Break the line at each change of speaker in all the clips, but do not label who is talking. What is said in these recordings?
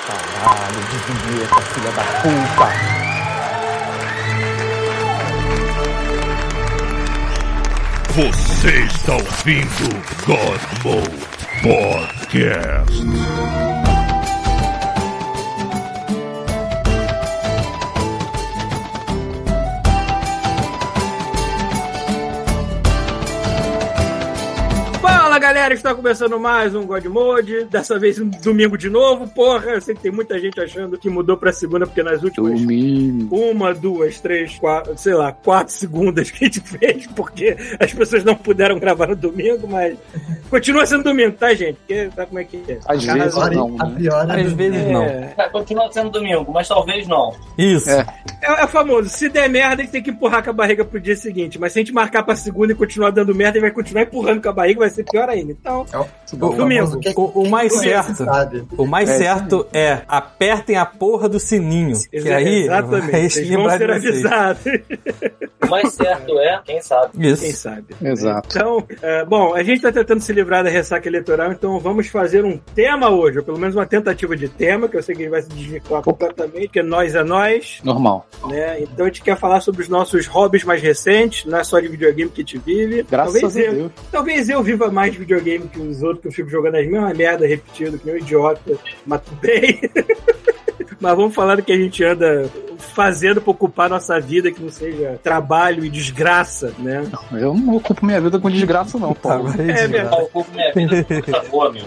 Caralho, desvinheta, filha da puta.
Você está ouvindo God Mode Podcast.
Fala galera, está começando mais um God Mode. Dessa vez um domingo de novo, porra. Eu sei que tem muita gente achando que mudou pra segunda, porque nas últimas
Domingo.
uma, duas, três, quatro, sei lá, quatro segundas que a gente fez, porque as pessoas não puderam gravar no domingo, mas continua sendo domingo, tá, gente? Porque sabe como é que é?
Às
Cada
vezes
hora-
não,
A
né?
pior é
Às vezes não.
É,
Vai continuar sendo domingo, mas talvez não.
Isso.
É.
é, é famoso, se der merda, a gente tem que empurrar com a barriga pro dia seguinte. Mas se a gente marcar pra segunda e continuar dando merda, ele vai continuar empurrando com a barriga, vai ser pior ainda. Então,
o
Domingo.
famoso quem-
O, o mais
quem
certo.
sabe.
O mais
É.
certo é apertem a porra do sininho. Que aí vai
exatamente, eles vão
lembrar de
ser
vocês.
avisados.
O mais certo é, quem sabe.
Quem
Isso.
sabe?
Exato.
Então, é, bom, a gente está tentando se livrar da ressaca eleitoral, então vamos fazer um tema hoje, ou pelo menos uma tentativa de tema, que eu sei que a gente vai se desvincular completamente, porque nós é nós,
Normal.
né? Então a gente quer falar sobre os nossos hobbies mais recentes, não é só de videogame que a gente vive.
Graças
talvez
a
eu,
Deus.
Talvez eu viva mais videogame que os outros, que eu fico jogando as mesmas merdas repetido, que nem um idiota, mas tudo bem. mas vamos falar do que a gente anda fazendo para ocupar nossa vida, que não seja trabalho e desgraça, né?
Eu não ocupo minha vida com desgraça, não,
Tá,
Paulo.
vai de
É verdade.
nada.
Eu ocupo minha vida com muita fome.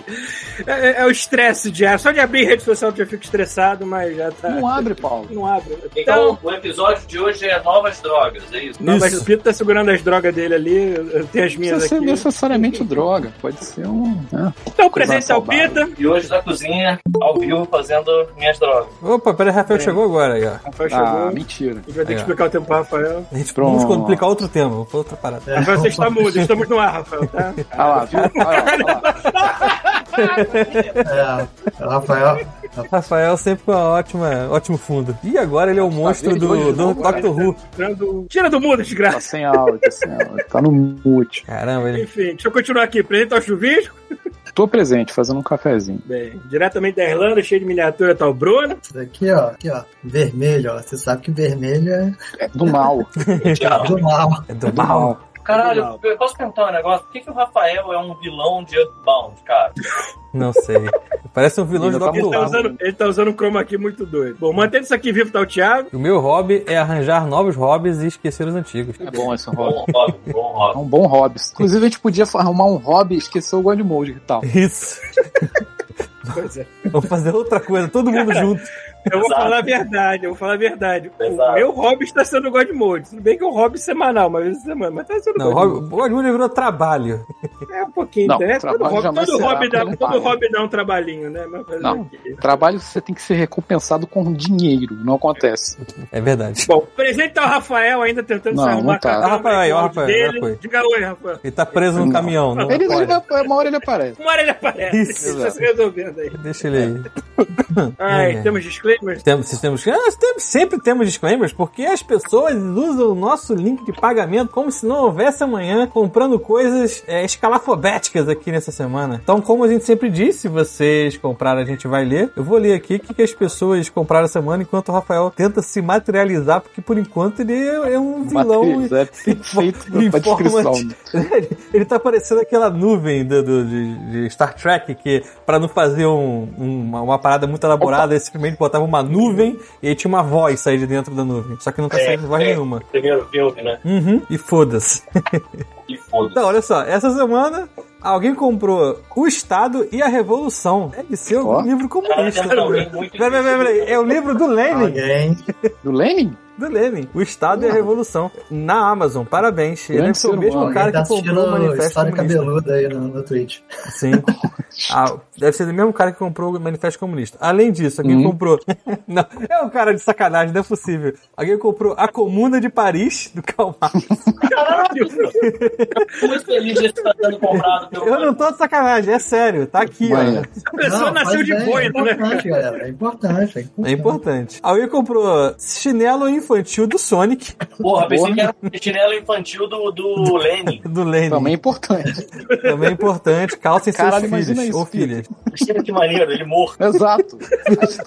É, é- é o estresse diário. Só de abrir rede social eu já fico estressado, mas já tá.
Não abre, Paulo.
Não abre.
Então,
Então,
o episódio de hoje é novas drogas, é isso?
não, mas
Isso.
o Pito tá segurando as drogas dele ali, eu eu tenho as
Não precisa
minhas
é ser
aqui.
necessariamente droga. Pode ser um. né?
Então, presente ao
saudável.
Pita.
E hoje na cozinha, ao vivo, fazendo minhas drogas.
Opa, peraí,
É.
Rafael chegou agora aí, ó.
Rafael chegou.
Ah,
A gente
mentira.
vai ter
Aí,
que
ó.
explicar o tempo pro Rafael.
A gente
Pronto.
vamos complicar outro tema, vou pra outra parada.
É,
Rafael, você está mudo, estamos no ar, Rafael, tá?
Ah lá, viu? Olha lá, olha lá.
é, o Rafael,
É.
Rafael sempre com uma ótima, ótimo fundo. E agora ele é o monstro
Tá verde hoje,
do, do
não,
Doctor Who.
Tirando- Tira do mundo,
Tá
desgraça.
sem áudio, tá sem áudio. Tá no mute.
Caramba, ele.
Enfim, deixa eu continuar aqui. Presente ao chuvisco.
Tô presente, fazendo um cafezinho.
Bem, diretamente da Irlanda, cheio de miniatura, tá o Bruno.
isso daqui, ó, aqui, ó, vermelho, ó. Você sabe que vermelho é
É do mal.
Tchau.
do mal.
É do mal.
Caralho, eu posso perguntar um negócio? Por que, que o Rafael é um vilão de Earthbound, cara?
Não sei. Parece um vilão de
Ainda tá
Doctor
Ele tá,
Uau.
Who.
usando, ele tá usando um chroma aqui muito doido. Bom, mantendo isso aqui vivo, tá o Thiago.
O meu hobby é arranjar novos hobbies e esquecer os antigos.
É bom esse hobby.
Bom hobby, bom
É
hobby.
um bom hobby. Inclusive, a gente podia arrumar um hobby e esquecer o God Mode que tal.
Isso.
Pois é.
Vamos fazer outra coisa, todo mundo junto.
Eu vou
Exato.
falar a verdade, eu vou falar a verdade. O
Exato.
meu hobby está sendo o God Mode. Tudo bem que é um hobby semanal, uma vez por semana, mas tá sendo
Não, o
God
hobby- o Hollywood virou trabalho.
Mode. É um pouquinho,
Não,
né? Todo
trabalho
hobby,
jamais
todo
será,
hobby, dá,
porque não
todo
paga.
hobby dá um trabalhinho, né? Mas fazer
Não.
o quê?
Trabalho você tem que ser recompensado com dinheiro. Não acontece.
É verdade.
Bom, presente tá o Rafael ainda tentando
Não,
se arrumar
não tá.
com a
Ah, Rafael aí, ó,
áudio
Rafael,
dele.
Rafael.
Diga oi, Rafael.
Ele tá preso no
Não.
caminho.
Então,
Não
Ele,
pode.
ele- uma hora ele aparece.
Uma hora ele aparece.
Isso,
Isso, tá se resolvendo aí.
Deixa ele aí.
Ai,
É.
temos disclaimers?
Temos, vocês temos, ah, nós temos- sempre temos disclaimers, porque as pessoas usam o nosso link de pagamento como se não houvesse amanhã, comprando coisas é, escalafobéticas aqui nessa semana. Então, como a gente sempre disse, se vocês compraram, a gente vai ler. Eu vou ler aqui o que, que as pessoas compraram essa semana, enquanto o Rafael tenta se materializar, porque por enquanto ele é é um vilão.
Matriz, é perfeito
em
pra
forma
descrição.
de- Ele, ele tá parecendo aquela nuvem do, do- de, de Star Trek que, pra não fazer um- um- uma, uma parada muito elaborada, eles simplesmente botavam uma nuvem e aí tinha uma voz sair de dentro da nuvem. Só que não tá
É,
saindo voz
é.
nenhuma.
Primeiro filme, né?
Uhum, e foda-se.
E foda-se.
Então, olha só, essa semana alguém comprou O Estado e a Revolução. Deve ser um
Ó.
livro comunista.
Caralho,
né?
alguém é muito Ah.
Peraí, peraí, peraí. É o livro do Lenin.
Alguém.
Do Lenin?
Do Lenin. O Estado e a Revolução. Na Amazon. Parabéns. Ele
Grande
deve ser o
ser
mesmo
humano.
cara
Alguém tá
que comprou o
assistindo
Manifesto
história
Comunista.
cabeluda aí no, no Twitch.
Sim. Ah, deve ser do mesmo cara que comprou o Manifesto Comunista. Além disso, alguém
Uhum.
comprou. Não, é um cara de sacanagem, não é possível. Alguém comprou A Comuna de Paris, do Karl Marx.
Caralho!
Tô muito feliz de estar sendo comprado pelo.
Eu não tô de sacanagem, é sério, tá aqui,
Olha.
olha.
A pessoa
Não,
nasceu
faz
de
bem,
boina,
É
né?
importante, galera. É importante, é
É
importante.
importante. Alguém comprou chinelo em infantil do Sonic,
Porra, pensei que era um chinelo infantil do, do Lenny.
do Lenny.
Também é importante.
Também é importante, calcem seus
Caralho, imagina
filhos
isso,
ou
filho.
filhas.
Cheira que maneiro, ele morto.
Exato.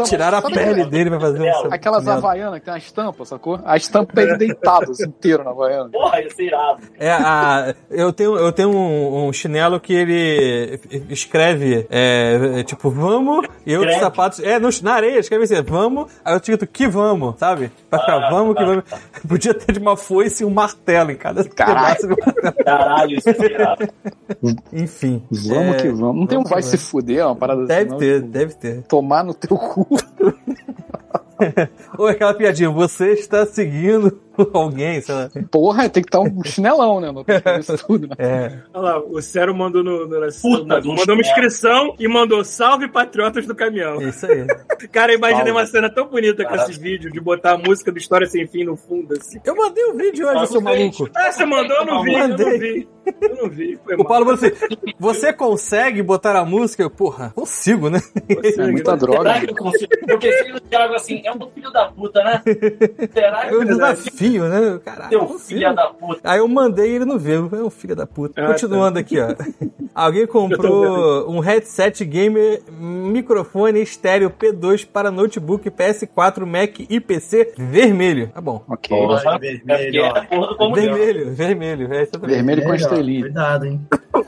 Tiraram a
Sabe
pele
aquela-
dele pra fazer um
Aquelas havaianas que tem uma estampa, sacou? A estampa pra ele deitado, assim, inteiro na havaiana.
Porra, ia ser irado.
É, a- eu tenho, eu tenho um, um chinelo que ele escreve, é, é, tipo, vamos, e eu de
Escreve?
sapatos. É, no, na areia, escreve assim, vamos, aí eu escrito que vamos, sabe? Pra ficar,
Ah,
vamos, que
tá,
vamos. Podia ter de uma foice e um martelo em cada pedaço. do martelo.
Caralho, isso é ia ser irado.
Enfim. é,
Vamos que vamos. Não tem um
vamos que
vai se
vamos.
fuder, uma parada
Deve
assim. não?
ter, deve ter.
Tomar no teu cu.
Ou aquela piadinha, você está seguindo alguém, sei lá.
Porra, tem que estar um chinelão, né? No isso tudo, né?
É.
Olha lá, o Cero mandou no, no- na-
Puta
um
mandou,
do
uma
céu.
inscrição e mandou salve patriotas do caminhão.
É isso aí.
Cara, eu imaginei
Salve.
uma cena tão bonita com
Caraca.
esse vídeo de botar a música do História Sem Fim no fundo, assim.
Eu mandei um vídeo hoje,
Ah,
seu maluco.
Ah, você mandou? Eu não vi, eu não vi. Eu não vi. Foi
O
mal.
Paulo falou assim: você consegue botar a música? Eu, porra, consigo, né?
É muita droga.
Será que eu consigo? Eu pensei no Thiago assim, é um filho da puta, né? Será que
Eu
eu
desafio, né? Caralho,
Seu
consigo.
um filho da puta.
Aí eu mandei e ele não veio. É um filho da puta.
Ah,
Continuando
tá.
aqui, ó. Alguém comprou um headset gamer, microfone estéreo P2 para notebook, PS4, Mac e PC vermelho. Tá bom.
Ok.
Porra.
Olha,
É porque
vermelho,
é
ó.
a porra do comunhão.
vermelho, vermelho. É, exatamente.
Vermelho com
ó.
estrelinha.
Cuidado, hein?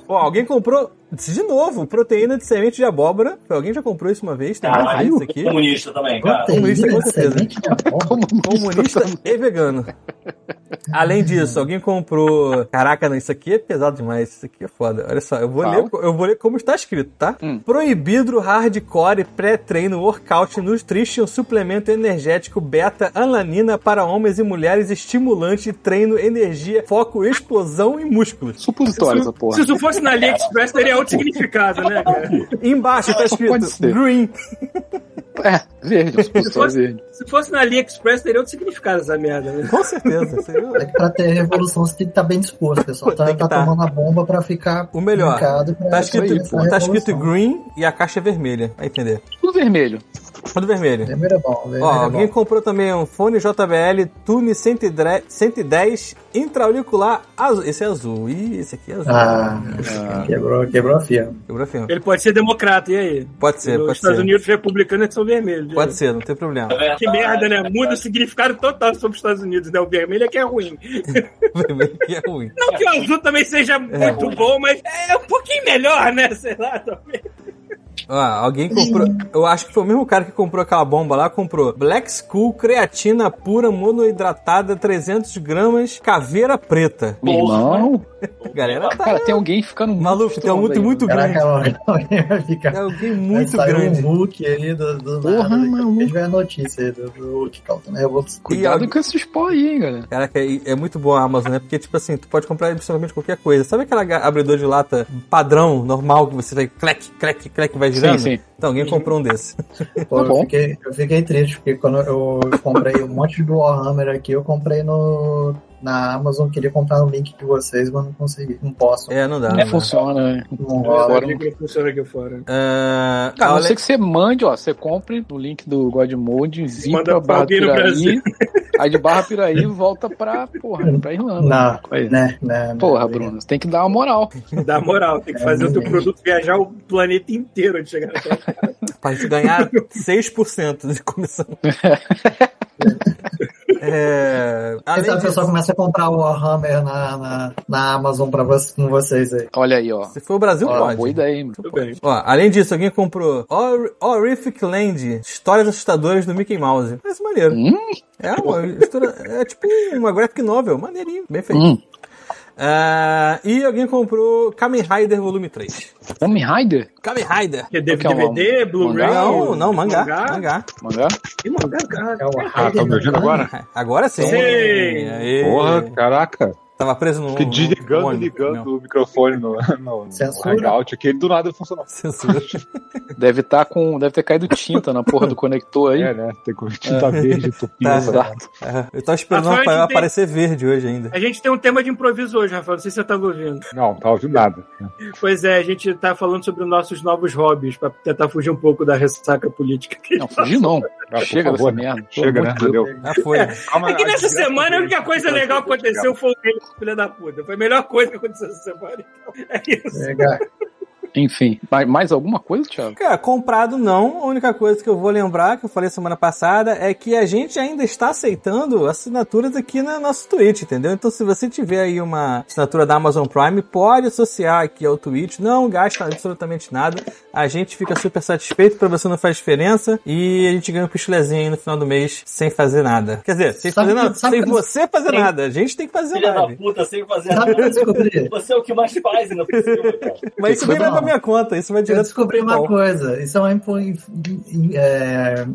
Ó, alguém comprou, de novo, proteína de semente de abóbora. Alguém já comprou isso uma vez? Tem mais
Caralho,
Ah, isso aqui.
comunista também, cara.
comunista, com certeza.
excelente, tá bom.
Comunista e vegano. Além disso, alguém comprou. Caraca, não, isso aqui é pesado demais. Isso aqui é foda. Olha só, eu vou,
Fala.
ler, eu vou ler como está escrito, tá?
Hum.
Proibido hardcore pré-treino workout nutrition suplemento energético beta alanina para homens e mulheres estimulante treino energia foco explosão e músculos.
Supositório essa
Se
porra.
isso fosse na AliExpress, teria outro significado, né, cara?
Embaixo está escrito
Pode ser.
green.
É, verde, um supositório verde.
Se fosse na AliExpress, teria outro significado essa merda, né?
Com certeza. seria-
É que pra ter revolução você tem que estar bem disposto, pessoal. Tá,
Tem que
tá
tá.
tomando a bomba pra ficar
O melhor.
brincado
É
pra
Tá escrito,
essa
tá escrito
revolução.
green e a caixa é vermelha. Vai entender.
Tudo vermelho.
Tudo vermelho.
Vermelho é bom, vermelho
Ó,
é bom.
alguém comprou também um fone JBL Tune 110, 110 intraauricular azul. Esse é azul. Ih, esse aqui é azul.
Ah, quebrou, quebrou a firma.
Quebrou a firma.
Ele pode ser democrata, e aí?
Pode ser,
Nos
pode
Estados
ser.
Unidos, os republicanos é que são vermelhos.
Pode ser, não tem problema.
É
Que merda, né?
verdade.
Muda o significado total sobre os Estados Unidos, né? O vermelho é que é ruim.
Vermelho aqui é ruim.
Não que o azul também
É.
seja muito bom, mas é um pouquinho melhor, né? Sei lá, talvez.
Ó, alguém comprou. Eu acho que foi o mesmo cara que comprou aquela bomba lá. Comprou Black School creatina pura monoidratada 300 gramas caveira preta.
Meu irmão.
Galera, tá.
Cara, tem alguém ficando muito
Maluco, tem um muito,
estranho,
muito
né?
grande.
Caraca, mano, alguém vai ficar.
É alguém muito
Aí saiu
grande.
um Hulk aí do, do
Porra,
nada. daqui a
maluco.
pouco tiver a notícia aí do, do Hulk causando a revolução.
Cuidado com esses pó aí, hein, galera.
Caraca, e é muito boa a Amazon, né? Porque, tipo assim, tu pode comprar absolutamente qualquer coisa. Sabe aquela ga- abridor de lata padrão, normal, que você vai clec, clec, clec,
Tá
vai girando?
Sim, sim.
Então, alguém comprou um desse.
Pô,
Tá bom.
eu, fiquei, eu fiquei triste, porque quando eu comprei um monte do Warhammer aqui, eu comprei no, na Amazon, queria comprar o link de vocês, mas não consegui. Não posso.
É,
Tá,
não dá.
Não
né?
funciona, né?
Não rola.
Agora-
um
Agora não funciona aqui fora.
Ah,
Cara, a não
olha-
ser que você mande, ó, você compre no link do God Mode,
Manda
zipa
pra
barra
alguém no
piraí, aí de barra piraí volta pra, porra, pra Irlanda.
Não,
Aí.
né, né.
Porra,
né.
Bruno, você tem que dar uma moral.
Dá moral,
É
tem que fazer o teu produto viajar o planeta inteiro antes de chegar naquela
Pra gente ganhar 6% de comissão. é,
Quem
além
sabe o
disso,
pessoal começa a comprar o Warhammer na, na, na Amazon pra vocês, com vocês aí.
Olha aí, ó.
se for o Brasil,
Ó,
pode.
boa ideia, hein? Muito
Tudo bem.
Ó, além disso, alguém comprou Hor- Horrific Land, histórias assustadoras do Mickey Mouse. Parece maneiro.
Hum?
É uma história, é tipo uma graphic novel, maneirinho, bem feito.
Hum.
Ah, e alguém comprou Kamen Rider Volume 3.
Kamen Rider?
Kamen Rider.
Que é
que é um
DVD, Blu-ray.
mangá?
Não, não, mangá. Mangá.
Mangá?
Que mangá, cara?
É o
Ah, tá me ouvindo agora?
Agora sim.
Sim.
Aê.
Porra, caraca.
Tava preso no.
Fiquei
no-
desligando
no
e
ônibus.
ligando
Não,
o microfone no, no, no
Censura.
Hangout aqui, ele do nada assim. funcionou.
Censura.
Deve estar com. Deve ter caído tinta na porra do conector aí.
É, né? Tem que tinta verde,
Tá.
tupinha. Tá.
Exato.
Ah, Eu tava esperando o Rafael
Rafael, a gente tem-
aparecer verde hoje ainda.
A gente tem um tema de improviso hoje, Rafael. Não sei se você tava ouvindo.
Não, não tava ouvindo nada.
Pois é, a gente tá falando sobre os nossos novos hobbies, pra tentar fugir um pouco da ressaca política.
Não, fugir não.
Ah,
Chega
por
dessa
favor, né?
merda.
Chega, né? Deu.
Já foi.
Calma,
É que
a desgraça
nessa semana a
dele.
única coisa legal que aconteceu foi o dele, filho da puta. Foi a melhor coisa que aconteceu essa semana. então. É isso.
Legal.
Enfim, ma- mais alguma coisa, Thiago?
Cara, comprado não. A única coisa que eu vou lembrar, que eu falei semana passada, é que a gente ainda está aceitando assinaturas aqui no nosso Twitch, entendeu? Então, se você tiver aí uma assinatura da Amazon Prime, pode associar aqui ao Twitch. Não gasta absolutamente nada. A gente fica super satisfeito, pra você não faz diferença. E a gente ganha um pichulezinho aí no final do mês sem fazer nada. Quer dizer, sem
Sabe
fazer
que-
nada.
sabe
Sem
que-
você fazer
Tem-
nada. A gente tem que fazer
Filha da
nada.
puta, sem fazer
Sabe o que eu
nada.
descobri?
Você é o que mais faz ainda por cima, cara.
Mas isso
Foi
nem vai
mal.
pra minha conta. Isso vai
Eu
direto pro
descobri uma
PayPal.
coisa. Isso é uma impo- in- in- é,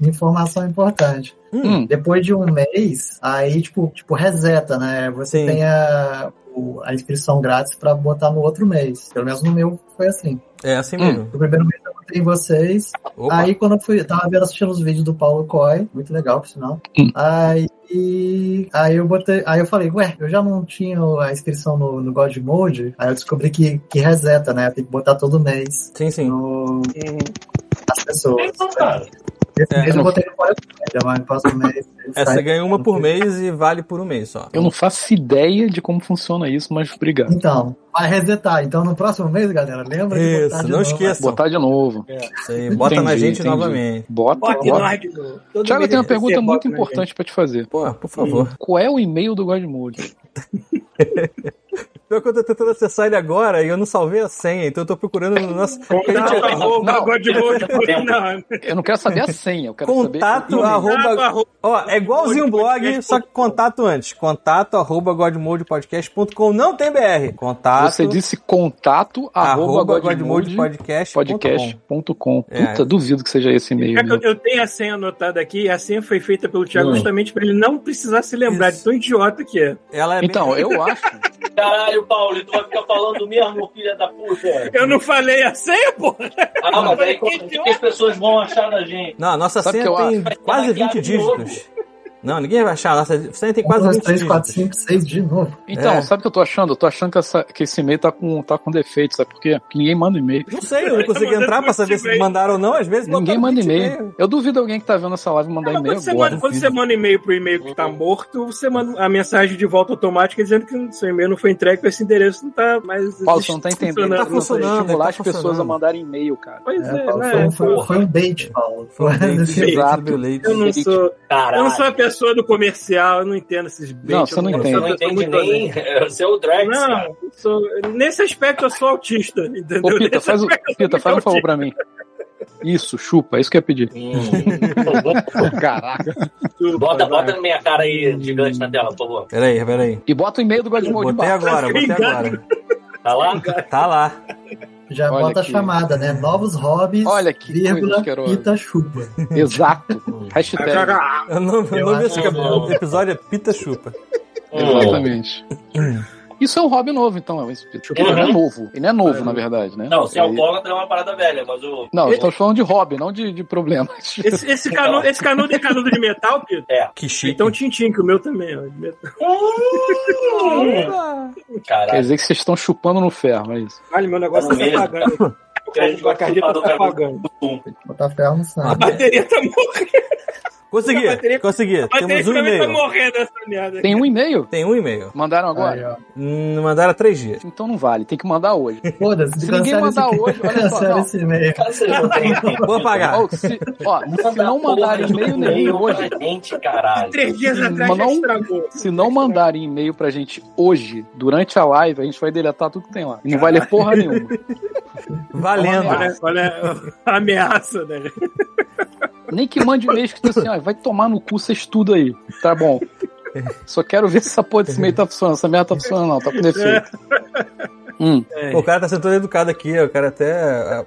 informação importante.
Hum.
Depois de um mês, aí, tipo, tipo reseta, né? Você
Sim.
tem a, o- a inscrição grátis pra botar no outro mês. Pelo menos no meu foi assim.
É assim
Hum.
mesmo.
No primeiro mês eu botei em vocês,
Opa.
Aí quando eu fui, eu tava vendo assistindo os vídeos do Paulo Coy, muito legal, por sinal.
Hum.
Aí, aí eu botei, aí eu falei, ué, eu já não tinha a inscrição no, no God Mode, aí eu descobri que, que reseta, né? Tem que botar todo mês
Sim, sim.
no, as pessoas.
Então, cara.
Esse
É.
mês eu botei no Paulo Coy, já vai no próximo mês. ele
Essa
sai.
É, ganha uma por mês e vale por um mês só.
Eu não faço ideia de como funciona isso, mas obrigado.
Então, vai resetar. Então no próximo mês, galera, lembra de botar
Isso, não
de novo. né?
esqueçam.
Botar de novo.
Isso aí, bota na
Entendi,
gente
entendi.
novamente.
Bota,
Bote
bota.
nós de novo. Todo
Thiago,
mês
eu tenho uma
você
pergunta
bota né?
muito
na gente.
importante pra te fazer.
Pô, por favor.
Qual é o e-mail do Godmode?
Pior que eu tô tentando acessar ele agora e eu não salvei a senha, então eu tô procurando no nosso
Contato arroba
Não.
godmode.com. Não,
Eu não quero saber a senha, eu quero
contato
saber...
contato
arroba...
arroba
Ó, é igualzinho um blog, só que contato antes. Contato arroba godmodepodcast.com. Não tem BR. Contato
Você disse contato arroba
arroba
godmode
godmodepodcast.com.
podcast.com.
É.
Puta, duvido que seja esse e-mail.
Cara,
mesmo.
É eu- Eu tenho a senha anotada aqui, e a senha foi feita pelo Thiago
Hum.
justamente para ele não precisar se lembrar
Isso.
de tão idiota que é.
Ela é bem-
Então, eu acho.
Caralho, Paulo, e tu vai ficar falando mesmo, filha da puta.
Eu não falei a senha, porra!
Ah, mas aí o que que as pessoas vão achar da gente?
Não, a nossa
Sabe
senha
que eu
tem
acho?
quase
Vai ter
20
hackeado de
dígitos. Não, ninguém vai achar. a Nossa senha tem
Um,
quase
dois,
20
três, quatro,
dígitos.
cinco, seis de novo.
Então,
É.
sabe o que eu tô achando? Eu tô achando que, essa- que esse e-mail tá com, tá com defeito, sabe por quê? Porque ninguém manda e-mail.
Não sei, eu não consigo
Mandando
entrar pra saber se
e-mail.
mandaram ou não. Às vezes
Ninguém
botaram
manda
20
e-mail. Eu duvido alguém que tá vendo essa live mandar
Mas
e-mail
quando você, manda,
agora.
quando você manda e-mail pro e-mail que tá morto, você manda a mensagem de volta automática dizendo que seu e-mail não foi entregue, que esse endereço não tá mais.
Paulo, você não tá entendendo.
funcionando.
Tá funcionando.
Tem que Estimular
tá
as pessoas
funcionando.
a mandarem e-mail, cara.
Pois
É,
é,
Paulo,
né?
foi, um- foi,
Porra,
foi um bait, Paulo.
Foi um bait,
Esse-
exato.
Bait.
leite.
Eu não sou. Eu não sou
Caralho.
a pessoa do comercial, eu não entendo esses bens.
Não, você não
eu
Você
sou
não
uma pessoa
entende
muito
nem. Você é o Drex, cara.
Não, eu sou- nesse aspecto eu sou autista, entendeu?
Ô, Pita,
Nesse
faz, o,
aspecto eu sou
Pita,
muito
faz um
autista.
favor pra mim. Isso, chupa, é isso que eu ia pedir.
Hum.
Caraca.
bota, bota na minha cara aí, gigante na tela, por favor.
Peraí, peraí.
E bota o e-mail do Godmode
Botei
embaixo.
agora, botei
Obrigado.
agora.
Tá lá?
Tá lá.
Já
Olha
bota a
que-
chamada, né? Novos hobbies,
Olha que coisa
vírgula,
asquerosa.
pita chupa.
Exato. Hashtag.
O nome, o
Eu
nome
acho
desse cap-
bom.
episódio é Pita Chupa.
Exatamente. Isso é um hobby novo, então. é isso, Pita. Ele não é
Uhum.
novo. Ele não é novo, na verdade, né?
Não, se é
Ele-
alcoólatra é uma parada velha, mas o. é
Não, estamos falando de hobby, não de, de problemas.
Tá.
Esse, esse, canudo, esse canudo é canudo de metal, Pito?
Que chique.
Então, tintim, que o meu também. Ó, de metal.
um
Quer
Caralho.
dizer que vocês estão chupando no ferro, é isso.
Olha, meu negócio
Tá
tá
no
se
meio.
apagando.
O
A gente vai carregar tá se apagando.
Botar ferro no
A
saco.
Ah,
bateria tá morrendo.
Consegui,
A bateria-
consegui.
A bateria
Temos um
também tá
e-mail.
morrendo essa merda.
Tem um e-mail?
Tem um e-mail.
Mandaram agora?
Aí, ó.
Hum, mandaram há três dias.
Então não vale, tem que mandar hoje.
Foda-se,
Se ninguém
cancela
mandar
esse-
hoje, olha só,
cancela
não.
esse e-mail.
Vou apagar.
Ó, se, ó, se não mandarem e-mail nenhum hoje,
pra gente, caralho.
Três dias atrás
Mas
já
não-
estragou.
se não mandarem e-mail pra gente hoje, durante a live, a gente vai deletar tudo que tem lá. E não vai ler porra nenhuma.
Valendo.
Olha, olha a ameaça, né?
Nem que mande e-mail escrito assim, ó, vai tomar no cu, vocês tudo aí. Tá bom. Só quero ver se essa porra desse e-mail tá funcionando. Essa merda tá funcionando, não, tá com defeito. Hum,
Pô, O cara tá sendo todo educado aqui, ó. o cara até é,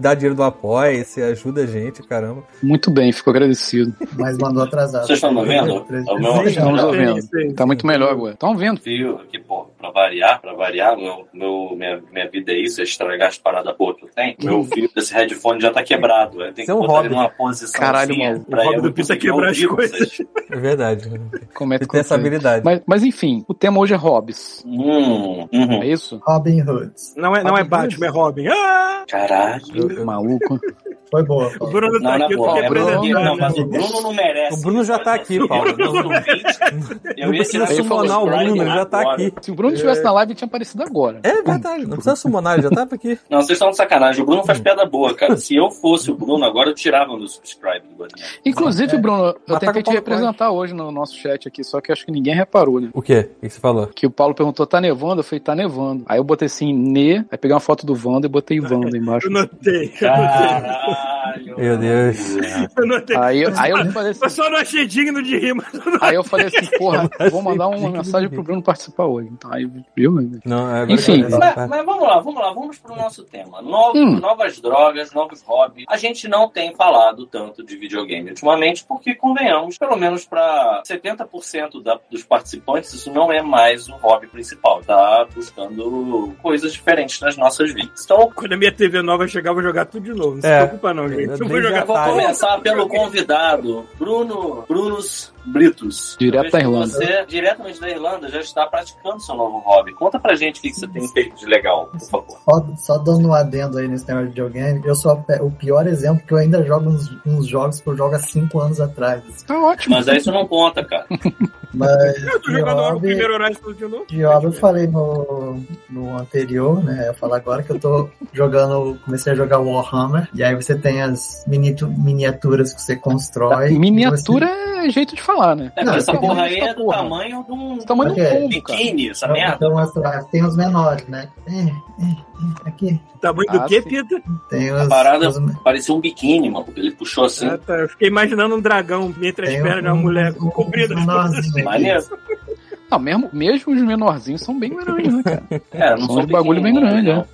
dá dinheiro do apoio, se ajuda a gente, caramba.
muito bem, fico agradecido.
Mas mandou atrasado.
Vocês estão me vendo? É o meu-
Vocês
Estamos
estão me
Sim,
ouvindo.
sim.
Tá muito melhor agora. Estão vendo?
Viu? Que, pô, pra variar, pra variar, meu, meu, minha, minha vida é isso, é estragar as paradas boas que eu tenho. Meu fio desse headphone já tá quebrado. Eu
Isso
tenho que
é um
botar ele
hobby.
numa posição assim,
Caralho, maluco.
O hobby do Pita é quebrar as coisas.
É verdade.
Como é que
Ele tem essa
acontece?
habilidade.
Mas, mas enfim, o tema hoje é hobbies.
Hum, uhum.
É isso?
Robin Hood.
Não é, não é Batman, é Robin. Ah!
Caralho.
Eu- eu-
Maluco.
Foi boa.
O
Paulo.
Bruno
Não,
tá
na
aqui, eu tô
boa.
aqui
é
Bruno,
apresentando.
porque- Não, mas
né?
o Bruno não merece.
O Bruno já tá aqui, Paulo.
Eu, eu
Não
ia
precisa
tirar esse
sumonar o
Brian
Bruno, ele já tá
agora.
aqui.
Se o Bruno estivesse na live, ele tinha aparecido agora.
É verdade, não precisa sumonar, ele já tá aqui.
Não, vocês estão de sacanagem. O Bruno
Hum.
faz piada boa, cara. Se eu fosse o Bruno, agora eu tirava o meu subscribe do Guardião.
Inclusive, Bruno, eu
Mas tá com
tentei
o
te
Paulo
representar hoje no nosso chat aqui, só que acho que ninguém reparou, né?
O quê? O que você falou?
Que o Paulo perguntou, tá nevando? Eu falei, tá nevando. Aí eu botei assim, ne, aí peguei uma foto do Wanda e botei Wanda embaixo.
Eu notei, eu notei.
Caralho.
Meu Deus.
Ah.
Eu notei.
Aí, eu- aí eu falei
Eu
assim,
só não achei digno de rir, mas eu não-
aí eu falei assim, porra,
achei
vou mandar uma
digno de
mensagem
rir.
pro Bruno participar hoje. Então, aí, viu? né?
Não, agora
Enfim.
que eu
Mas,
lembro, tá?
mas vamos lá, vamos lá, vamos pro nosso tema. Novo-
Hum.
Novas drogas, novos hobbies. A gente não tem falado tanto de videogame ultimamente, porque, convenhamos, pelo menos para 70% da- dos participantes, isso não é mais o hobby principal. Tá buscando coisas diferentes nas nossas vidas. Então,
Quando a minha TV nova chegar, eu vou jogar tudo de novo. Não se
É.
preocupa, não, gente. Eu vou
Desde
jogar.
a-
vou
Tá,
começar pelo convidado, Bruno Brunos Britos.
Direto
Eu vejo
da
que
Irlanda.
Você, diretamente da Irlanda, já está praticando seu novo hobby. Conta pra gente o que que você tem feito de legal, por favor.
Só, só dando um adendo aí nesse tema de videogame, eu sou a pe- o pior exemplo que eu ainda jogo uns, uns jogos que eu jogo há 5 anos atrás. assim.
Tá ótimo.
Mas aí isso não conta, cara.
Mas
Eu tô
de
jogando agora o
hobby,
primeiro horário todo de novo.
de hobby eu falei no, no anterior, né? Eu ia falar agora que eu tô jogando, comecei a jogar Warhammer, e aí você tem as minitu- miniaturas que você constrói.
Ah, Miniatura
e
é jeito de falar, né?
É,
Não,
mas essa
eu tô
porra
falando
aí
dessa
é do
porra.
tamanho de um
O tamanho de um
Ok.
pombo, cara.
biquíni, essa
Você...
merda.
Então, assim, lá tem os menores, né? É, é, é, aqui.
Tamanho
Ah,
Tá do quê,
sim.
Pita?
Tem os.
parada-
os-
Parecia um biquíni, mano. Ele puxou assim.
Ah, tá. Eu fiquei imaginando um dragão entre as
tem um
pernas de uma mulher cobrindo as costas.
menorzinho aqui.
Maneiro.
Não, mesmo, mesmo os menorzinhos são bem grandes, né, cara?
É,
São
não sou
uns bagulho
biquíni,
bem grande,
não.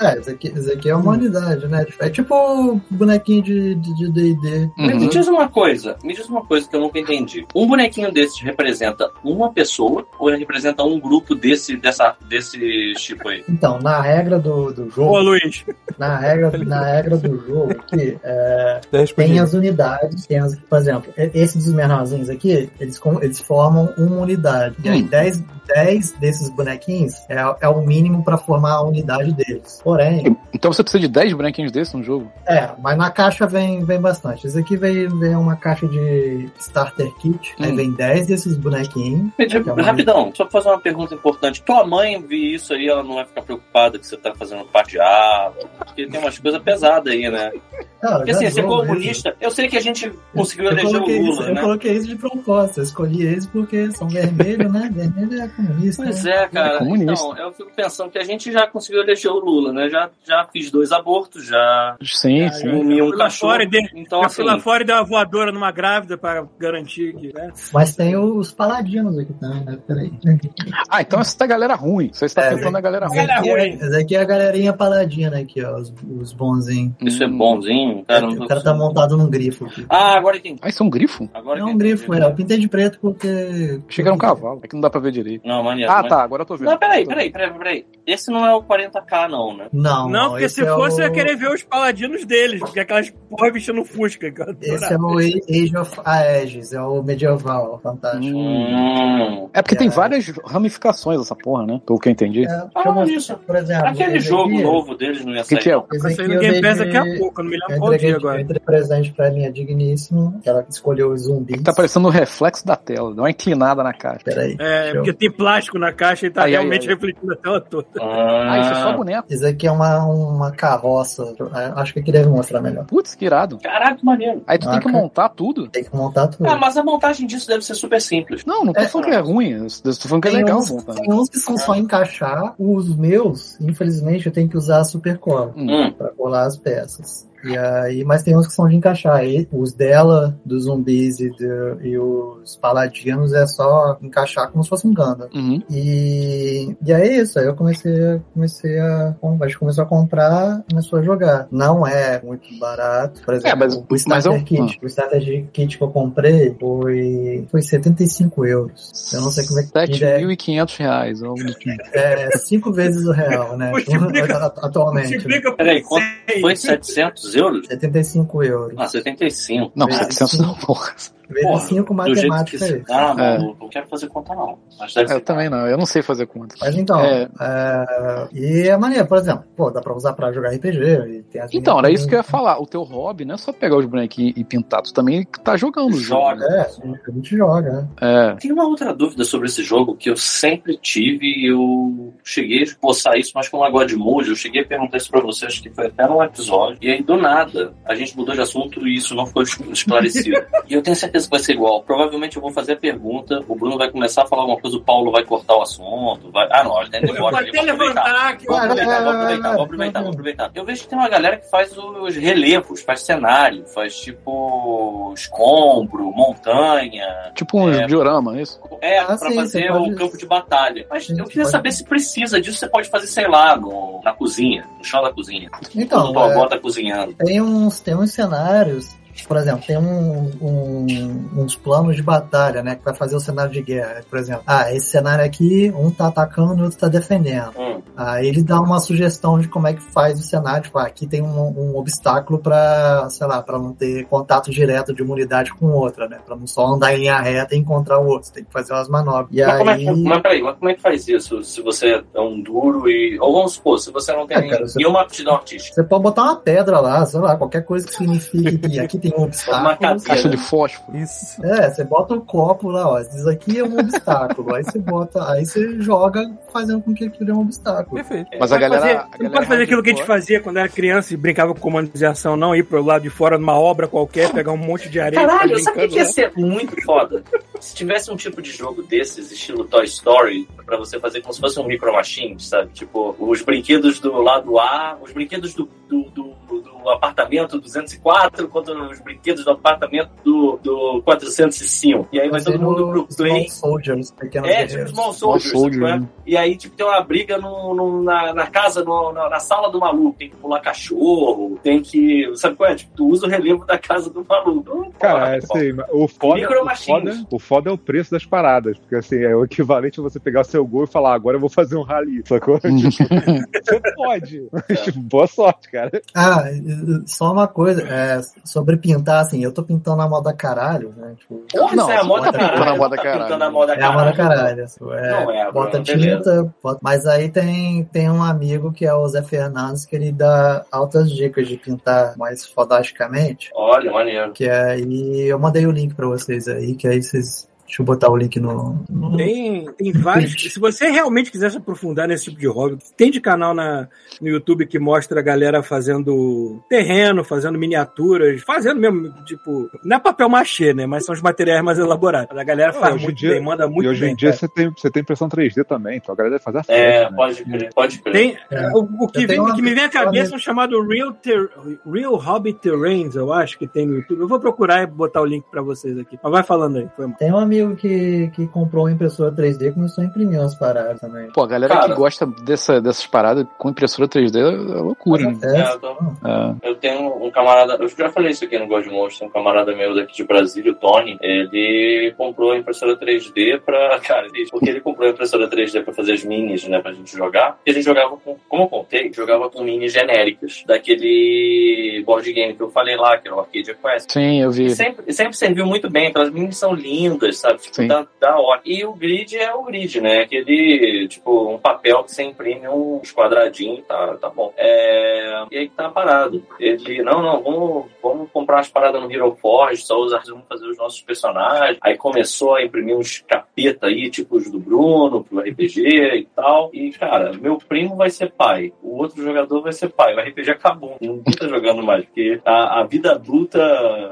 É, isso aqui, isso aqui é uma unidade, né? É tipo bonequinho de DD. De, D&D.
Mas
Uhum.
Me diz uma coisa, me diz uma coisa que eu nunca entendi. Um bonequinho desse representa uma pessoa ou ele representa um grupo desse, dessa, desse tipo aí?
Então, na regra do, do
Ô,
jogo,
Luiz.
na regra, na regra do jogo aqui, é,
Tá
tem
respondido.
as unidades, tem as, por exemplo, e- esses dos menorzinhos aqui, eles, com- eles formam uma unidade. E aí
Hum.
10, 10 desses bonequinhos é, é o mínimo pra formar a unidade deles. Porém,
Então você precisa de 10 branquinhos desses no jogo?
É, mas na caixa vem, vem bastante. Esse aqui vem, vem uma caixa de starter kit, aí
Hum.
vem 10 desses bonequinhos.
Pedi-
Então,
Rapidão, só fazer uma pergunta importante. Tua mãe vê isso aí, ela não vai ficar preocupada que você tá fazendo padeado, porque tem umas coisas pesadas aí, né?
Cara,
Porque
já
assim,
é
ser
zoou isso.
comunista, eu sei que a gente conseguiu
é Eu
eleger o
coloquei, isso,
Lula,
eu
né?
coloquei isso de propósito, eu escolhi eles porque são vermelhos, né? Vermelho é comunista.
Pois
né?
é, cara.
É comunista.
Então, eu fico pensando que a gente já conseguiu eleger o Lula, né? Já, já fiz dois abortos, já
Sim,
Ah,
sim.
comi um
Fui lá
cachorro.
fora e dei-
Então,
eu fui
assim,
lá fora e dei uma voadora numa grávida pra garantir que, né?
Mas tem os paladinos aqui também, né? Peraí.
Ah, então essa tá a galera ruim. Você está
É,
tentando a galera ruim.
Galera ruim.
Esse aqui é a galerinha paladina né? aqui, ó, os, os bonzinhos.
isso é
Hum.
bonzinho, cara. não
o
tô
cara tá montado num grifo aqui.
Ah, agora quem?
Ah, isso é um grifo?
Agora
Não,
quem
um grifo, é. Eu pintei de preto porque.
Achei que era um cavalo. É que não dá pra ver direito.
Não, maneiro.
Ah,
maneiro.
tá. Agora eu tô vendo.
É, Não, peraí, peraí, peraí, peraí. Esse não é o 40k, não, né?
Não,
Não, porque
esse
se
é
fosse eu
o...
ia querer ver os paladinos deles, porque aquelas porra vestindo fusca. que eu adorava.
Esse é o Age of Aegis, é o medieval, fantástico.
Hum.
Hum.
É porque tem
É.
várias ramificações essa porra, né? Pelo que eu entendi.
É, deixa eu
Ah,
mostrar,
isso.
por exemplo.
Aquele
esse
jogo
aqui-
novo deles não ia
O que,
sair.
que é?
não.
esse
Tá
aqui
saindo
eu
Game
dei
Pass
de- é
daqui a pouco, eu não me
Eu
lembro qual
entreguei,
dia
eu
agora.
entreguei presente pra linha digníssima, que ela escolheu os zumbis.
Tá parecendo o reflexo da tela. Dá uma inclinada na caixa.
Peraí. deixa
É,
eu-
porque tem plástico na caixa e tá
Ai, ai,
realmente
ai.
refletindo a tela toda.
Ah, isso é só boneco.
Esse aqui é uma, uma carroça. eu Acho que aqui deve mostrar melhor.
Putz, que irado.
Caraca, que maneiro.
Aí tu tem que
Caraca.
montar tudo.
Tem que montar tudo.
Ah, mas a montagem disso deve ser super simples.
Não, não tô
É.
falando que é ruim. Eu tô falando que é
tem,
legal
uns,
montar.
tem uns que são só encaixar. Os meus, infelizmente, eu tenho que usar a super cola
Hum.
Hum.
pra colar as peças. E aí, mas tem uns que são de encaixar. E os dela, dos zumbis e, do- e os paladinos é só encaixar como se fosse um Gundam.
Uhum.
E, e é isso, aí eu comecei, comecei a. A gente começou a comprar, começou a jogar. Não é muito barato, por
É,
exemplo.
mas-
o Starter
mas eu- Ah.
Kit. O Starter Kit que eu comprei foi, foi 75 euros. Eu não sei como é que ainda é.
7.500 reais. algo do tipo.
É cinco vezes o real, né?
Multiplica-
Atu- Atualmente. Né?
Multiplica por
Peraí, quanto
seis.
foi? 700 euros?
75 euros.
Ah, 75.
Não,
Verdade.
700 não, porra.
Vezes
Porra,
5
Do jeito que Ah.
matemática
se
aí.
dá,
É.
maluco, não quero fazer conta, não. Mas deve
Eu
ser.
também não, eu não sei fazer conta.
Mas então,
É.
é, e é maneiro, por exemplo, pô, dá pra usar pra jogar RPG. E tem as
Então, era isso que eu ia
miniaturas.
falar. O teu hobby não é só pegar os bonequinhos e pintar, tu também tá jogando o jogo. né?
Joga.
É, a gente joga, né?
É.
Tem uma outra dúvida sobre esse jogo que eu sempre tive e eu cheguei a esboçar isso, mas com o God Mode, eu cheguei a perguntar isso pra vocês, que foi até num episódio, e aí do nada a gente mudou de assunto e isso não foi es- esclarecido. e eu tenho certeza que vai ser igual. Provavelmente eu vou fazer a pergunta, o Bruno vai começar a falar alguma coisa, o Paulo vai cortar o assunto, vai... Ah, não, ele tá indo
Eu vou
embora.
até
ele vai aproveitar.
levantar que eu...
Vou aproveitar, vou
Vai, vai,
aproveitar,
vai,
vou
vai.
aproveitar, vou aproveitar. Eu vejo que tem uma galera que faz os relevos, faz cenário, faz tipo escombro, montanha.
Tipo um
É.
diorama, é isso?
É,
Ah,
pra
sim,
fazer
você
o
pode-
campo de batalha. Mas
Sim,
eu
você
queria
pode-
saber se precisa disso. Você pode fazer, sei lá, no- na cozinha, no chão da cozinha. Quando
Então,
tua
é,
avó tá cozinhando.
tem, uns, tem uns cenários, por exemplo, tem um, um- uns planos de batalha, né? Que vai fazer o cenário de guerra. Por exemplo, ah, esse cenário aqui, um tá atacando e o outro tá defendendo.
Hum.
Aí ele dá uma sugestão de como é que faz o cenário. Tipo, ah, aqui tem um, um obstáculo pra, sei lá, para não ter contato direto de uma unidade com outra, né? Pra não só andar em linha reta e encontrar o outro. Você tem que fazer umas manobras. E
Mas,
aí.
como é que, mas peraí, mas como é que faz isso? Se você é um duro e. Ou vamos supor, se você não tem
É, cara, você-
nenhuma aptidão artística.
Você pode botar uma pedra lá, sei lá, qualquer coisa que signifique que aqui tem um
Uma
obstáculo.
cadeira.
Caixa de fósforo.
Isso.
É, você bota um copo lá, ó. Isso aqui é um obstáculo. Aí você bota, aí você joga fazendo com que aquilo é um obstáculo.
Perfeito.
Mas a
Pode
galera.
fazer-
a
não
galera
pode fazer aquilo que a gente
hardcore-
fazia quando era criança e brincava com comandização, não, ir pro lado de fora numa obra qualquer, pegar um monte de areia. e ficar
Caralho, sabe o que
brincando né?
ia
lá.
ser muito foda? Se tivesse um tipo de jogo desses, estilo Toy Story, pra você fazer como se fosse um Micro Machines, sabe? Tipo, os brinquedos do lado A, os brinquedos do, do, do, do apartamento 204 contra os brinquedos do apartamento do, do 405. E aí vai todo mundo pro
Small
play.
Soldiers, pequenos
É, tipo
guerreiros.
Small
Ó,
Soldiers,
show de-
né? E aí, tipo, tem uma briga no, no- na, na casa, no- na, na sala do maluco. Tem que pular cachorro, tem que. Sabe qual é? Tipo, tu usa o relevo da casa do maluco. Não
Cara,
pode,
é assim, o foda,
Micro
o,
Machines.
foda, o foda é o preço das paradas, porque assim, é o equivalente a você pegar seu gol e falar, agora eu vou fazer um rally, sacou? Tipo, você pode, mas tipo, boa sorte, cara.
Ah, e- e- só uma coisa, é, sobre pintar, assim, eu tô pintando a moda caralho, né? Tipo,
Porra,
Não,
isso é a moda
bota-
caralho.
bota na moda
tá
caralho.
pintando a moda
é a moda
caralho.
caralho. assim, é,
Não é, Bruno,
bota
beleza.
tinta, bota- mas aí tem, tem um amigo que é o Zé Fernandes, que ele dá altas dicas de pintar mais fodasticamente.
Olha, maneiro.
Que aí eu mandei o link pra vocês aí, que aí vocês. Deixa eu botar o link no. no-
né? Tem, tem vários. Se você realmente quiser se aprofundar nesse tipo de hobby, tem de canal na, no YouTube que mostra a galera fazendo terreno, fazendo miniaturas, fazendo mesmo, tipo, não é papel machê, né? Mas são os materiais mais elaborados. A galera
Não,
faz
hoje em
muito
dia-
bem, manda muito
e hoje
bem.
em dia
cara.
você tem, você tem impressão 3D também, então a galera deve fazer a
É,
festa, né?
pode crer, pode crer.
Tem,
É.
o, o que vem,
Eu tenho
o que me vem à
uma-
cabeça é um chamado Real, Ter- Real Hobby Terrains, eu acho que tem no YouTube. Eu vou procurar e botar o link pra vocês aqui. Mas vai falando aí, foi mal.
Tem um amigo que, que comprou uma impressora 3D e começou a imprimir umas paradas também.
Pô, a galera
Cara.
que gosta dessa, dessas paradas com impressora 3D é loucura, né?
É,
É, eu tô-
É.
Eu tenho um camarada, eu já falei isso aqui no God Monster, um camarada meu daqui de Brasília, o Tony, ele comprou a impressora 3D pra. Cara, ele- porque ele comprou a impressora 3D pra fazer as minis, né, pra gente jogar. E ele jogava com, como eu contei, jogava com minis genéricas, daquele board game que eu falei lá, que era o Arcadia Quest.
Sim, eu vi.
E sempre, e sempre serviu muito bem, aquelas minis são lindas, sabe? Tipo,
Sim.
da, da hora. E o grid é o grid, né? Aquele, tipo, um papel que você imprime uns quadradinhos, tá, tá bom. É, E aí que tá parado. Ele, não, não, vamos, vamos comprar umas paradas no Hero Forge, só usar, vamos fazer os nossos personagens. Aí começou a imprimir uns capeta aí, tipo os do Bruno, pro RPG e tal. E, cara, meu primo vai ser pai, o outro jogador vai ser pai. O RPG acabou, não tá jogando mais, porque a, a vida adulta.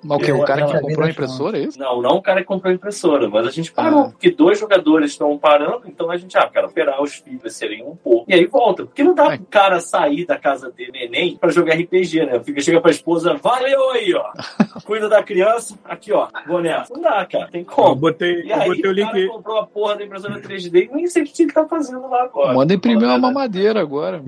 Mas o que? O
Eu-
cara
não,
que
é
comprou a
vida
impressora, é isso?
não, não o cara que comprou a impressora, mas a gente parou,
Ah.
porque dois jogadores estão parando, então a gente, ah, cara, esperar os filhos serem um pouco. E aí volta. Porque não dá
É.
pro cara sair da casa dele, neném, pra jogar RPG, né? Fica, chega pra esposa, valeu aí, ó. Cuida da criança, aqui, ó, vou nessa. Não dá, cara, tem
Eu
como.
botei,
E
eu
aí,
botei o
o
link.
cara comprou a porra da impressora 3D e nem sei o que ele tá fazendo lá agora.
Manda imprimir uma
mamãe.
mamadeira agora.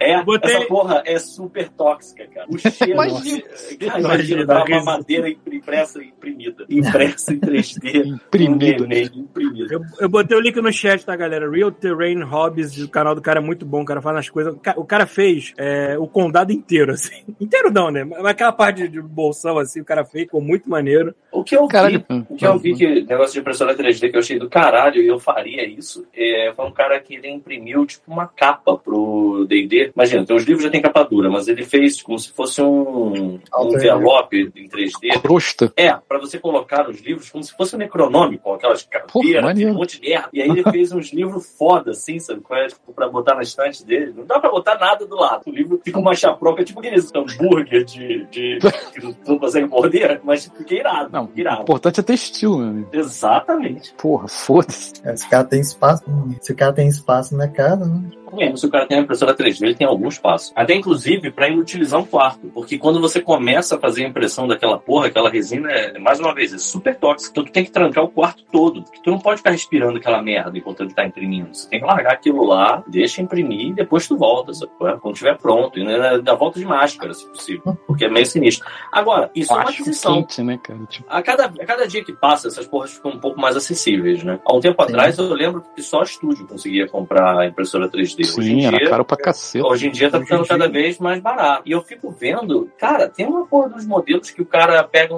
É,
Eu botei-
essa porra é super tóxica, cara. O cheiro.
Imagina.
Cara, imagina dar uma madeira impressa e imprimida. Impressa em 3D.
Imprimido. né?
Um neném imprimido.
Eu, eu botei o link no chat, tá, galera? Real Terrain Hobbies, o canal do cara é muito bom, o cara faz as coisas. O ca- O cara fez é, o condado inteiro, assim. Inteiro não, né? Mas aquela parte de bolsão, assim, o cara fez, ficou muito maneiro.
O que eu
Caralho.
vi, o que eu vi que negócio de impressora 3D que eu achei do caralho e eu faria isso, é, foi um cara que ele imprimiu tipo uma capa pro D&D. Imagina, tem os livros já tem capa dura, mas ele fez como se fosse um, um envelope em 3D.
Crosta.
É, pra você colocar os livros como se fosse um necronômico, aquelas
Porra,
carteiras,
maneiro.
um monte de merda. E aí ele fez uns livros foda, assim, sabe? qual é? Tipo, pra botar na estante dele. Não dá pra botar nada do lado. O livro fica uma chaproca, tipo aqueles hambúrguer de, de, que tu não consegue morder, mas fica irado.
Não, o
irado.
importante é ter estilo, né?
Exatamente.
Porra, foda-se.
É, se o cara tem espaço, hum, se o cara tem espaço na casa, né?
Mesmo se o cara tem uma impressora 3D, ele tem algum espaço. Até inclusive pra inutilizar um quarto. Porque quando você começa a fazer a impressão daquela porra, aquela resina, é, mais uma vez, é super tóxica. Então tu tem que trancar o quarto todo. Porque tu não pode ficar respirando aquela merda enquanto ele tá imprimindo. Você tem que largar aquilo lá, deixa imprimir e depois tu volta. sabe? é? Quando tiver pronto. E ainda dá volta de máscara, se possível. Porque é meio sinistro. Agora, isso é uma
Acho
aquisição.
quente, né, cara? Tipo,
A cada, a cada dia que passa, essas porras ficam um pouco mais acessíveis, né? Há um tempo
Sim.
atrás, eu lembro que só estúdio conseguia comprar a impressora 3D. Hoje em
sim, era
dia-
caro pra cacete.
Hoje em dia tá
Hoje em
ficando
dia-
cada vez mais barato. E eu fico vendo, cara, tem uma porra dos modelos que o cara pega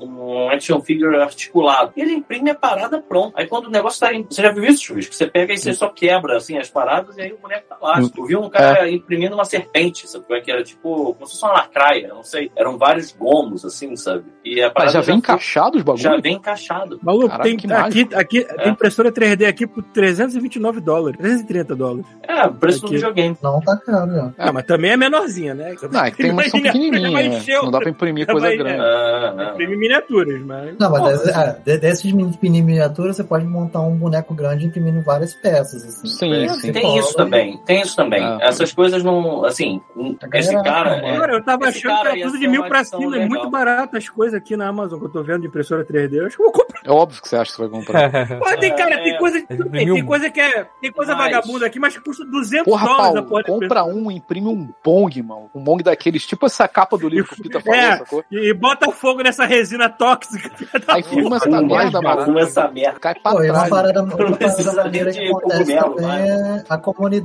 uma um action figure articulado e ele imprime a parada pronta. Aí quando o negócio tá em... Você já viu isso, Chuvis? Que você pega e você só quebra, assim, as paradas e aí o boneco tá lá.
Hum.
Tu viu um cara imprimindo uma serpente, sabe? como é Que era tipo, como se fosse uma lacraia, não sei. Eram vários gomos, assim, sabe? E a
Mas
parada
já vem
foi-
encaixado os
Já
bagulhos?
vem encaixado.
Maluco,
Caraca,
tem,
que
aqui, aqui, tem impressora 3D aqui por 329 dólares, 330 dólares.
É, o preço do
Aqui.
videogame.
não tá caro, já.
Ah, mas também é menorzinha, né?
Não, é que tem umas que são
Mas
pequenininhas. né?
encheu.
Não dá pra imprimir
Já
coisa
vai-
grande.
Ah, ah.
Imprime miniaturas, mas...
Não, mas
Pô,
desse- ah, de- desses mini mini miniaturas você pode montar um boneco grande imprimindo várias peças. Assim.
Sim,
Você
sim.
Tem
cola
isso
e-
também, tem isso também.
Ah.
Essas coisas não. Assim,
galera tá
esse cara.
reclama.
é-
Cara, eu tava
Esse
achando
cara
que
ia
era tudo
ser
de mil
uma
pra
adição
cima. É
legal.
muito barato as coisas aqui na Amazon que eu tô vendo de impressora 3D. Eu acho que eu vou comprar.
É óbvio que você acha que você vai comprar.
Pô, tem, cara,
É,
tem coisa, tudo bem, tem
mil.
coisa que é. Tem coisa
Mas-
vagabunda aqui, mas que custa 200
Porra,
dólares a
Paulo,
porra da impressora.
compra um, imprime um bong, mano. Um bong daqueles, tipo essa capa do livro que o Pita falou,
É.
sacou?
E, e bota fogo nessa resina tóxica. Tá filha da
Aí
puta.
tá
fuma essa
Fuma,
merda,
fuma
maluco.
é um essa merda.
Cai pra
Pô, e uma
trás.
parada,
Não
uma
precisa
parada maneira
nem
que
de
acontece
cogumelo,
também é a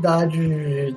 comunidade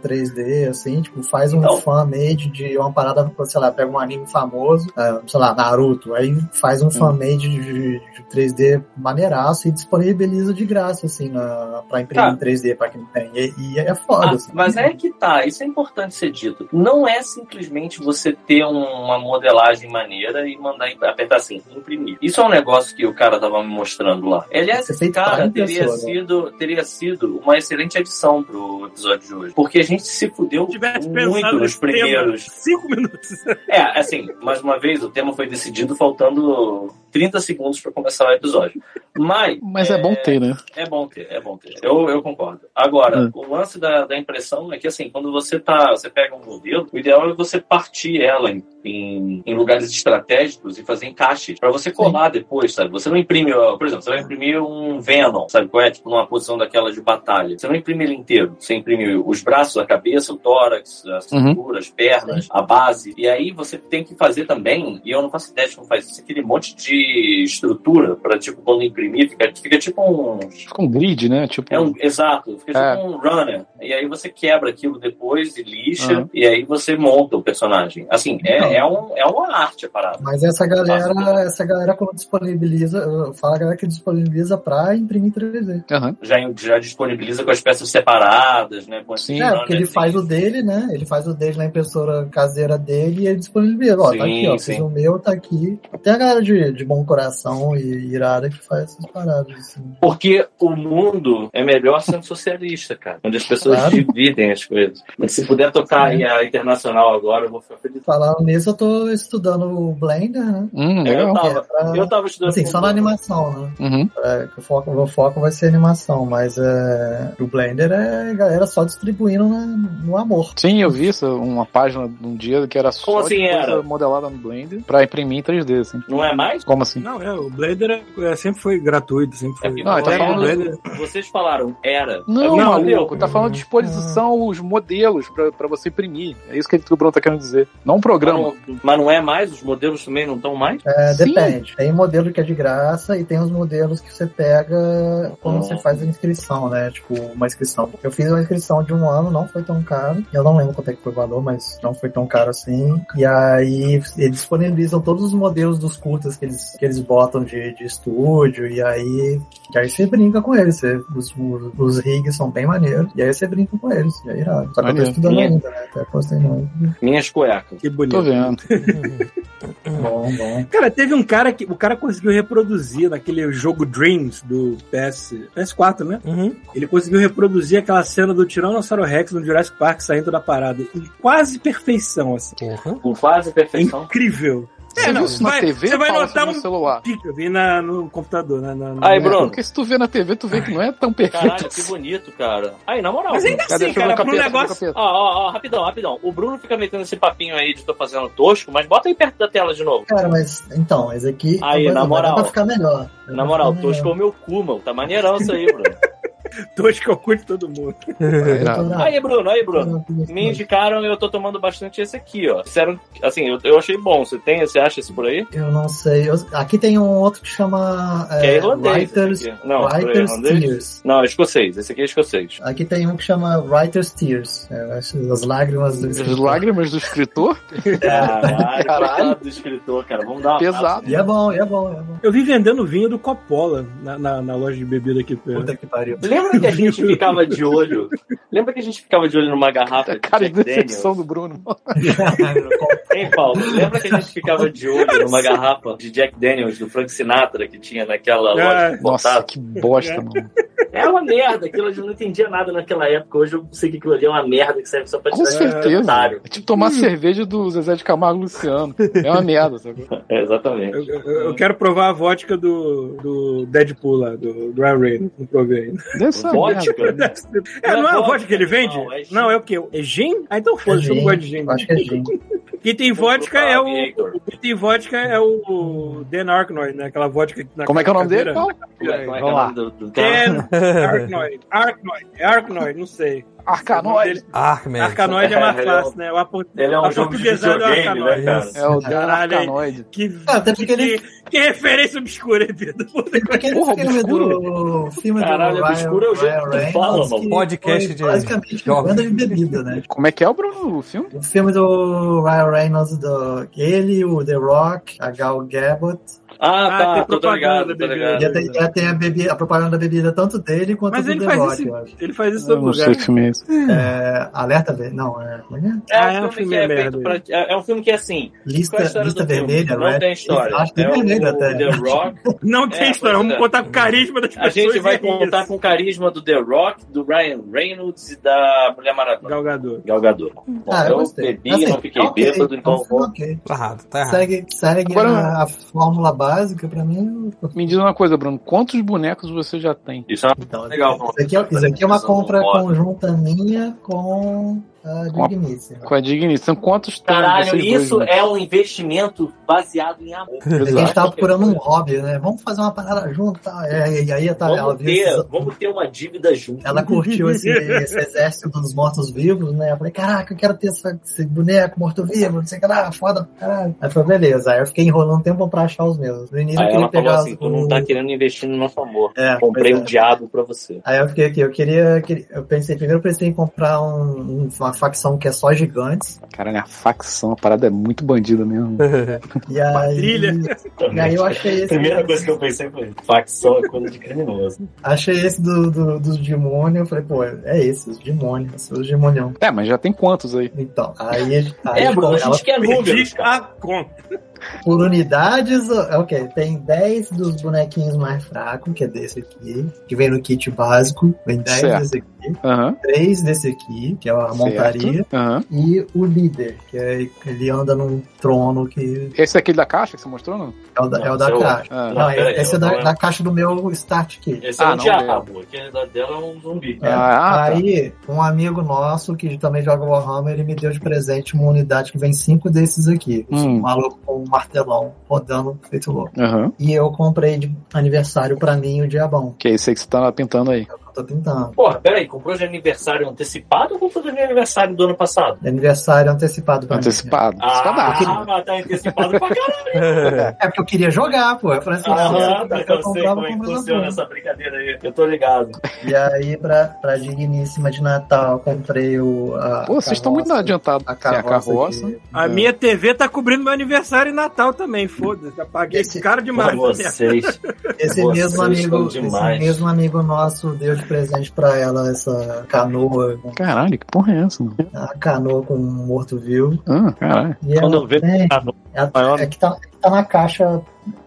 3D, assim, tipo, faz um
Então.
fan-made de uma parada, sei lá, pega um anime famoso, ah, sei lá, Naruto, aí faz
Hum.
um fan-made de, de 3D maneiraço e disponibiliza de graça, assim, na, pra imprimir
Cara.
em 3D pra quem não tem. E, e é foda,
Tá. Ah,
assim.
mas é que tá, isso é importante ser dito. Não é simplesmente você ter um- uma modelagem maneira e mandar imp- apertar assim, imprimir. Isso é um negócio que o cara tava me mostrando lá. Aliás,
Você
esse
tem que parar
cara
em
teria
pessoa, né?
sido, teria sido uma excelente adição pro episódio de hoje. Porque a gente se fudeu
Se tivesse
muito
pensado
nos
nesse tema,
primeiros.
Cinco minutos.
É, assim, mais uma vez, o tema foi decidido faltando 30 segundos pra começar o episódio. Mas.
Mas é bom ter, né?
É bom ter, é bom ter. Eu, eu concordo.
Hum.
Agora, o lance da, da impressão é que, assim, quando você tá, você pega um modelo, o ideal é você partir ela em, em, em lugares estratégicos e fazer encaixes pra você colar depois, sabe? Você não imprime, ó, por exemplo, você vai imprimir um Venom, sabe qual é? Tipo, numa posição daquela de batalha. Você não imprime ele inteiro. Você imprime os braços, a cabeça, o tórax, a
Uhum.
cintura, as pernas, a base. E aí você tem que fazer também, e eu não faço ideia de como faz isso, aquele monte de estrutura pra, tipo, quando imprimir, fica, fica tipo um
Fica um grid, né? Tipo,
é um, exato, fica
É.
tipo um runner. E aí você quebra aquilo depois e lixa,
Uhum. Então.
e aí você monta o personagem. Assim,
Não.
é, é, um, é uma arte a parada.
Mas essa galera, essa galera quando disponibiliza, eu falo a galera que disponibiliza pra imprimir 3D.
aham.
Já, já disponibiliza com as peças separadas, né? Com as
Sim.
É,
runner,
porque ele
assim.
faz o dele, né? Ele faz o dele na impressora caseira dele e ele disponibiliza. Ó, tá
Sim,
aqui, ó.
sim.
Fiz o meu, tá aqui. Tem a galera de, de bom coração e irada que faz essas paradas, assim.
Porque o mundo é melhor sendo socialista, cara. Onde as pessoas
Claro.
dividem as coisas. Mas se puder tocar aí a internacional agora, eu vou ficar feliz.
Falando nisso, eu tô estudando o Blender, né?
Hum,
Eu
legal.
tava,
pra-
eu tava estudando.
Assim, só na animação, né?
Uhum.
É, que o, foco, o foco vai ser animação, mas é, o Blender é a galera só distribuindo né, no amor.
Sim, eu vi isso, uma página de um dia que era só
Como assim
de coisa
era?
modelada no Blender pra imprimir em 3D, assim.
Não é mais?
Como assim?
Não, é, o Blender é- sempre foi gratuito, sempre
É
foi.
porque
Não, ele tá
era-
falando-
Blender-
Vocês falaram era.
Não,
Não,
maluco,
deu.
tá falando de exposição, os modelos pra, pra você imprimir. É isso que o Bruno tá querendo dizer. Não um programa,
Não, óbvio. Mas não é mais, os modelos também não estão mais.
É,
Sim.
depende. Tem modelo que é de graça e tem os modelos que você pega quando
Hum.
você faz a inscrição, né? Tipo, uma inscrição. Eu fiz uma inscrição de um ano, não foi tão caro. Eu não lembro quanto é que foi o valor, mas não foi tão caro assim. E aí eles disponibilizam todos os modelos dos curtas que eles, que eles botam de, de estúdio. E aí, e aí você brinca com eles. Você- os, os, os rigs são bem maneiros. E aí você brinca com eles. E aí, irado. Só que eu tô
Maneiro.
estudando ainda, né? Até postei não.
Minhas cuecas.
Que bonito.
Tô vendo. Hum.
Bom, bom.
Cara, teve um cara que o cara conseguiu reproduzir naquele jogo Dreams do PS, PS4, né?
Uhum.
Ele conseguiu reproduzir aquela cena do Tiranossauro Rex no Jurassic Park saindo da parada em quase perfeição, assim.
Porra.
Com quase
É
perfeição.
incrível.
Você viu isso na TV
você É, vai
Paulo,
notar
isso
um
no celular?
pico. Eu vi na, no computador, né? Na, na-
Aí,
É,
Bruno.
Porque se tu vê na TV, tu vê que não é tão perfeito
Caralho, que
assim.
bonito, cara. Aí, na moral.
Mas
Bruno.
ainda assim, cara, pro negócio.
Ó, ó, ó, rapidão, rapidão. O Bruno fica metendo esse papinho aí de tô fazendo tosco, mas bota aí perto da tela de novo.
Cara, mas então, esse aqui.
Aí,
mas
na
dá
moral.
Pra ficar melhor. Dá
Na
pra
moral,
ficar melhor.
tosco é o meu cu, mano. Tá maneirão isso aí, Bruno.
Dois que eu curto todo mundo.
Tá.
Aí, Bruno, aí, Bruno. Me indicaram e eu tô tomando bastante esse aqui, ó. Disseram, que- assim, eu, eu achei bom. Você tem, você acha esse por aí?
Eu não sei. eu- aqui tem um outro que chama.
Que é irlandês. esse
Writers,
aqui. Não, peraí,
Writers
irlandês?
Tears.
Não, é escocês. Esse aqui é escocês.
Aqui tem um que chama Writer's Tears. É, as lágrimas do
As lágrimas do escritor?
Caralho,
Caralho.
coitado do escritor, cara. Vamos dar uma
Pesado.
E é bom, e é bom, e é bom.
Eu vi vendendo vinho do Coppola na, na, na loja de bebida aqui. perto.
Puta que pariu.
Lembra que a gente ficava de olho? Lembra que a gente ficava de olho numa garrafa de
Cara é de
Jack Daniels?
Então,
decepção do Bruno.
Hein, Paulo? Lembra que a gente ficava de olho numa garrafa de Jack Daniels do Frank Sinatra que tinha naquela
Ah,
loja de
Nossa,
contato?
que bosta, mano.
É uma merda, aquilo eu não entendia nada naquela época. Hoje eu sei que aquilo ali é uma merda que serve só pra
Com
tirar
certeza.
otário.
É tipo tomar cerveja do Zezé de Camargo e Luciano. É uma merda, sabe?
É, exatamente.
Eu, eu- eu quero provar a vodka do, do Deadpool lá, do Dry Rain. Não provei ainda.
Deve ser uma merda.
Vodka?
É, não é a vodka que ele vende?
não, é gin.
Não, é o quê? É gin? Ah, então foda-se, eu não
gin,
gosto de gin.
Acho que é gin.
Quem tem vodka é o.
Aviator.
Quem tem vodka é o Dan Arknoid, né? Aquela vodka que na
Como é que é o nome dele,
cadeira.
Paulo?
Como é como é que é o
Vamos lá.
nome do, do cara?
Dan
Tá.
Arknoid. Arknoid. É Arknoid, não sei.
Arcanoide.
Arkman.
Arkanoid é mais fácil, né? O apor-
Ele é um jogo de
portuguesado é o
videogame, né, cara?
Isso.
É o Dan
Caralho, hein?
Arcanoide.
Que,
Ah, até porque ele.
que, que referência obscura, é Pedro.
Aquele
Porra,
é
filme do. Filme
Caralho,
do
obscuro é o jeito que tu
Ryan
fala,
Reynolds,
mano.
que
Podcast
foi
de
Basicamente, uma
jovem.
banda de bebida, né?
Como é que é o Bruno o filme?
O filme do Ryan Reynolds, do, ele, o The Rock, a Gal Gadot,
Ah,
Ah,
tá,
tem
tô, tô ligado, tô
propaganda,
e
ligado.
até, e até a, bebida, a propaganda da bebida tanto dele quanto
Mas
do
ele
The
faz
Rock,
esse-
eu acho.
Ele faz isso em todo lugar.
filme é esse.
É, alerta Vermelha, não, é, como é que é?
É,
Ah,
um filme que é, feito
merda.
pra, é é um filme que é assim.
Lista,
Qual é a história
lista
do filme?
Vermelha,
Não
Red-
tem história.
Acho que tem
é
vermelho
o,
até.
The Rock.
Não tem
É,
história,
pois
vamos
é.
contar com o carisma das
A
pessoas.
gente
e
vai
é
contar
isso.
com o carisma do The Rock, do Ryan Reynolds e da Mulher Maravilha.
Galgador.
Galgador. Bom,
Ah, eu
eu
gostei.
bebi,
Assim,
não fiquei
ok,
bêbado, então
um filme
vou.
ok.
Tá errado, tá errado.
Segue, segue
Agora-
a, a fórmula básica pra mim. eu-
Me diz uma coisa, Bruno. Quantos bonecos você já tem?
Isso é uma...
Então,
Legal,
isso aqui, é- isso aqui é uma compra
Concordo.
conjunta minha com a
Com a-
Digníssima.
Com a Dignice. São quantos tem
Caralho,
vocês dois né?
isso
juntos?
é um investimento baseado em amor.
A gente
Exato.
tava procurando um hobby, né? Vamos fazer uma parada junto, tá? É, E aí tá, ela
Vamos
viu
ter,
esses-
vamos ter uma dívida junto.
Ela curtiu esse, esse exército dos mortos-vivos, né? Eu falei, caraca, eu quero ter essa- esse boneco morto-vivo, não sei o que lá, foda, pra caralho. Aí foi beleza, aí eu fiquei enrolando um tempo pra achar os meus. No início eu
Aí
queria
ela falou
pegar
assim:
os-
tu não tá querendo investir no nosso amor.
É,
Comprei
pois
um
é.
diabo pra você.
Aí eu fiquei aqui, eu queria, queria- eu pensei, primeiro eu pensei em comprar um- um- uma facção que é só gigantes,
Caralho, a facção, a parada é muito bandida mesmo.
e aí...
Quadrilha.
E aí eu achei esse,
Primeira coisa que eu pensei foi: facção é coisa de criminoso.
achei esse do, do, dos demônios, eu falei, pô, é esse, os demônios, os demônios.
É, mas já tem quantos aí?
Então, aí... aí então,
É, Bruno, a
ela-
gente quer números,
Perdi
cara.
a conta.
Por unidades, ok, tem 10 dos bonequinhos mais fracos, que é desse aqui, que vem no kit básico, vem 10
Certo.
desse aqui,
Aham.
3 desse aqui, que é a montaria,
certo. Aham.
e o líder, que é, ele anda num trono que
Esse é aquele da caixa que você mostrou, não?
é o da, é o
Não,
da
seu-
caixa.
Ah.
Não,
peraí,
esse
eu tô
é da,
vendo.
da caixa do meu start kit.
Esse é
Ah,
um
não,
diabo, aquele da dela é um zumbi.
É.
Ah, tá.
Aí, um amigo nosso que também joga Warhammer, ele me deu de presente uma unidade que vem cinco desses aqui.
Hum.
Um maluco com um martelão rodando feito louco.
Aham.
E eu comprei de aniversário pra mim o Diabão.
Que é esse aí que você tá pintando aí.
Eu Tô tentando.
Porra, peraí, comprou de aniversário antecipado ou comprou de aniversário do ano passado?
É Aniversário antecipado pra mim.
Antecipado.
Ah,
Antecipado.
mas tá antecipado pra caralho.
É porque eu queria jogar, pô. Eu falei assim,
Ah,
eu
tá,
comprava
eu sei como é
com
que
meus
funciona
amigos.
essa brincadeira aí. Eu tô ligado.
E aí, pra, pra digníssima de Natal, eu comprei o. A
Pô, vocês estão muito
carroça-
adiantados.
A
Tem
carroça.
a carroça.
de-
A minha TV tá cobrindo meu aniversário e Natal também, foda-se. Já paguei
Esse-
caro demais. né?
Vocês.
Esse
Vocês
mesmo amigo,
são
esse
demais.
mesmo amigo nosso deu de presente pra ela essa canoa,
Caralho, que porra é essa, mano?
a canoa com um morto-vivo.
Ah, caralho.
E
Quando
ela
eu vejo
tem-
a canoa
ela-
maior-
é que tá, é que tá na caixa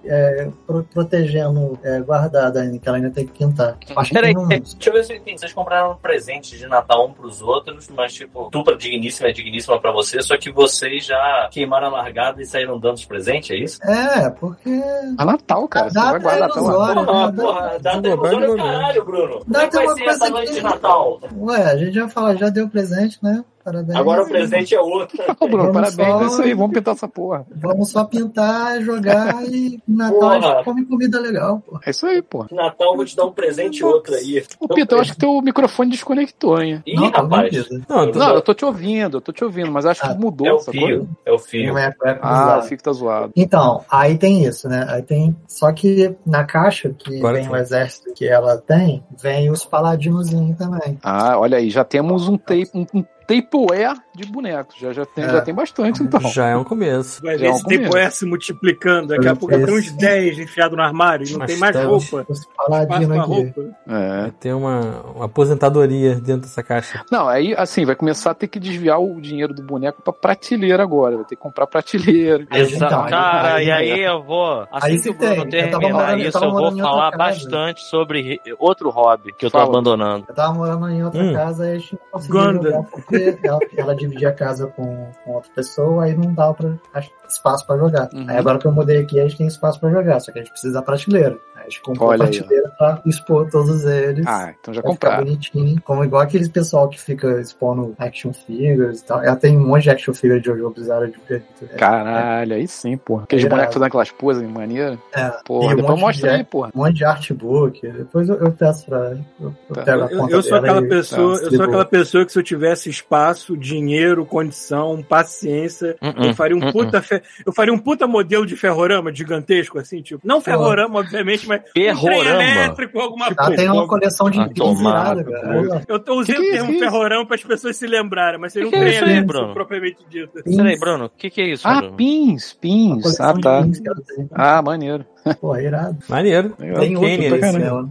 é, pro- protegendo, é, guardada ainda, que ela ainda tem que quintar. Acho que
Peraí,
tem um-
Deixa eu ver se eu entendi. Vocês compraram presentes de Natal um pros outros, mas tipo, tu pra digníssima é digníssima pra você, só que vocês já queimaram a largada e saíram dando os presentes, é isso?
É, porque
A Natal, cara. Você
Dá
vai guardar até lá.
ilusória,
Porra,
né?
porra, dá até
Jogou
ilusório
bem, jogou
caralho, Bruno.
Dá
Como é que
até
vai
uma
ser essa
coisa
noite
que-
de Natal?
Ué, a gente já fala, já deu presente, né? Parabéns.
Agora o presente é outro.
Ô, Bruno,
Vamos
parabéns,
só-
é isso aí, vamos pintar essa porra.
Vamos só pintar, jogar e no Natal a
Porra.
gente come comida legal, pô.
É isso aí, porra.
Natal eu vou te dar um presente e outro aí.
Ô, Pita, eu acho que teu microfone desconectou, hein?
Ih,
Não, tá
rapaz.
bonito.
Não, então,
Não, eu tô te ouvindo, eu tô te ouvindo, mas acho
Ah,
que mudou
É o
essa
fio, é o fio.
Não é, é
Ah, o
bizarro.
fio que tá zoado.
Então, aí tem isso, né? Aí tem. Só que na caixa que
Agora
vem
sim.
o exército que ela tem, vem os paladinozinhos também.
Ah, olha aí, já temos um tape, um, um tapeware de bonecos. Já, já, tem,
É.
já tem bastante, então.
já é um começo.
Vai
Já
ver
é um
esse tempo é
começo.
se multiplicando. Daqui a pouco já tem uns 10 enfiados no armário e não tem mais
Bastante.
roupa.
Os
Passa
paladinos
pra
Tá aqui.
roupa.
É.
Tem uma, uma aposentadoria dentro dessa caixa.
Não, aí assim, vai começar a ter que desviar o dinheiro do boneco pra prateleira agora. Vai ter que comprar prateleira.
Exa-
Então, aí-
Cara,
aí-
e aí eu vou. Assim
Aí
que
se
o Bruno
tem. Eu tava
terminar
morando- eu
isso,
tava
eu vou
morando em outra
falar
casa.
bastante sobre re- outro hobby que eu tô
Fala.
abandonando.
Eu tava morando em outra
Hum.
casa e a gente não conseguia
Gundam.
jogar porque ela, ela dividia a casa com, com outra pessoa, aí não dava pra, ach- espaço pra jogar.
Uhum.
Aí agora que eu mudei aqui, a gente tem espaço pra jogar, só que a gente precisa da prateleira. Aí a gente comprou
Olha
a
aí,
prateleira pra expor todos eles.
Ah, então já
Vai É ficar
compraram.
bonitinho, como igual aquele pessoal que fica expondo action figures e tal. Ela tem um monte de action figure de Jojo Bizarro de preto. né?
Caralho, aí sim, porra. Aqueles
Irado.
bonecos fazendo aquelas poses maneiras.
É,
Porra,
e um monte
depois
de
mostra aí,
gente.
porra.
Um monte de artbook. Depois eu, eu peço pra ela. Eu, eu
Tá.
pego a
Eu,
conta
eu sou
dela
aquela
e-
pessoa, eu sou
distribua.
aquela pessoa que se eu tivesse espaço, dinheiro, condição, paciência,
Hum,
Uh-uh,
eu faria um
uh-uh.
puta fe- eu faria um puta modelo de ferrorama gigantesco assim, tipo, não ferrorama obviamente, mas um trem
Ferrorama.
elétrico, alguma
Ela
coisa.
tá, tem uma coleção de
Ah,
empilhos
tomara,
virada,
tá
cara.
Eu tô usando
Que que
o
é
termo
isso?
ferrorama para as pessoas se lembrarem, mas seria um
Que que é
trem
isso aí,
elétrico
Bruno?
propriamente dito.
Peraí, Bruno, o que, que é isso?
Ah,
Bruno?
pins,
Uma
pins.
coleção
Ah,
de
tá.
pins que ela tem.
Ah, maneiro.
Pô, irado.
Maneiro.
Legal.
Tem outro
é
Kane,
dois
né?
dela.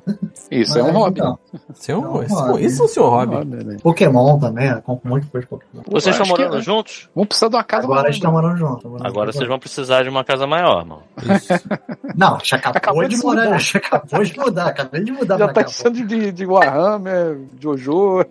Isso é um
Mas,
hobby.
então,
Isso é um,
Não,
isso,
hobby.
isso é um seu hobby.
Hobby, né?
Pokémon também, ela compra um monte de coisa de Pokémon.
Vocês
Acho
estão
que
morando
é.
juntos?
Vamos precisar de uma casa
Agora tá
maior,
eles estão
né?
morando juntos. tão morando
Agora
juntos
vocês vão precisar de uma casa maior, mano.
Não, já acabou,
Acabou
de
de
morar,
mudar.
já acabou de mudar, acabei de mudar
Já
pra
tá
cá. pô.
precisando de, de Warhammer, Jojo.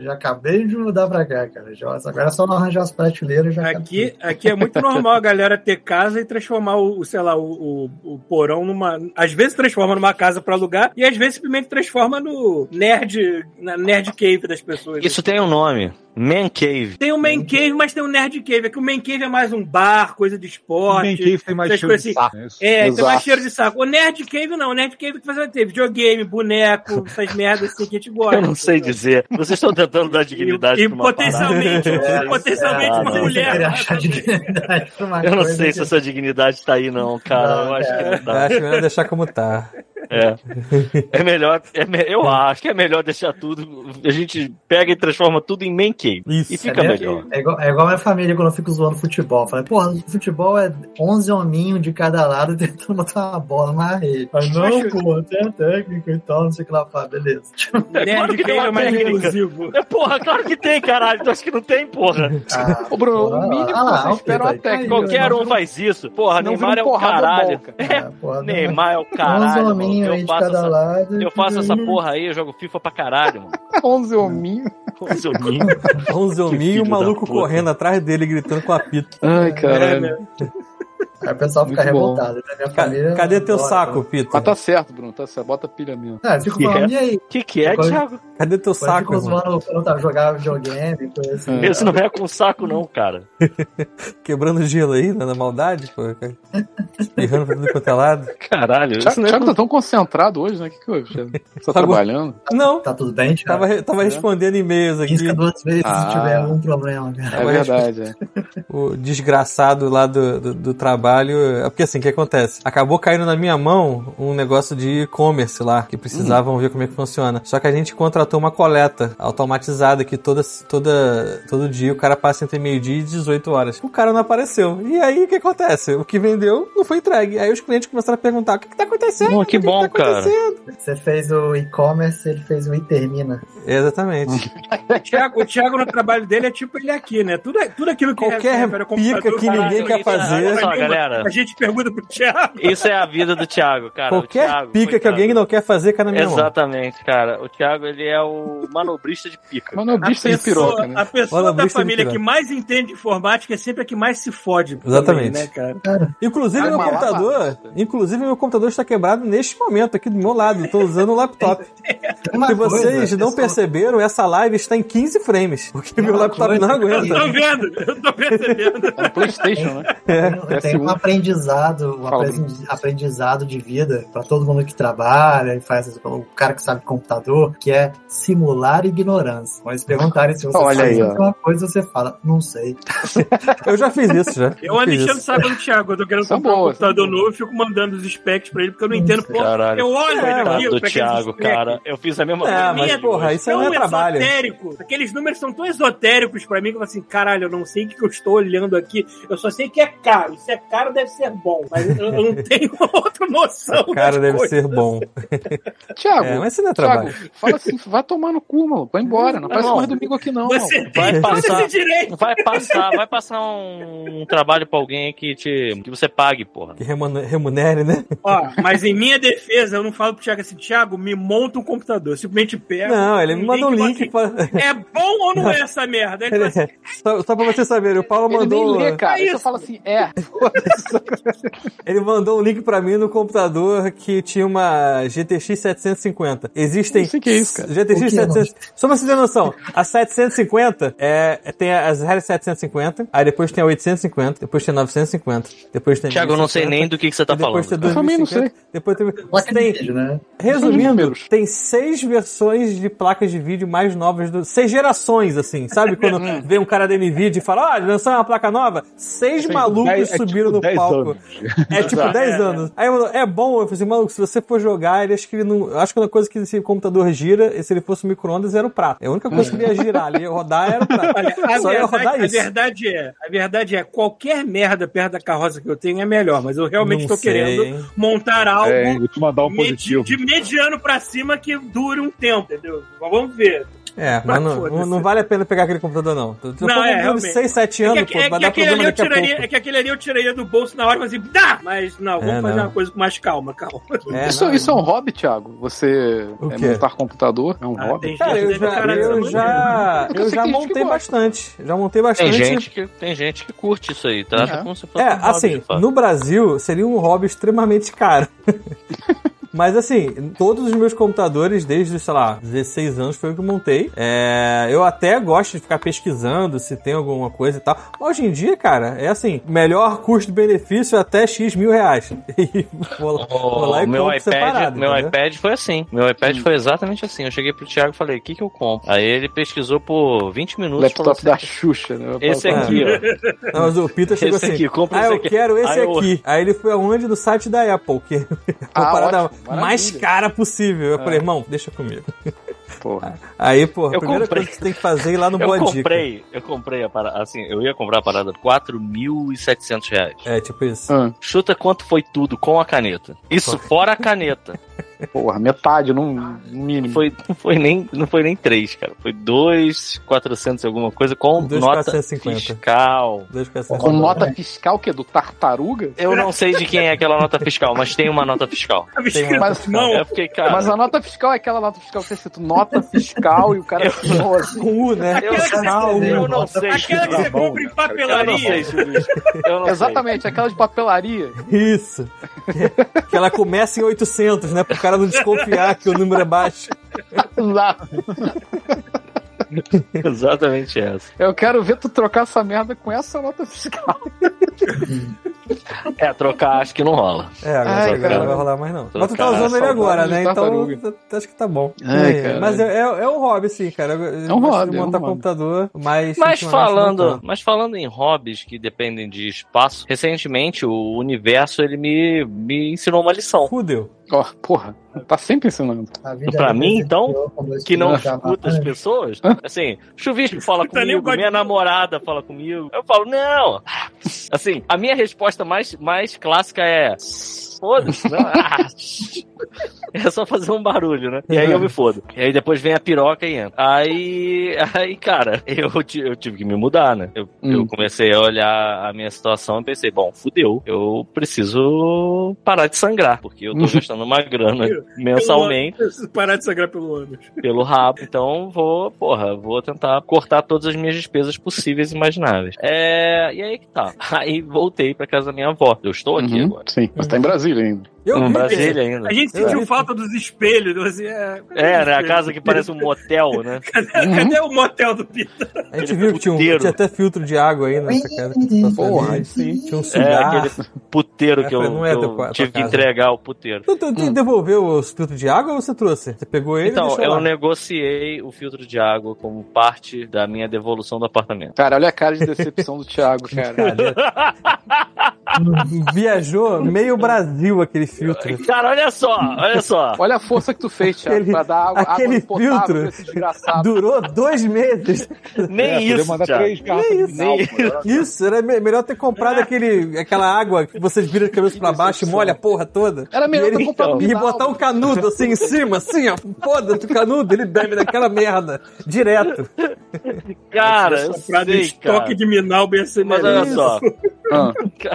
Já acabei de mudar pra cá, cara. Já- Agora é só não arranjar as prateleiras já
Aqui, aqui é muito normal a galera ter casa e transformar o, o, sei lá, o, o- o porão numa. Às vezes transforma numa casa pra alugar e às vezes simplesmente transforma no nerd, na nerd cave das pessoas.
Isso tem um nome. Man Cave.
Tem o man cave, mas tem o nerd cave. Aqui o man cave é mais um bar, coisa de esporte.
Bem que tem mais
Essas
cheiro
coisas
de
assim.
saco, né?
É, tem
Exato.
mais cheiro de saco. O Nerd Cave não, o Nerd Cave que vai ter videogame, boneco, essas merdas assim que a gente gosta.
Eu não sei dizer. Vocês estão tentando dar dignidade
E, e
pra uma
potencialmente,
parada.
e potencialmente
Ah,
uma
não.
mulher.
achar dignidade pra é, uma
Eu não
coisa
sei se
que-
essa dignidade tá aí, não, cara.
Não,
eu acho que não
Eu
tá.
acho melhor deixar como tá.
É. É melhor. é me- Eu acho que é melhor deixar tudo. A gente pega e transforma tudo em man cave.
Isso.
E fica
É mesmo?
melhor.
É igual, é igual minha família quando eu fico zoando futebol. Eu Falei, porra, futebol é 11 hominhos de cada lado tentando botar uma bola na rede. Mas não, pô, tem a técnica e tal, não sei o que lá. Eu falei, beleza.
claro
Nerd
que tem
Cave
uma
é mais
técnica.
inclusivo.
É, Porra, claro que tem, caralho. Tu acha que não tem, porra?
Ah,
Ô, Bruno,
Ah,
o mínimo
ah lá,
que você
ok,
espera é
tá
uma
aí.
técnica.
Qualquer um faz isso. Porra,
Não
Neymar
vira
é
um
o
porrada
caralho.
bom,
é, porra, não.
Neymar é o
11
caralho. mano.
hominhos aí
Eu
de
faço
cada
essa
lado.
Eu faço essa porra aí, eu jogo FIFA pra caralho, mano.
11 hominhos.
Com o Zoninho.
11
Que
mil e
filho
o
da
maluco
puta. É,
É, né?
correndo atrás dele, gritando com apito.
Ai, caralho.
Aí o pessoal fica
Muito bom.
revoltado. né? Minha
Cadê,
família
cadê teu
adora.
saco, Pito?
Mas tá certo, Bruno, tá certo. Bota pilha mesmo.
Ah, eu fico
Que
falando, e aí?
O que, que é,
Agora-
Thiago?
Cadê teu
Saco,
saco,
ficam
irmão?
zoando quando eu jogava videogame, coisa assim.
É.
Esse não é com saco, não, cara.
Quebrando gelo aí, né, na maldade, pô. cara. Espirrando pra tudo quanto é lado.
Caralho, isso
Thiago,
não é
Thiago tá tão concentrado hoje, né? O que, que houve, Thiago? Você tá trabalhando?
Não,
Tá tudo bem, Thiago?
tava, re- tava respondendo e-mails aqui.
Pisca duas vezes
Ah.
se tiver algum problema, cara.
É verdade, é.
o desgraçado lá do, do, do trabalho. é Porque assim, o que acontece? Acabou caindo na minha mão um negócio de e-commerce lá, que precisavam ver como é que funciona. Só que a gente contratou uma coleta automatizada que toda, toda, todo dia o cara passa entre meio-dia e 18 horas. O cara não apareceu. E aí o que acontece? O que vendeu não foi entregue. Aí os clientes começaram a perguntar: o que, que tá acontecendo?
Pô,
O
que
que
bom,
que tá
cara.
acontecendo?"
Você fez o e-commerce, ele fez o e-termina.
Exatamente.
O Thiago, o Thiago no trabalho dele é tipo ele aqui, né? Tudo, tudo aquilo que
Qualquer
recebe para o computador,
pica que
caralho,
ninguém quer
isso é
fazer.
coisa
Olha só,
nenhuma.
galera.
A gente pergunta pro Thiago.
Isso é a vida do Thiago, cara. O
Qualquer
Thiago,
pica que
coitado.
alguém não quer fazer, cara, na minha mão.
Exatamente, cara. O Thiago, ele é o manobrista de pica.
A
Manobrista de é
pessoa,
piroca, né?
a pessoa
Olha,
da
bicho de
família
piroca.
que mais entende de informática é sempre a que mais se fode. também,
Exatamente.
né, cara?
Inclusive,
Cara,
meu
uma
computador.
lavada.
Inclusive, meu computador está quebrado neste momento, aqui do meu lado. Eu Tô usando o laptop.
Uma
Se vocês
coisa, é
não
pessoal,
perceberam, essa live está em 15 frames, porque meu
Uma
laptop
coisa,
não
Eu
aguenta.
tô vendo, eu tô percebendo.
É um Playstation, né?
Tem, tem um
PS1.
aprendizado, um
Fala,
apresen- aprendizado de vida pra todo mundo que trabalha e faz o cara que sabe computador, que é simular ignorância. Quando eles perguntarem se você
Olha
sabe
aí, ó.
alguma coisa, você fala, não sei.
Eu já fiz isso, já.
Eu ando
fiz
enchendo o
isso.
saco um do Thiago. Eu tô querendo
São
comprar um
boas,
computador
são
novo, eu fico mandando os specs pra ele, porque eu não entendo. Pô,
Caralho.
eu olho ele
Coitado
aqui,
do
pra é aqueles
Thiago,
specs.
cara. Eu fiz a mesma
É, mas,
hoje.
porra, isso
tão
não é trabalho.
esotérico. Aqueles números são tão esotéricos pra mim que eu falo assim, caralho, eu não sei o que que eu estou olhando aqui. Eu só sei que é caro. Se é caro, deve ser bom. Mas eu, eu não tenho outra noção.
Cara,
das
deve
coisas.
ser bom.
Thiago,
É, mas isso não é
Thiago,
trabalho.
fala assim, vai tomar no cu, mano. Vai embora. Não aparece
Não.
mais domingo aqui, não.
Você
mano.
Vai
é
tem todo
passar.
Tá.
esse direito.
Vai passar, vai passar um, um trabalho pra alguém que te que você pague, porra.
Que remune- remunere, né?
Ó, mas em minha defesa, eu não falo pro Thiago assim, Thiago, me monta um computador. Eu simplesmente pego.
Não, ele me mandou um
e fala
link.
assim,
Pra...
É bom ou não é essa merda? Ele fala assim,
só, só pra vocês saberem, o Paulo
Ele nem
mandou. né?
lê, cara.
É
Ele só
isso.
fala assim, é.
Ele mandou um link pra mim no computador que tinha uma GTX 750. Existem.
Não sei o que é isso, cara.
GTX
O que é,
750. Só pra você ter noção, a 750 é, tem as reais 750, aí depois tem a 850, depois tem a 950, depois tem. a
Thiago, eu não sei
1050,
nem do que, que você tá
e depois
falando.
tem
cara.
Eu também não
2050, Depois tem.
Black
tem
Mirror, né?
resumindo, tem seis versões de placas de vídeo mais novas do. Seis gerações, assim. Sabe quando vem um cara da Nvidia e fala, ó, lançou uma placa nova? Seis malucos
Dez- é
subiram
tipo
no
10
palco.
anos.
É tipo 10 anos. Aí eu falou, é bom, eu falei assim, maluco, se você for jogar, ele acho que ele não. eu Acho que uma coisa que esse computador gira, e se ele fosse um micro-ondas, era o prato. É a única coisa que ele ia girar ali, ia rodar era o prato.
Olha, a,
Só ia
verdade,
rodar
a
isso.
verdade é, a verdade é, qualquer merda perto da carroça que eu tenho é melhor, mas eu realmente
Não
estou
sei,
querendo
hein?
montar algo
É, vou te mandar um
medi-
positivo.
de mediano pra cima que dure um tempo, entendeu? Mas Vamos ver.
É, mas não, não, não vale a pena pegar aquele computador, não. Eu tô
Não, é,
comprando
realmente.
6, 7 anos,
é que,
pô,
é
vai
que
dar
aquele ali
problema
eu
daqui a
tiraria,
pouco.
é que aquele ali eu tiraria do bolso na hora e falei, dá! Mas não, vamos
É,
fazer
não.
uma coisa com mais calma, calma.
É,
isso,
não,
isso é um hobby, Thiago? Você
O
é
quê?
montar computador? É um
Ah,
hobby?
tem
Cara, eu
gente
já,
caralho,
eu
essa
já,
Porque eu
eu
sei que tem
já
gente que
montei
gosta.
bastante. Já montei bastante.
Tem gente, que, tem gente que curte isso aí, tá?
É.
Como se fosse
É,
um hobby,
assim,
de fato.
no Brasil seria um hobby extremamente caro. Mas assim, todos os meus computadores, desde, sei lá, 16 anos, foi o que eu montei. É, eu até gosto de ficar pesquisando se tem alguma coisa e tal. Mas hoje em dia, cara, é assim, melhor custo-benefício é até X mil reais. E vou, lá- vou lá
O
e
meu
compro
iPad,
separado.
meu
entendeu?
iPad foi assim. Meu iPad foi exatamente assim. Eu cheguei pro Thiago e falei, o que, que eu compro? Aí ele pesquisou por 20 minutos. falou
Laptop
assim,
da Xuxa, né?
Esse
Fala-
aqui, ó.
Não, mas o Peter Ah, chegou
Esse
assim,
aqui, compra
ah,
esse
eu
aqui."
quero esse
Aí eu-
aqui. Aí ele foi aonde? No site da Apple, que é a
Ah,
parada
ótimo, maravilha.
mais cara possível.
Ah.
Eu falei, irmão, deixa comigo.
Porra.
Aí, pô, a
Eu
primeira
comprei.
coisa que você tem que fazer é ir lá no
Eu
Boa Dica.
comprei, eu comprei a parada, assim, eu ia comprar a parada 4.700 reais.
É, tipo isso.
Ah,
Chuta quanto foi tudo com a caneta. Isso fora a caneta.
Porra, metade, no no
Hum.
mínimo.
Foi, não, foi nem, não foi nem três, cara. Foi dois, 400 e alguma coisa com
Dois
nota
450.
fiscal.
Dois
Com
né?
nota fiscal, que é do tartaruga?
Eu não sei de quem é aquela nota fiscal, mas tem uma nota fiscal.
um
Mas-
Não,
Eu fiquei, cara.
Mas a nota fiscal é aquela nota fiscal que é escrito nota fiscal e o cara assinou assim.
Com U, né?
eu,
Fiscal,
não, eu
U.
não sei.
aquela que
Não,
você compra
é
em
eu não sei,
papelaria.
Luiz. Eu não
Exatamente, aquela de papelaria.
Isso. Que ela começa em 800, né? Pro cara não desconfiar que o número é baixo.
Exato.
sei. Exatamente essa.
Eu quero ver tu trocar essa merda com essa nota fiscal.
É, trocar acho que não rola.
É, agora,
Ai,
agora
cara.
não vai rolar mais não. Mas tu tá
Cara,
usando ele
saudades
agora,
de
né? Então
tartaruga.
tá- acho que tá bom.
Ai,
É,
cara.
mas é, é, é um hobby, sim, cara. É
um hobby, é um
montar
hobby.
computador, mas.
Mas
ultimamente não
falando,
tanto.
mas falando em hobbies que dependem de espaço, recentemente o universo ele me, me ensinou uma lição.
Fudeu.
Ó, porra, tá sempre ensinando.
A vida
Pra
é
mim, então,
interior, como eu
Que não
estudava
escuta as
antes.
pessoas. Assim, chuvisco fala
Escuta nem o
comigo,
God-
minha namorada fala comigo. Eu falo, não. Assim, a minha resposta mais, mais clássica é. Foda-se, né? Ah, É só fazer um barulho, né? E aí eu me fodo. E aí depois vem a piroca e entra. Aí, aí cara, eu, ti- eu tive que me mudar, né? Eu,
Hum.
eu comecei a olhar a minha situação e pensei, bom, fudeu. Eu preciso parar de sangrar, porque eu tô gastando uma grana mensalmente
Eu preciso parar de sangrar pelo ânus.
pelo rabo. Então vou, porra, vou tentar cortar todas as minhas despesas possíveis e imagináveis. É, e aí que tá. Aí voltei pra casa da minha avó. Eu estou aqui
Uhum,
agora.
Sim, mas tá em Brasília ainda.
Eu
Em
vi,
Brasília ainda.
A gente
é
sentiu falta dos espelhos. então, Assim, é,
É, né? A casa que parece um motel, né?
Cadê, cadê o motel do Pita?
a gente
é
viu que tinha, um, tinha até filtro de água aí nessa casa.
Porra,
aí
aí
sim.
sim.
Tinha um
É,
cigarro.
aquele puteiro que eu,
Essa não é
que eu
tua- tua
tive que
casa.
entregar o puteiro.
Tu, tu, tu Então, devolveu os filtros de água ou você trouxe? Você pegou ele e
Hum. Então,
deixou
eu
lá?
negociei o filtro de água como parte da minha devolução do apartamento.
Cara, olha a cara de decepção do Thiago, cara.
Viajou meio Brasil aquele filtro.
Cara, olha só, olha só.
Olha a força que tu fez, Thiago,
Aquele-
pra dar água, água
aquele
potável
filtro
pra esse desgraçado.
Durou dois meses.
Nem
É, podia
isso,
mandar
Thiago.
três garrafas
Nem
de
isso.
Vinalco, né?
Isso, era me- melhor ter comprado aquele, aquela água que vocês viram de cabeça pra baixo e molha a porra toda.
Era melhor
E ele-
ter comprado
E
Vinalco.
botar um canudo assim em cima, assim, ó. Foda-se o canudo, ele bebe daquela merda. Direto.
Cara, eu
Soprado em
sei,
estoque
cara.
de Minal bem acelerado.
Mas olha só,
Ah,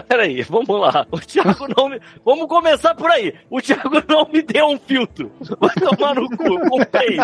peraí, vamos lá. O Thiago não me. Vamos começar por aí. O Thiago não me deu um filtro. Vai tomar no cu. Eu comprei.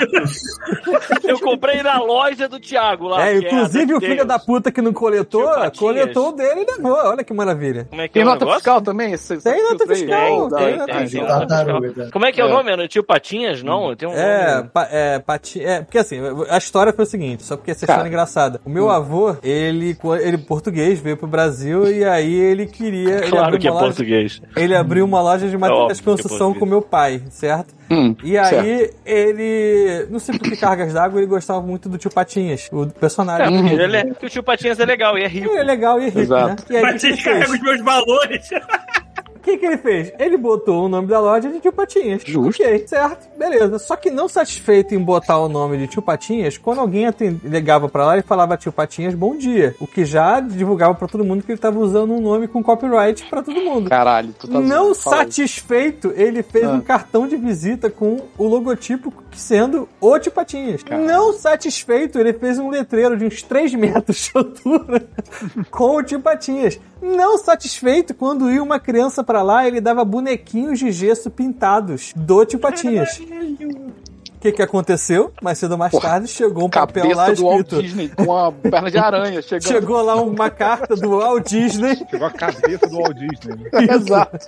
Eu comprei na loja do Thiago lá.
É,
que
inclusive o
Deus.
filho da puta que não coletou,
Tio Patinhas.
coletou o dele e levou. Olha que maravilha.
Como é que
Tem
é o
nota
negócio?
fiscal também? Esse-
Tem
esse
nota
filtro aí?
fiscal,
Dá-
tem,
dá-
tem,
dá-
tem.
dá-
Tartaruga.
Como é que é, o
É.
nome? Era Tio Patinhas? Não, tem um.
É,
nome.
pa- é, pati- é, porque assim, a história foi o seguinte, só porque essa história
Cara.
é engraçada. O meu
Hum.
avô, ele, co- ele português, veio pro Brasil e aí ele queria. ele
Claro
abriu
que é
uma loja-
português.
Ele abriu uma loja de materiais de
óbvio que é
construção
português.
com meu pai, certo?
Hum,
E aí
certo.
ele. Não sei por que cargas d'água, ele gostava muito do tio Patinhas, o personagem.
Hum.
Ele é- porque o tio Patinhas é legal e é rico.
Ele é legal e rico,
Exato.
né? E aí, o
Mas
que,
vocês
que ele
carregam
fez?
os meus valores.
O que, que ele fez? Ele botou o nome da loja de Tio Patinhas.
Justo.
Ok, certo, beleza. Só que não satisfeito em botar o nome de Tio Patinhas, quando alguém atend- ligava pra lá e falava Tio Patinhas, bom dia. O que já divulgava pra todo mundo que ele tava usando um nome com copyright pra todo mundo.
Caralho, tu tá
Não
zoando, fala aí.
satisfeito, ele fez
Ah.
um cartão de visita com o logotipo sendo o Tio Patinhas. Não satisfeito, ele fez um letreiro de uns 3 metros de altura com o Tio Patinhas. Não satisfeito, quando ia uma criança pra lá, ele dava bonequinhos de gesso pintados do Tio Patinhas. O que, que aconteceu? Mais cedo ou mais
Porra,
tarde, chegou um papel lá
Cabeça do Walt
escrito.
Disney com a perna de aranha chegando.
Chegou lá uma carta do Walt Disney.
Chegou a cabeça do Walt Disney. né?
Exato.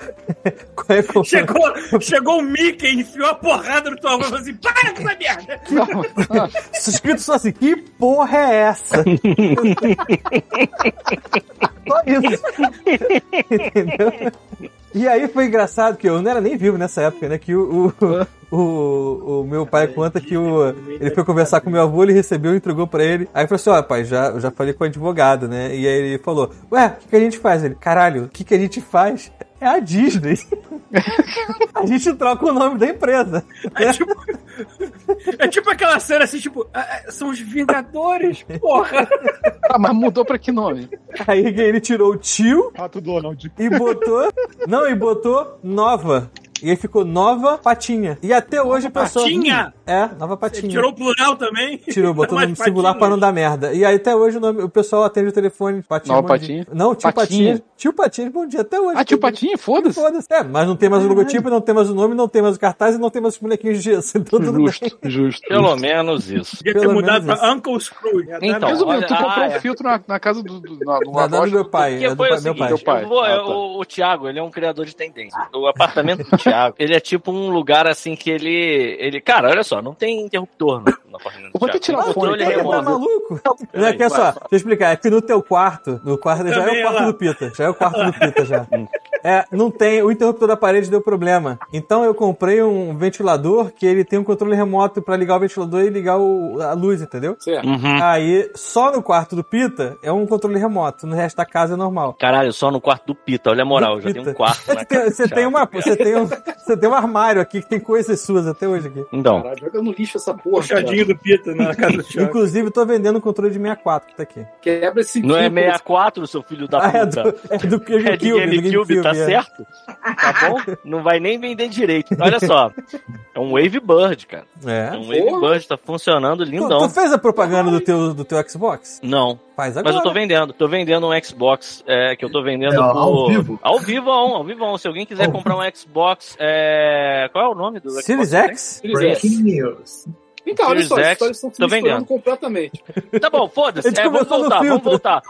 é
Chegou, chegou o Mickey, enfiou a porrada no teu avô e falou assim: para com essa merda!
escrito só assim, que porra é essa? só isso. Entendeu? E aí foi engraçado que eu não era nem vivo nessa época, né? Que o, o, o, o meu pai conta que o, ele foi conversar com meu avô, ele recebeu, entregou pra ele. Aí falou assim: ó, pai, já, eu já falei com o advogado, né? E aí ele falou: ué, o que, que a gente faz? Ele, caralho, o que, que a gente faz? É a Disney. a gente troca o nome da empresa.
É tipo, é tipo aquela cena assim, tipo, "Ah, ah, são os Vingadores, porra!
Ah, mas mudou pra que nome?
Aí ele tirou o tio
Pato Donald.
E botou. não, e botou nova. E aí ficou Nova Patinha. E até hoje a pessoa.
Patinha?
É, Nova
Ele
Patinha.
tirou o plural também? É
Tirou, botou
Mas
no singular
Patinha.
pra não dar merda. E aí até hoje o, nome- o pessoal atende o telefone. Patinha,
Nova
bom dia.
Patinha?
Não, tio Patinha.
Patinha.
Tio Patinha, bom dia. Até hoje.
Ah, tio Patinha, foda-se.
Foda-se. É, mas não tem mais o logotipo, não tem mais o nome, não tem mais o cartaz e não tem mais os bonequinhos de gesso. Então tudo bem.
Justo, justo.
Pelo menos isso.
Podia
Pelo
ter mudado
menos
pra Uncle Scrooge. né?
Então,
Tá,
Resumindo, tu
olha-
comprou
ah,
um
é.
filtro na, na casa do, do, na, numa
Da dona do
loja.
meu pai.
Porque
É do
foi
pai,
o
meu
seguinte,
pai.
Teu pai.
eu vou-
Ah, tá.
o, o Thiago, ele é um criador de tendência. O apartamento do Thiago, ele é tipo um lugar assim que ele... ele cara, olha só, não tem interruptor no, no apartamento do
Eu vou até
Thiago.
tirar
Tem
o fone,
controle
pega,
Ele tá
remoto.
maluco?
Peraí,
Olha aqui, olha
vai,
só,
vai.
deixa eu explicar. É que no teu quarto, no quarto já é
Também,
o quarto
olha lá.
do Pita. Já é o quarto do Pita já. É, não tem, o interruptor da parede deu problema. Então eu comprei um ventilador que ele tem um controle remoto pra ligar o ventilador e ligar o- a luz, entendeu?
Certo.
Uhum.
Aí, só no quarto do Pita é um controle remoto, no resto da casa é normal.
Caralho, só no quarto do Pita, olha a moral,
Do
já tem
Pita.
um quarto na
Você
casa
tem,
do
você tem
Thiago.
uma, você tem um, você tem um armário aqui que tem coisas suas até hoje aqui.
Então,
Caralho, joga no lixo essa porra.
Puxadinho do Pita na casa do Thiago.
Inclusive, tô vendendo o controle de 64 que tá aqui.
cara. Quebra esse
não é
vidro.
64, seu filho da
Ah, é
puta.
do, é do
É de
GameCube, do
GameCube, tá
é.
certo? Tá bom? Não vai nem vender direito. Olha só, é um Wave Bird, cara.
É.
É um Wave Bird, tá
Tu,
funcionando
tu
lindão.
fez a propaganda do teu, do teu Xbox?
Não,
Faz agora.
Mas eu tô vendendo, tô vendendo um Xbox é, que eu tô vendendo
É, ó,
por-
ao vivo.
Ao vivo, ao, ao vivo. Se alguém quiser
Ao
comprar um Xbox, é, qual é o nome do
Series
Xbox?
X?
Breaking news.
Vem cá, Então, olha
Series
só,
X,
as histórias estão se
tô
misturando
vendendo.
completamente.
Tá bom,
A
foda-se.
gente
É, vamos
começou no
voltar, vamos
filtro.
voltar.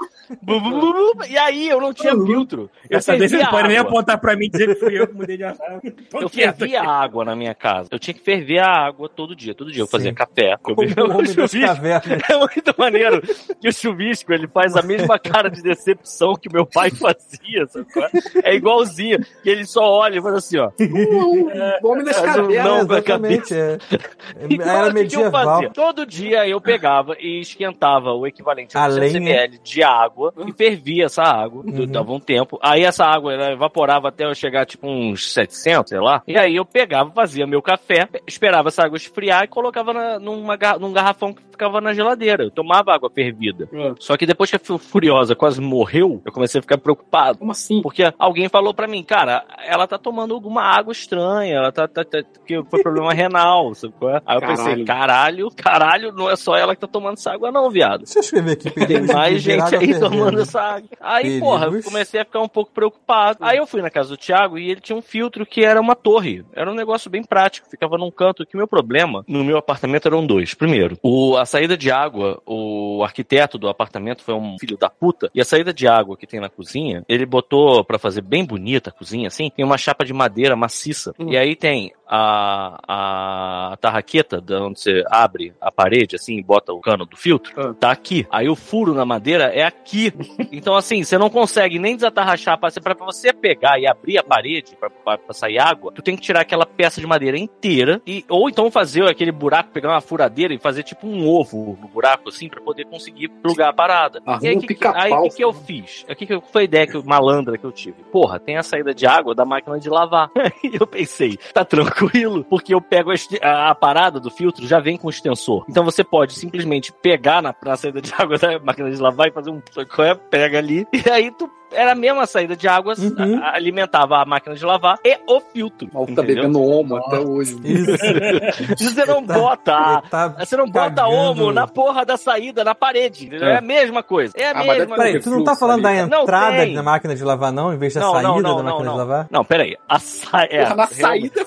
Bu, bu, bu, bu, e aí, eu não tinha filtro. Eu
Essa vez você
fervia
não pode nem
água.
apontar pra mim e dizer que fui eu que mudei de assunto. Tô
Eu
quieto
fervia água na minha casa. Eu tinha que ferver a água todo dia, todo dia. Eu fazia
Sim.
café. Eu
Como
bebia
o
um
homem das
chuvisco.
cavernas.
É muito maneiro que o chuvisco ele faz a mesma cara de decepção que meu pai fazia. Sabe? qual é? É igualzinho. Que ele só olha e faz assim, ó.
O É, homem das
Mas o
cavernas.
não com a
exatamente. É.
Então,
Era
o que que eu
medieval.
fazia? Todo dia eu pegava e esquentava o equivalente
A
a 200
lenha.
ml de água e fervia essa água.
né? Uhum.
Dava um tempo. Aí essa água ela evaporava até eu chegar tipo uns 700, sei lá. E aí eu pegava, fazia meu café, esperava essa água esfriar e colocava na, numa, ga- num garrafão que ficava na geladeira. Eu tomava água fervida.
Uhum.
Só que depois que a Fu- Furiosa quase morreu, eu comecei a ficar preocupado.
Como assim?
Porque alguém falou pra mim, cara, ela tá tomando alguma água estranha, ela tá, tá, tá- que foi problema renal, sabe qual é? Aí eu pensei,
Caralho.
caralho, caralho, não é só ela que tá tomando essa água não, viado.
Deixa eu escrever aqui.
Tem
perigo
mais
de beber
gente
água
aí
fervendo.
tomando essa água. Aí,
Perigos.
porra, eu comecei a ficar um pouco preocupado. Aí eu fui na casa do Thiago e ele tinha um filtro que era uma torre. Era um negócio bem prático, ficava num canto. Que o meu problema no meu apartamento eram dois. Primeiro, o, a saída de água, o arquiteto do apartamento foi um filho da puta. E a saída de água que tem na cozinha, ele botou pra fazer bem bonita a cozinha, assim, tem uma chapa de madeira maciça. E aí tem a, a tarraqueta, da onde você abre a parede, assim, e bota o cano do filtro tá aqui. Aí o furo na madeira é aqui. Então, assim, você não consegue nem desatarrar a chapa. Você- Pra pra você pegar e abrir a parede pra, pra- pra sair água, tu tem que tirar aquela peça de madeira inteira. E, ou então fazer aquele buraco, pegar uma furadeira e fazer tipo um ovo no buraco, assim, pra poder conseguir plugar a parada.
Arruma
e aí,
um
o que, que-
pica-pau.
aí, que, que eu fiz? O que, que eu- foi a ideia que, eu- malandra que eu tive? Porra, tem a saída de água da máquina de lavar. E eu pensei, tá tranquilo, porque eu pego a, este- a- a parada do filtro, já vem com o extensor. Então você pode simplesmente pegar na, na saída de água da máquina de lavar e fazer um qual é, pega ali, e aí tu. Era a mesma saída de água,
Uhum.
a- alimentava a máquina de lavar e o filtro.
O maluco tá
entendeu?
bebendo homo até hoje.
Isso.
Você não
Tá.
bota a-
Ele tá
Você não bota
cagando.
homo na porra da saída, na parede. entendeu? É,
É.
a mesma coisa. É a
Ah, mas deve ter
mesma coisa.
Peraí, tu não tá
refluxo
falando da
ali.
Não
entrada
tem.
da máquina de lavar, não? Em vez da
Não, não,
saída
não,
da
não,
máquina
não.
de lavar?
Não, peraí. A sa... é,
Porra, na
realmente-
saída.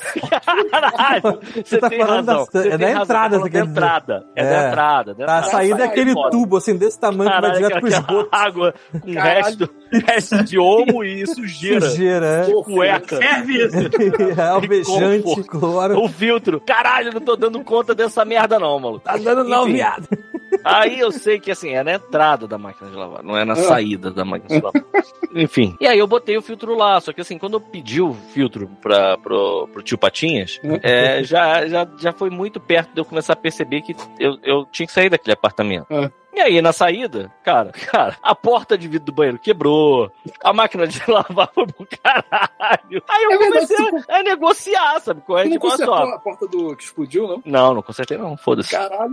Caralho, você
tá
tem
falando
razão.
da- é
Você
da
tem razão,
entrada,
tá
você
falando
quer
da
dizer.
entrada. É,
É.
da entrada. da
Tá, a
entrada.
saída é
Sai,
aquele
foda.
tubo, assim, desse tamanho
Caralho,
que vai direto pro
aquela-
esgoto.
aquela água com
Caralho.
resto, resto de homo e sujeira.
Sujeira, é.
Cueca.
Serve isso.
Alvejante,
Conforto.
cloro.
O filtro. Caralho, não tô dando conta dessa merda, não, maluco.
Tá dando não,
Enfim.
viado.
Aí eu sei que assim, é na entrada da máquina de lavar, não é
Ah.
na saída da máquina de lavar. Enfim. E aí eu botei o filtro lá, só que assim, quando eu pedi o filtro pra, pro, pro tio Patinhas,
Hum. Ah.
é, já, já, já foi muito perto de eu começar a perceber que eu, eu tinha que sair daquele apartamento.
É.
E aí, na saída, cara, cara, a porta de vidro do banheiro quebrou, a máquina de lavar foi pro caralho. Aí eu
É verdade,
comecei a, a negociar, sabe? qual É,
Não
tipo, olha
consertou
só.
a porta do que explodiu, não?
Não, não consertei não, foda-se.
Caralho.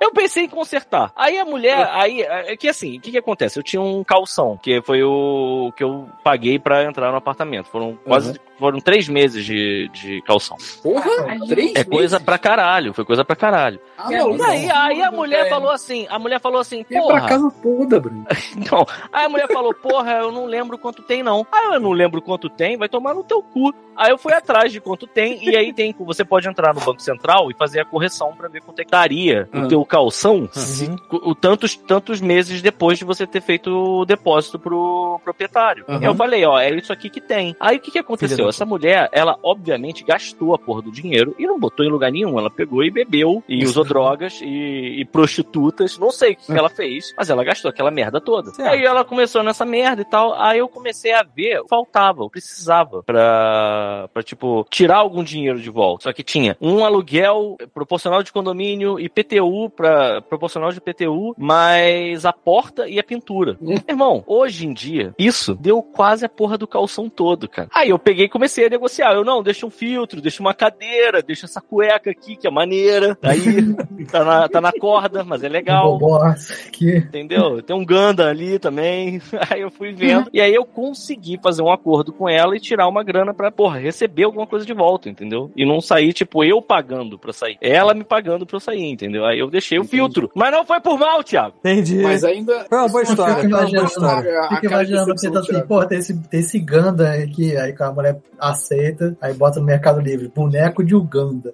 Eu pensei em consertar. Aí a mulher, aí, é que assim, o que que acontece? Eu tinha um calção, que foi o que eu paguei pra entrar no apartamento. Foram quase,
Uhum.
foram três meses de, de calção.
Porra, três
É coisa
meses?
pra caralho, foi coisa pra caralho.
Ah,
E
não, não.
aí, aí a mulher
velho.
falou assim, a mulher falou assim,
E é pra
porra...
casa toda, Bruno.
É.
Não. Aí a mulher falou, porra, eu não lembro quanto tem, não. Ah, eu não lembro quanto tem, vai tomar no teu cu. Aí eu fui atrás de quanto tem, e aí tem, você pode entrar no Banco Central e fazer a correção pra ver quanto é que daria o
Ah.
teu calção
Uhum.
se- o, tantos, tantos meses depois de você ter feito o depósito pro proprietário.
Aham.
E Eu falei, ó, é isso aqui que tem. Aí o que, que
Filha
aconteceu?
da
Essa mulher, ela obviamente gastou a porra do dinheiro e não botou em lugar nenhum. Ela pegou e bebeu, e usou drogas e, e prostitutas. Não sei o que, que ela fez, mas ela gastou aquela merda toda.
Certo.
Aí ela começou nessa merda e tal. Aí eu comecei a ver, faltava, eu precisava pra, pra tipo, tirar algum dinheiro de volta. Só que tinha um aluguel proporcional de condomínio, IPTU, pra, proporcional de IPTU, mais a porta e a pintura. Irmão, hoje em dia, isso deu quase a porra do calção todo, cara. Aí eu peguei e comecei a negociar. Eu, não, deixa um filtro, deixa uma cadeira, deixa essa cueca aqui, que é maneira. Aí, tá na, tá na corda, mas é
Um
legal.
Bobolas que
Entendeu? Tem um Ganda ali também. Aí eu fui vendo. E aí eu consegui fazer um acordo com ela e tirar uma grana pra, porra, receber alguma coisa de volta, entendeu? E não sair, tipo, eu pagando pra sair. Ela me pagando pra eu sair, entendeu? Aí eu deixei o
Entendi.
filtro. Mas não foi por mal, Thiago.
Entendi.
Mas ainda. é
Foi uma boa
Isso
história,
fica
foi uma boa
imaginando- a
né? fica
cara de
imaginando você
decepção
tá
do
assim,
Thiago.
pô, tem esse, tem esse Ganda aí que aí que a mulher aceita, aí bota no Mercado Livre, boneco de Uganda.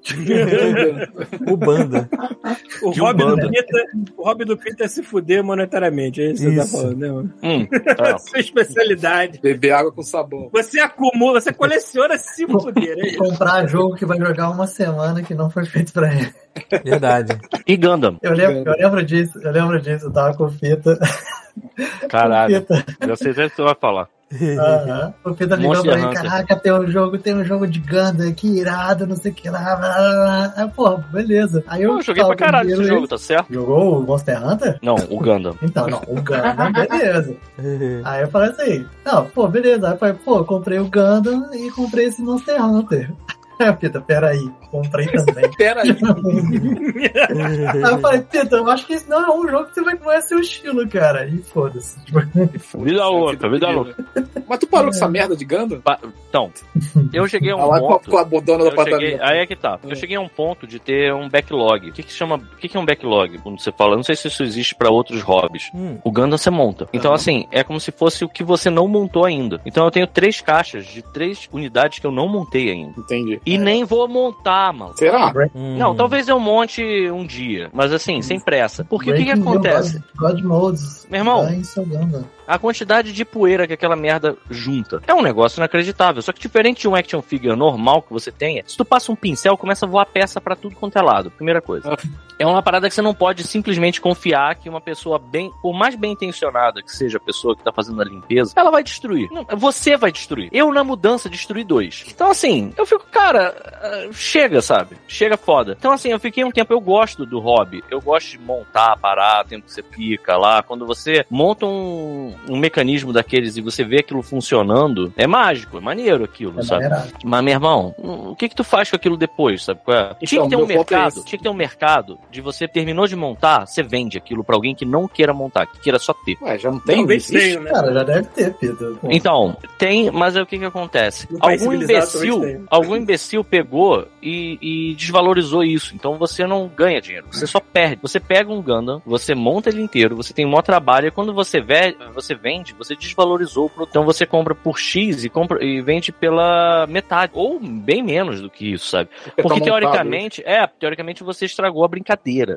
O Banda.
O
De
hobby, do
Umbanda.
Pita, o hobby do Pita é se fuder monetariamente, é isso que você tá
Isso.
falando, né? mano?
Hum, tá.
Sua especialidade.
Beber água com sabão.
Você acumula, você coleciona se fuder, é isso.
Comprar jogo que vai jogar uma semana que não foi feito pra ele.
Verdade.
E Gundam.
Eu lembro, eu lembro disso, eu lembro disso, eu tava com fita.
Caralho.
Fita.
Já sei o que você vai falar.
Aham. O
Um
Fita ligou
Monster
pra mim,
Hunter.
caraca, tem um jogo, tem um jogo de Ganda aqui, irado, não sei o que lá. Blá, blá, blá. Aí, porra, beleza. Aí eu,
Eu joguei
tava
pra caralho
com
esse
dinheiro
jogo, tá certo?
e- Jogou o Monster Hunter?
Não, o Gundam.
Então, não, o Gundam, beleza. Aí eu falei assim, não, pô, beleza. Aí eu falei, pô, eu comprei o Gundam e comprei esse Monster Hunter. Aí o Pita, peraí, comprei também.
Pera aí.
Aí eu falei, Pita, eu acho que esse não é um jogo que você vai não é seu estilo, cara. E foda-se. Tipo,
Vida louca, vida louca.
Mas tu parou com
É.
essa merda de Ganda?
Pa- Então, eu cheguei a um
Ah, lá com a,
ponto...
com a dona da
Eu cheguei,
padaria.
aí é que tá. Eu cheguei a um ponto de ter um backlog. O que, que chama. O que, que é um backlog? Quando você fala, eu não sei se isso existe pra outros hobbies.
Hum.
O Gundam você monta. Então,
Aham.
assim, é como se fosse o que você não montou ainda. Então, eu tenho três caixas de três unidades que eu não montei ainda.
Entendi.
E nem vou montar, mano.
Será?
Hum.
Não, talvez eu monte um dia, mas assim, sem pressa. Porque o que, que
Breaking News,
acontece?
God, God Modes.
Meu irmão.
ganhe seu Gundam.
A quantidade de poeira que aquela merda junta é um negócio inacreditável. Só que diferente de um action figure normal que você tenha, se tu passa um pincel, começa a voar peça pra tudo quanto é lado. Primeira coisa. É uma parada que você não pode simplesmente confiar que uma pessoa bem, por mais bem intencionada que seja a pessoa que tá fazendo a limpeza, ela vai destruir. Não, você vai destruir. Eu, na mudança, destruí dois. Então, assim, eu fico, cara, ah, chega, sabe? Chega foda. Então, assim, eu fiquei um tempo, eu gosto do hobby. Eu gosto de montar, parar, tempo que você fica lá. Quando você monta um, um mecanismo daqueles e você vê aquilo funcionando, é mágico, é maneiro aquilo,
É
sabe?
maneirado.
Mas, meu irmão, o que que tu faz com aquilo depois, sabe? qual é? tinha
Então,
que ter
meu
um
ponto é
mercado,
esse.
tinha que ter um mercado de você terminou de montar, você vende aquilo pra alguém que não queira montar, que queira só ter.
Ué, já não tem?
Talvez
Existe?
tenha, né?
Cara, já deve ter, Pita. Pô.
Então, tem, mas é o que que acontece?
No país
Algum
civilizado, talvez
imbecil,
tenha.
algum imbecil pegou e, e desvalorizou isso. Então você não ganha dinheiro, você só perde. Você pega um Gundam, você monta ele inteiro, você tem maior trabalho, e quando você, ve você vende, você desvalorizou o produto. Então você compra por X e, compra, e vende pela metade, ou bem menos do que isso, sabe?
tá
Porque
montado.
teoricamente,
né?
é, teoricamente você estragou a brincadeira.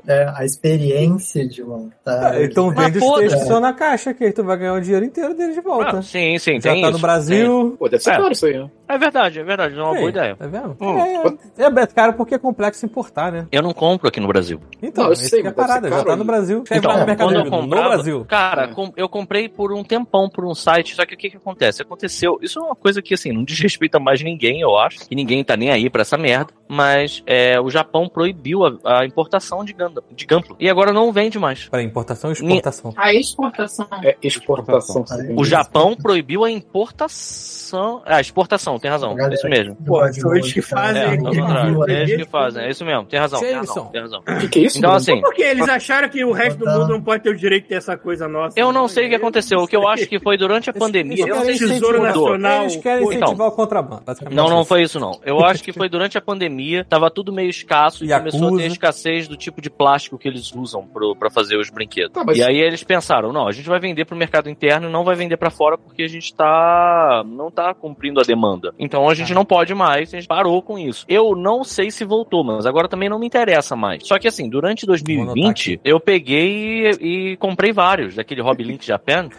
É, a experiência de montar.
Ah, Então
Mas
vende os
foda-se.
três que estão na caixa, que aí tu vai ganhar o dinheiro inteiro dele de volta.
Ah, sim, sim,
Já
tem
tá
isso,
no Brasil.
Pô, deve ser
É.
claro isso aí, né?
É verdade, é verdade, não é uma
Aí,
boa ideia.
Tá vendo?
Hum.
Hum.
É, é, é caro porque é complexo importar, né?
Eu não compro aqui no Brasil.
Então,
Não, eu
esse
sei,
que é a
mas deve ser
parada, já
caro
tá
aí.
no Brasil. Chega
Então,
lá no Mercado
quando eu
Livre, no
comprava,
Brasil. É.
Cara, com- eu comprei por um tempão por um site, só que o que, que acontece? Aconteceu, isso é uma coisa que assim, não desrespeita mais ninguém, eu acho, e ninguém tá nem aí pra essa merda, mas é, o Japão proibiu a, a importação de Gundam, de Gunpla, e agora não vende mais.
Para importação e exportação.
A exportação.
É exportação.
Tá.
sim.
O Japão proibiu a importação, a exportação, tem razão, é isso mesmo.
Pô, são eles que fazem.
É,
É,
ao contrário, é isso que fazem, é isso mesmo, tem razão, tem
Jameson.
razão, tem razão.
O que, que é isso?
Então
Bruno?
assim,
Porque eles acharam que o resto do
tá.
mundo não pode ter o direito de ter essa coisa nossa. né?
eu não sei o que aconteceu, o que eu acho que foi durante a pandemia, eu não sei se
Tesouro
mudou.
Nacional.
Eles querem
Então.
incentivar o contrabando. basicamente
Não, não
isso.
foi isso, não. Eu acho que foi durante a pandemia, tava tudo meio escasso e
Yakuza.
começou a ter escassez do tipo de plástico que eles usam pro, pra fazer os brinquedos.
Tá, mas-
E aí eles pensaram, não, a gente vai vender pro mercado interno e não vai vender pra fora porque a gente tá... não tá cumprindo a demanda. Então a
Tá.
gente não pode mais, a gente parou com isso. Eu não sei se voltou, mas agora também não me interessa mais. Só que assim, durante
Vou anotar aqui.
2020, eu peguei e, e comprei vários, daquele Hobby Link Japan,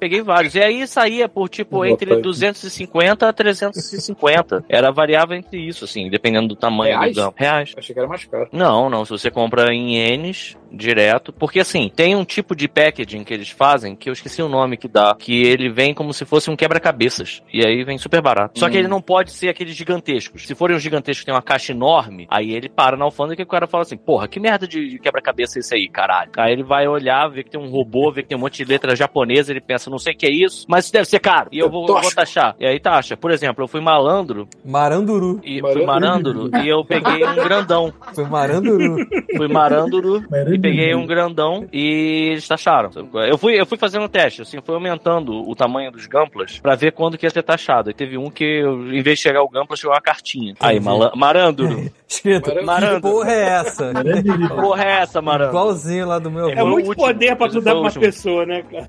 peguei vários. E aí saía por tipo
Vou
entre
botar aqui.
250 a 350. Era variável entre isso, assim, dependendo do tamanho
Reais?
do gama. Reais.
Achei que era mais caro.
Não, não. Se você compra em ienes direto, porque assim tem um tipo de packaging que eles fazem que eu esqueci o nome que dá, que ele vem como se fosse um quebra-cabeças e aí vem super barato. Só
Hum.
que ele não pode ser aqueles gigantescos. Se forem os gigantescos que tem uma caixa enorme, aí ele para na alfândega e o cara fala assim, porra, que merda de de quebra-cabeça é esse aí, caralho. Aí ele vai olhar, vê que tem um robô, vê que tem um monte de letra japonesa, ele pensa, não sei o que é isso, mas isso deve ser caro e eu vou, eu vou taxar. E aí taxa. Por exemplo, eu fui malandro
Maranduru.
e fui marandro e eu peguei um grandão.
Foi maranduru.
Fui marandro e peguei
Uhum.
um grandão e eles taxaram. sabe qual é? Eu fui, eu fui fazendo teste, assim, fui aumentando o tamanho dos gamplas pra ver quando que ia ser taxado. E teve um que, eu, em vez de chegar o gampla, chegou uma cartinha. Aí, mala- marandro.
Escrito. Que
Maranduru.
porra é essa?
Que porra é essa, marandro?
Igualzinho lá do meu
É
avô.
É muito
Foi o último.
poder pra
Esse
tu dar
foi
pra
o
uma
último.
pessoa, né, cara?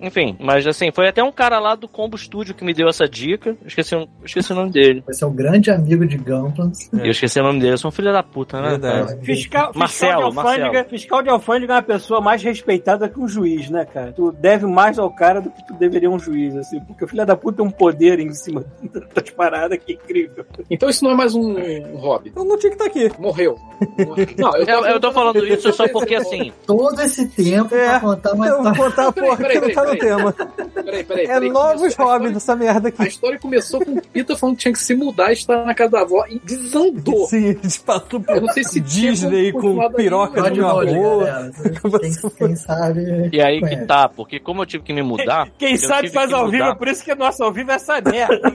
Enfim, mas assim, foi até um cara lá do Combo Studio que me deu essa dica. Eu Esqueci, o- esqueci o nome dele.
Vai ser o grande amigo de Gamplans.
Eu esqueci o nome dele. Eu sou um filho da puta, né?
Verdade.
cara?
Fiscal, fiscal
Marcelo,
de alfândega,
Marcelo.
fiscal de alfândega é uma pessoa mais respeitada que um juiz, né, cara? Tu deve mais ao cara do que tu deveria a um juiz, assim, porque o filho da puta tem um poder em cima das paradas que é incrível.
Então isso não é mais um, um hobby.
Eu não tinha que estar aqui.
Morreu. Morreu. Não, eu,
É, Eu, eu tô falando isso só porque, assim,
Todo esse tempo
É,
pra contar uma
Eu vou
história.
contar a
Peraí,
porra que
peraí,
não tá no
peraí.
tema.
Peraí, peraí,
É
peraí.
novos
Começou- a
hobbies dessa merda
A
aqui.
história começou com o Pita falando que tinha que se mudar e estar na casa da avó e desandou.
Sim, a gente passou
Eu
por
não sei se tinha
Disney
como
com
continuar daí.
piroca
Pode
do meu
molde,
avô.
galera. Quem, quem sabe.
e aí que
conhece.
tá, porque como eu tive que me mudar.
Quem
eu
sabe
tive
faz
que
ao vivo,
mudar.
é por isso que nosso ao vivo é essa merda.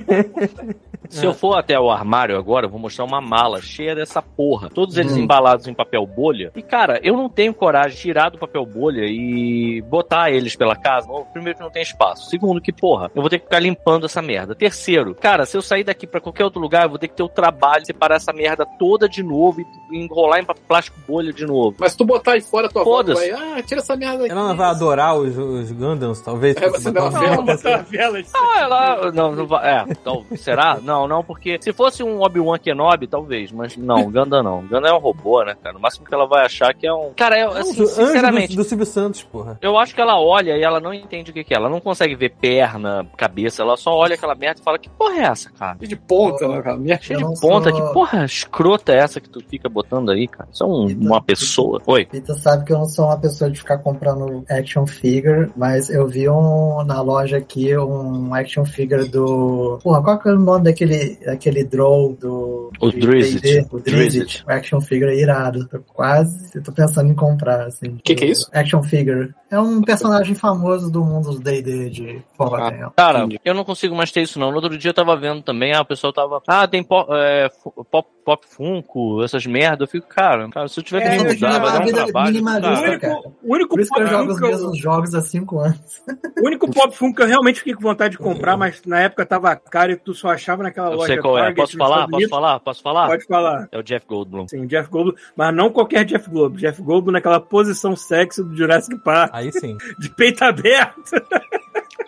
Se eu for até o armário agora, eu vou mostrar uma mala cheia dessa porra. Todos eles embalados em papel bolha. E, cara, eu não tenho coragem de tirar do papel bolha e botar eles pela casa. Bom, Primeiro que não tem espaço. Segundo que, porra, eu vou ter que ficar limpando essa merda. Terceiro, cara, se eu sair daqui pra qualquer outro lugar, eu vou ter que ter o trabalho de separar essa merda toda de novo e enrolar em pa- plástico bolha de novo.
Mas se tu botar aí fora, tua avó
Foda-se.
vai, ah, tira essa merda aqui.
Ela é não vai adorar os, os Gundams, talvez. tá
É,
se
você
botar uma
dá uma
vela.
vela.
Botar uma vela assim.
Ah, ela. Não, não vai. É, tal- será? Não, não, porque se fosse um Obi-Wan Kenobi, talvez, mas não, Ganda não. Ganda é um robô, né, cara? O máximo que ela vai achar que é um. Cara, eu,
Não,
assim,
anjo
sinceramente.
do, do Silvio Santos, porra.
Eu acho que ela olha e ela não entende o que, que é. Ela não consegue ver perna, cabeça. Ela só olha aquela merda e fala: Que porra é essa, cara?
De ponta, né, cara? Minha-
Cheia
Eu
de
não
ponta.
sou-
Que porra escrota é essa que tu fica botando aí, cara? Isso é um- uma pessoa. Oi.
Pita tá sabe que eu não sou uma pessoa de ficar comprando action figure, mas eu vi um na loja aqui um action figure do. Porra, qual que é o nome daquele, daquele draw do.
O
de
Drizzt.
D&D? O Drizzt.
Drizzt.
Um action figure irado. Tô quase. Eu tô pensando em comprar, assim.
Que que é isso?
Action figure. É um personagem famoso do mundo do DD de
Ah.
Forgotten Realms.
Cara,
Entendi.
eu não consigo mais ter isso, não. No outro dia eu tava vendo também, ah, o pessoal tava. Ah, tem pop, é, fu- pop, pop Funko, essas merda. Eu fico, cara, cara, se eu tiver
É,
que
eu tenho que
mudar,
levar
vai
a
dar um
vida
trabalho.
minimalista,
O
cara.
único, o único
Por isso que eu
pop
jogo os
funk que eu-
mesmos jogos há cinco anos.
o único pop funk que eu realmente fiquei com vontade de comprar, mas na época tava caro e tu só achava naquela
Eu
loja.
sei qual é.
Target
Posso
nos
falar?
Estados
Posso
Unidos.
falar? Posso falar?
Pode falar.
É o Jeff Goldblum.
Sim, Jeff Goldblum, mas não qualquer Jeff Goldblum. Jeff Goldblum naquela posição sexy do Jurassic Park,
Aí sim.
de peito aberto.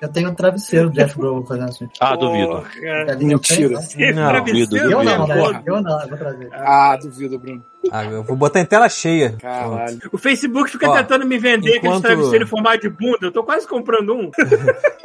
Eu tenho um travesseiro do Jeff Grohl fazendo assim.
Ah, duvido.
Porra.
Mentira.
Esse
Não,
travesseiro
duvido,
né? Eu
do
não,
Jeff
né?
Goldblum.
Eu não, eu vou trazer.
Ah, duvido, Bruno.
Ah, eu vou botar em tela cheia.
Caralho.
O Facebook fica
Ó,
tentando me
enquanto-
vender aqueles travesseiros em formato de bunda. Eu tô quase comprando um.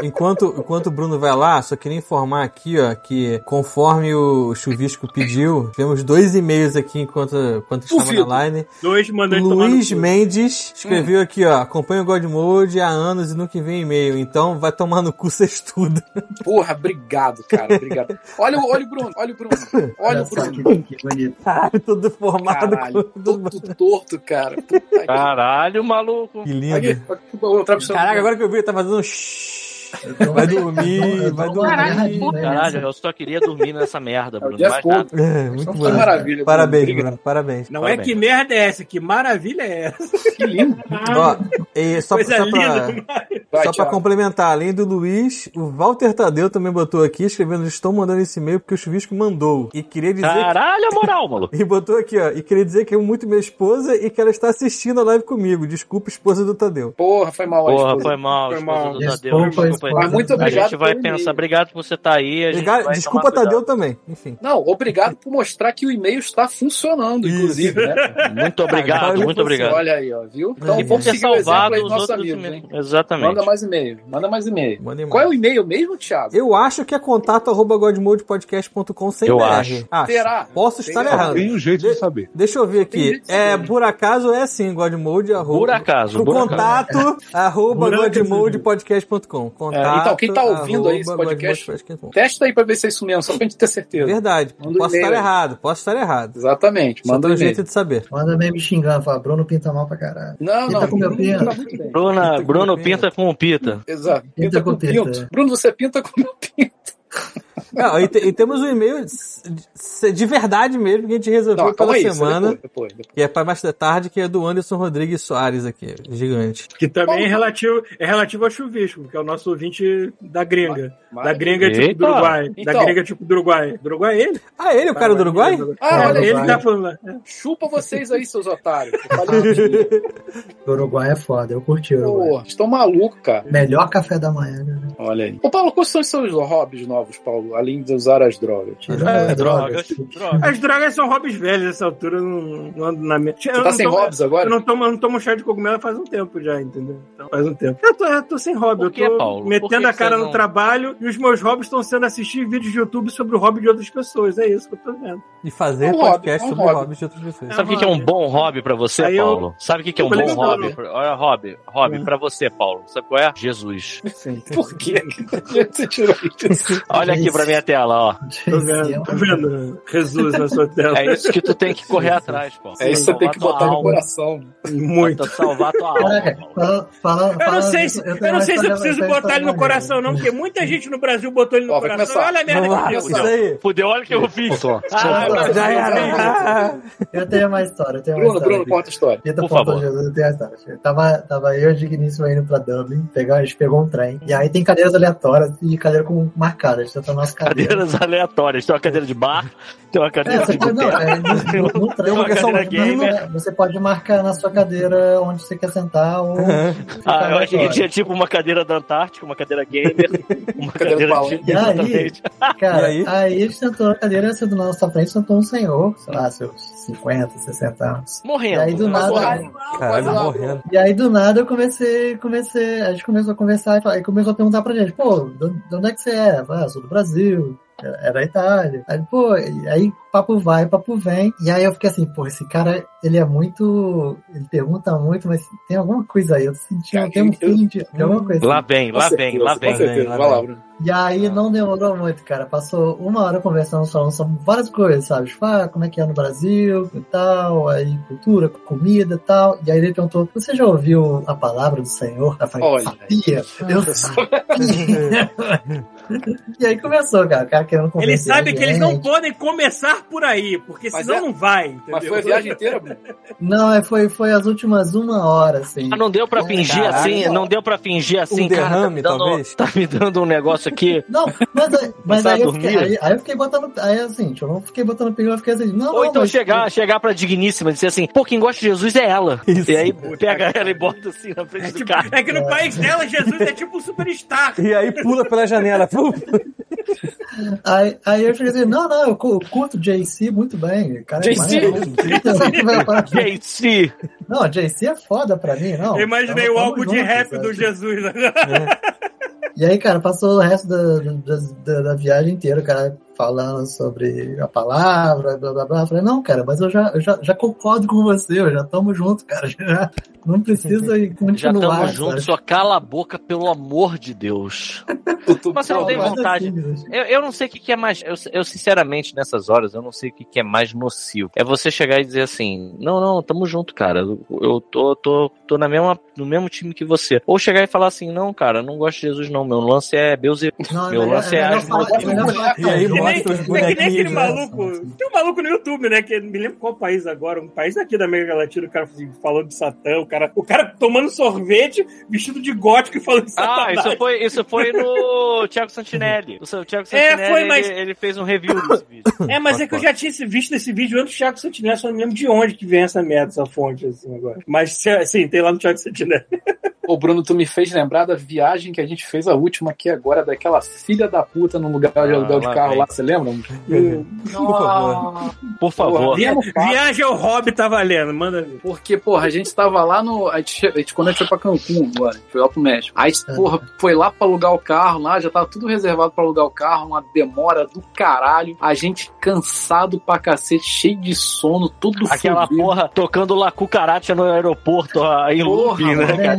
Enquanto, enquanto o Bruno vai lá, só queria informar aqui, ó, que conforme o Chuvisco pediu, temos dois e-mails aqui enquanto, enquanto estava
Duvido.
na line.
Dois mandando tomar no
Luiz
cu.
Mendes escreveu aqui, ó, acompanha o God Mode há anos e nunca envia e-mail, então vai tomar no cu cês tudo.
Porra, obrigado, cara. Obrigado. Olha, o- olha o Bruno, olha o Bruno. Olha
Olha
o
só que,
Bruno.
que bonito.
Caralho, todo formado.
Caralho, todo torto, cara. Puta que-
Caralho, maluco.
Que
Aqui,
lindo.
aqui, vou entrar pro seu-
Caraca, agora que eu vi, tá fazendo um shhh.
Eu tô-
Vai dormir,
eu tô-
vai
eu tô-
dormir.
Caralho, né?
Caralho, eu só queria dormir nessa merda,
É o
Bruno. tá-
Jeff
Mais nada.
Goldblum.
É, muito
Que
bom.
maravilha,
Parabéns,
Bruno.
Bruno, parabéns.
Não é
Parabéns.
que merda é essa, que maravilha é essa? Ah,
Que lindo.
Ó, e só,
Coisa
só pra...
linda,
Vai,
Só pra
Thiago.
complementar, além do Luiz, o Walter Tadeu também botou aqui, escrevendo: Estou mandando esse e-mail porque o Chuvisco mandou. E queria dizer.
Caralho, a moral, maluco.
que- E botou aqui, ó. E queria dizer que eu amo muito minha esposa e que ela está assistindo a live comigo. Desculpa, esposa do Tadeu.
Porra, foi mal.
Porra,
Porra,
foi mal,
Foi
esposa
mal.
do Tadeu.
Desculpa,
Desculpa aí.
esposa.
Mas muito
A
obrigado.
gente vai
pelo
pensar,
e-mail.
obrigado por você estar aí. A gente
Obrigado-
vai
Desculpa,
tomar
Tadeu
cuidado.
também. Enfim.
Não, obrigado por mostrar que o e-mail está funcionando,
Isso.
inclusive, né?
Muito
Caralho,
obrigado, muito
você
obrigado.
Olha aí, ó, viu? Então
E por
vamos
ter
seguir o exemplo
salvado
aí
os
dos nossos
outros.
amigos, hein?
meninos. Exatamente.
Manda mais e-mail, manda mais e-mail.
Manda e-mail.
Qual é o e-mail mesmo, Thiago?
Eu acho que é contato arroba godmodepodcast.com sem
Eu
BR.
acho.
Será?
Posso estar
Será?
errado.
Tem um jeito de saber.
Deixa eu ver
Tem
aqui.
jeito de
É,
saber.
por acaso é sim, godmode. arroba-
Por acaso,
um Pro
por acaso.
contato, arroba godmodepodcast.com. Contato,
É, então, quem tá ouvindo aí esse
arroba
podcast,
godmodepodcast.com.
Testa aí pra ver se é isso mesmo, só pra gente ter certeza.
Verdade.
Manda um
posso
e-mail
estar
aí.
errado, posso estar errado.
Exatamente,
Só
manda um
tem
e-mail.
jeito de saber.
Manda bem me xingando, fala, Bruno pinta mal pra caralho.
Não,
Ele
não,
tá com meu
Bruno
pinto.
tá muito bem.
Bruna,
com
Bruno
pinta.
pinta com o pita.
Exato,
Ele
pinta
tá
com
com teta,
pinto.
é.
Bruno, você pinta com meu pinto.
Não, e, te- e temos um e-mail de, de verdade mesmo que a gente resolveu
Não,
pela
calma aí, isso é
semana.
depois, depois, depois.
que é para mais da tarde, que é do Anderson Rodrigues Soares aqui. Gigante.
Que também é
Bom.
relativo, é relativo ao chuvisco, que é o nosso ouvinte da gringa. Da
Maravilha.
gringa tipo do
Eita.
Uruguai. Da
Então.
gringa tipo do Uruguai. Do Uruguai é ele?
Ah, ele, o cara do Uruguai?
Ah, olha aí,
ele tá falando. lá.
chupa vocês aí, seus otários. Eu falei,
O Uruguai é foda, eu curti o Uruguai.
Pô, estão malucos, cara.
Melhor café da manhã, né?
Olha aí. Ô, Paulo, quais são os seus hobbies novos, Paulo, além de usar as drogas?
Tirando
É,
as drogas.
drogas.
As drogas são hobbies velhos nessa altura, eu não, não ando na minha.
Você tá sem hobbies
Eu
agora?
não tomo, eu não tomo chá de cogumelo faz um tempo já, entendeu? Então, faz um tempo. Eu tô, eu tô sem hobby,
Por
eu
que,
tô
Paulo? Por
metendo
que que
a cara
você
no
não-
trabalho e os meus hobbies estão sendo assistir vídeos de YouTube sobre o hobby de outras pessoas. É isso que eu tô vendo.
E fazer
É um
podcast
hobby, é um
sobre
hobby.
hobbies de outras pessoas.
Sabe o que que é um bom hobby pra você,
Aí eu-
Paulo? Sabe o que que é um
Tô
bom
lembrando.
hobby? Olha, hobby, hobby pra você, Paulo. Sabe qual é? Jesus.
Por quê? Você tirou isso?
Olha aqui pra minha tela, ó.
Tô
é um-
vendo, tô vendo. Jesus na sua tela.
É isso que tu tem que correr atrás, Paulo.
É isso que você tem que
Salvar tua
botar no
alma.
coração.
Muito.
Tenta salvar tua alma,
Caraca,
Paulo.
fala, fala,
Eu não
fala-
sei se eu,
tenho
não
uma
sei se eu
história-
preciso
tenho uma
botar ele no
história
coração, não,
maneira.
porque muita gente no Brasil botou ele no
Ó, vai
coração.
começar.
é
Olha a merda
Vamos lá,
que deu.
isso aí.
Fudeu, olha que eu vi.
Só.
Ah,
Só-
Já era.
Eu tenho uma história, eu tenho uma
Bruno,
história.
Bruno,
aqui.
conta a história.
Pita
Por
Ponta
favor.
Jesus, eu tenho a história. Eu Tava, tava eu e o Digníssimo indo pra Dublin, pegar, a gente pegou um trem. E aí tem cadeiras aleatórias e cadeira com marcada. A gente tá na nossa cadeira.
Cadeiras aleatórias. Tem uma cadeira de bar, tem uma
É,
cadeira de
você pode, não,
boteco.
é, no, no, no trem,
Uma
você,
cadeira
pode,
gamer.
você pode marcar na sua cadeira onde você quer sentar ou. Tá
Ah, eu achei que tinha tipo uma cadeira da Antártica, uma cadeira gamer, uma
Cadeira
cadeira
pra
de...
E aí,
Exatamente.
cara,
E aí?
aí? a gente sentou na cadeira, sentou na nossa frente, sentou um senhor, sei lá, seus 50, 60 anos. E
Morrendo. Né?
aí do nada.
Caralho, morrendo.
E aí do nada eu comecei, comecei, a gente começou a conversar e fala- e começou a perguntar pra gente, pô, de onde- de onde é que você é? Eu falei, Ah, sou do Brasil, é é da Itália. Aí, pô, e aí papo vai, papo vem. E aí eu fiquei assim, pô, esse cara, ele é muito, ele pergunta muito, mas tem alguma coisa aí, eu tô sentindo,
Cara,
tem um
eu-
fim de, tem alguma coisa.
Lá vem, lá vem, lá
Com
vem.
certeza,
lá
vai lá,
vem.
Bruno.
E aí não demorou muito, cara. Passou uma hora conversando, falando sobre várias coisas, sabe? Tipo, ah, como é que é no Brasil e tal, aí cultura, comida e tal. E aí ele perguntou, você já ouviu a palavra do Senhor? Eu falei,
Olha.
sabia, eu sabia. e aí começou, cara, o cara querendo conversar.
Eles sabem que eles não podem começar por aí, porque
Mas
senão
é-
não vai. Entendeu?
Mas foi a viagem inteira, Bruno?
Não, é, foi, foi as últimas uma hora, assim.
Ah, não deu pra fingir
Caralho.
assim, não deu pra fingir assim,
Um
cara,
derrame,
tá me dando,
talvez?
Tá me dando um negócio aqui.
Não, mas, aí- mas
Começaram
aí,
a
eu fiquei,
dormir?
aí, aí eu fiquei botando. Aí assim, tipo, eu não fiquei botando perigo, eu fiquei assim, não,
Ou
não,
então
mas-
chegar, chegar pra digníssima e dizer assim, pô, quem gosta de Jesus é ela.
Isso.
E aí pega ela e bota assim na frente do cara.
É que no país dela, Jesus é tipo um superstar.
E aí pula pela janela. Pum.
Aí, aí eu cheguei assim, não, não, eu cu- curto JC muito bem. Cara, é
JC?
maneiro. Eu sempre vai falar que-
é Gente,
Não, JC é foda pra mim, não.
Eu imaginei o
Tamo
álbum de
junto, né? Tipo,
rap
sabe?
do Jesus.
E aí, cara, passou o resto da, da, da- da viagem inteira, o cara falando sobre a palavra, blá blá blá. Eu falei, não, cara, mas eu já, eu já, já concordo com você, eu já tamo junto, cara. Já, não precisa
já
continuar.
tamo
sabe?
junto, só cala a boca, pelo amor de Deus. Mas você não tem
Mas
vontade.
assim,
Eu, eu não sei o que, que é mais. Eu, eu, sinceramente, nessas horas, eu não sei o que, que é mais nocivo. É você chegar e dizer assim: não, não, tamo junto, cara. Eu, eu tô, tô, tô na mesma, no mesmo time que você. Ou chegar e falar assim: não, cara, não gosto de Jesus, não. Meu lance é Beelzebub.
não, é
Meu
melhor-
lance é
é melhor
as
falar- é melhor falar
E aí
que eu
mostra os
gosto,
É que nem aquele
bonequinhos, né?
maluco. Tem um maluco no YouTube, né? Que me lembro qual país agora. Um país aqui da América Latina, o cara assim, falando de Satã, o cara, o cara tomando sorvete, vestido de gótico e falando de Satã.
Ah,
é
isso foi, isso foi no Thiago Santinelli. O seu Thiago Santinelli,
É, foi, mas-
ele, ele fez um review desse vídeo.
É, mas é que eu já tinha esse- visto esse vídeo antes do Thiago Santinelli, só não lembro de onde que vem essa merda, essa fonte, assim, agora. Mas, assim, tem lá no Thiago Santinelli.
Ô, Bruno, tu me fez lembrar da viagem que a gente fez a última aqui agora, daquela filha da puta no lugar de
Ah,
aluguel de
lá
carro
vem.
lá, você lembra?
Por favor.
Por favor.
Viemos fácil.
Viagem ao hobby tá valendo, manda ver.
Porque, porra, a gente tava lá no. A gente, che- a gente- quando a gente foi pra Cancún agora, a gente foi lá pro México. Aí, porra, foi lá pra alugar o carro, lá já tava tudo reservado pra alugar o carro, uma demora do caralho. A gente cansado pra cacete, cheio de sono, tudo
Aquela
fudido.
porra tocando lá cucaracha no aeroporto ah, em
Porra,
looping, né, cara?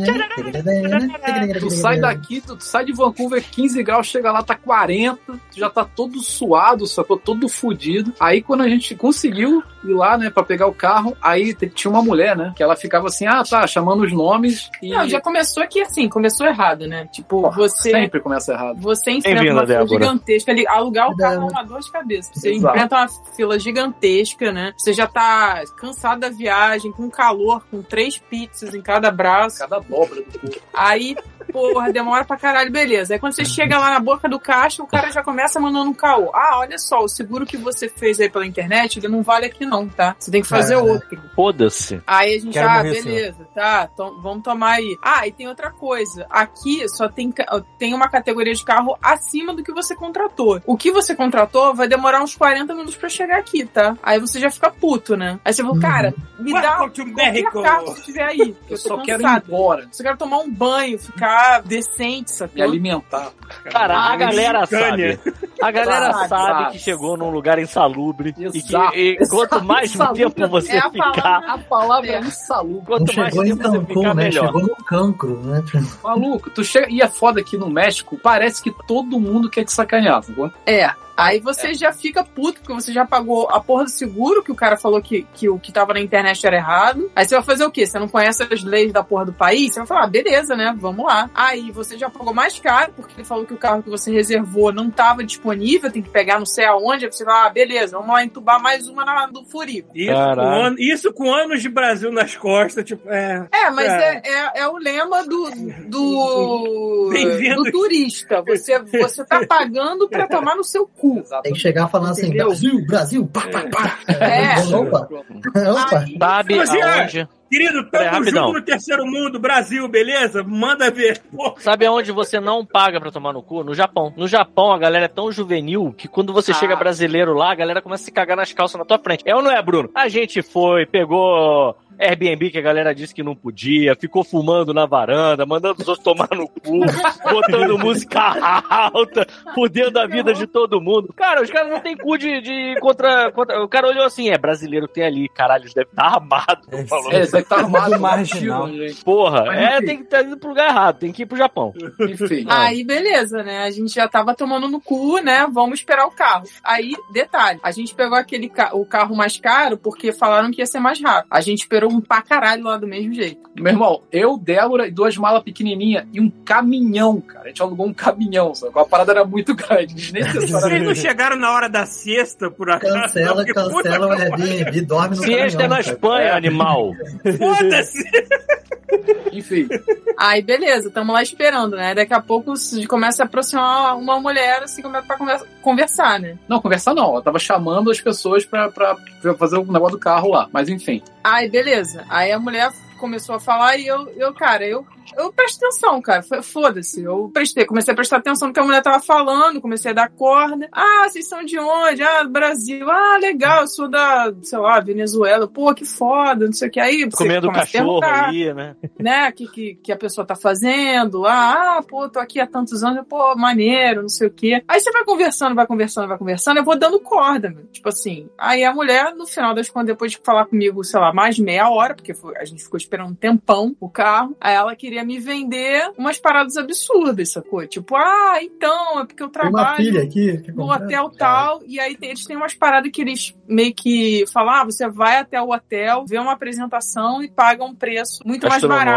Tu
Uhum.
sai daqui, tu, tu sai de Vancouver 15 graus, chega lá, tá 40, tu já tá todo suado, sacou? Todo fudido. Aí quando a gente conseguiu ir lá, né, pra pegar o carro, aí t- tinha uma mulher, né, que ela ficava assim, ah, tá, chamando os nomes e...
Não, já começou aqui assim, começou errado, né? Tipo,
Porra,
você
Sempre começa errado.
Você enfrenta
Bem-vinda,
uma fila
Débora.
gigantesca ali. Alugar o carro é
Débora.
uma dor de cabeça. Você
Exato.
enfrenta uma fila gigantesca, né? Você já tá cansado da viagem, com calor, com três pizzas em cada braço.
Cada dobra do cu.
Aí, porra, demora pra caralho, beleza. Aí quando você chega lá na boca do caixa, o cara já começa mandando um caô. Ah, olha só, o seguro que você fez aí pela internet, ele não vale aqui não, tá? Você tem que fazer
É.
Caraca.
outro.
Foda-se.
Aí a gente,
Quero
ah,
morrer, senhor.
beleza, tá, to- vamos tomar aí. Ah, e tem outra coisa. Aqui só tem, ca- tem uma categoria de carro acima do que você contratou. O que você contratou vai demorar uns 40 minutos pra chegar aqui, tá? Aí você já fica puto, né? Aí você
Uhum.
fala, cara, me dá
to
qualquer carro que tiver aí, que
é, Eu
eu
só
tô
quero ir
cansado.
embora,
Só quero tomar um banho, ficar decente, sabe?
me alimentar.
Cara, a galera
Tânia.
sabe. A galera
Sabe,
sabe,
sabe.
que chegou num lugar insalubre. E,
Exato,
que, e quanto mais
exato.
tempo você
É a
ficar,
palavra-
A palavra é
É.
insalubre.
Não
quanto mais
chegou em
tempo você
Cancún,
ficar,
né?
melhor.
Chegou no cancro, né?
Maluco, tu chega... E é foda aqui no México, parece que todo mundo quer te sacanear, sacou?
É. Aí você já fica puto, porque você já pagou a porra do seguro, que o cara falou que, que o que tava na internet era errado. Aí você vai fazer o quê? Você não conhece as leis da porra do país? Você vai falar, ah, beleza, né? Vamos lá. Aí você já pagou mais caro, porque ele falou que o carro que você reservou não tava disponível, tem que pegar não sei aonde. Aí você fala, ah, beleza, vamos lá entubar mais uma na, do furico.
Isso com,
Caralho.
ano- isso com anos de Brasil nas costas, tipo, é.
É, mas é,
É.
é, é o lema do, do,
Bem-vindos.
do turista. Você, você tá pagando pra tomar no seu cu.
Tem que chegar falando assim,
Entendeu?
Brasil, Brasil, pá, pá, pá.
É.
Opa, opa.
Aí-
Sabe
Mas, assim, é.
aonde,
Querido,
Peraí,
tamo
rapidão.
junto no terceiro mundo, Brasil, beleza? Manda ver. Pô,
sabe aonde você não paga pra tomar no cu? No Japão. No Japão, a galera é tão juvenil que quando você
Ah.
chega brasileiro lá, a galera começa a se cagar nas calças na tua frente. É ou não é, Bruno? A gente foi, pegou Airbnb que a galera disse que não podia, ficou fumando na varanda, mandando os outros tomar no cu, botando música alta, fudendo a vida de todo mundo. Cara, os caras não tem cu de, de contra, contra- O cara olhou assim, é brasileiro que tem ali, caralho, eles devem tá estar armados.
É,
falou.
É, você tá
né?
armado,
marginal.
ativo, gente.
Porra,
Mas
é,
enfim.
tem que estar indo pro lugar errado, tem que ir pro Japão.
Enfim.
Aí, beleza, né? A gente já tava tomando no cu, né? Vamos esperar o carro. Aí, detalhe, a gente pegou aquele ca- o carro mais caro porque falaram que ia ser mais rápido. A gente esperou um pra caralho lá do mesmo jeito.
Meu irmão, eu, Débora e duas malas pequenininhas e um caminhão, cara. A gente alugou um caminhão, só que a parada era muito grande,
vocês não
desnecessariamente.
chegaram na hora da sexta, por acaso?
Cancela,
Porque, puta,
cancela o Airbnb, dorme no
Siesta é
caminhão,
na
cara.
Espanha, animal.
Foda-se!
Enfim,
Aí, beleza, tamo lá esperando, né? Daqui a pouco se- começa a aproximar uma mulher, assim, começa pra conversa- conversar, né?
não, conversar não. Ela tava chamando as pessoas pra, pra fazer o negócio do carro lá. Mas enfim.
Aí, beleza. Aí a mulher começou a falar e eu, eu cara, eu, eu presto atenção, cara. F- Foda-se. Eu prestei, comecei a prestar atenção no que a mulher tava falando, comecei a dar corda. Ah, vocês são de onde? Ah, Brasil. Ah, legal, eu sou da, sei lá, Venezuela. Pô, que foda, não sei o que. Aí você
Comendo
começa a
cachorro
perguntar
aí, né?
né, que, que, que a pessoa tá fazendo, ah, ah, pô, tô aqui há tantos anos, pô, maneiro, não sei o quê. Aí você vai conversando, vai conversando, vai conversando, eu vou dando corda, meu. tipo assim. Aí a mulher, no final das contas, depois de falar comigo, sei lá, mais meia hora, porque foi- a gente ficou esperando um tempão o carro, aí ela queria me vender umas paradas absurdas, sacou? Tipo, ah, então, é porque eu
Tem
trabalho
uma pilha aqui. que
no
comprei.
hotel tal, e aí tem- eles têm umas paradas que eles meio que falam, ah, você vai até o hotel, vê uma apresentação e paga um preço muito mais barato.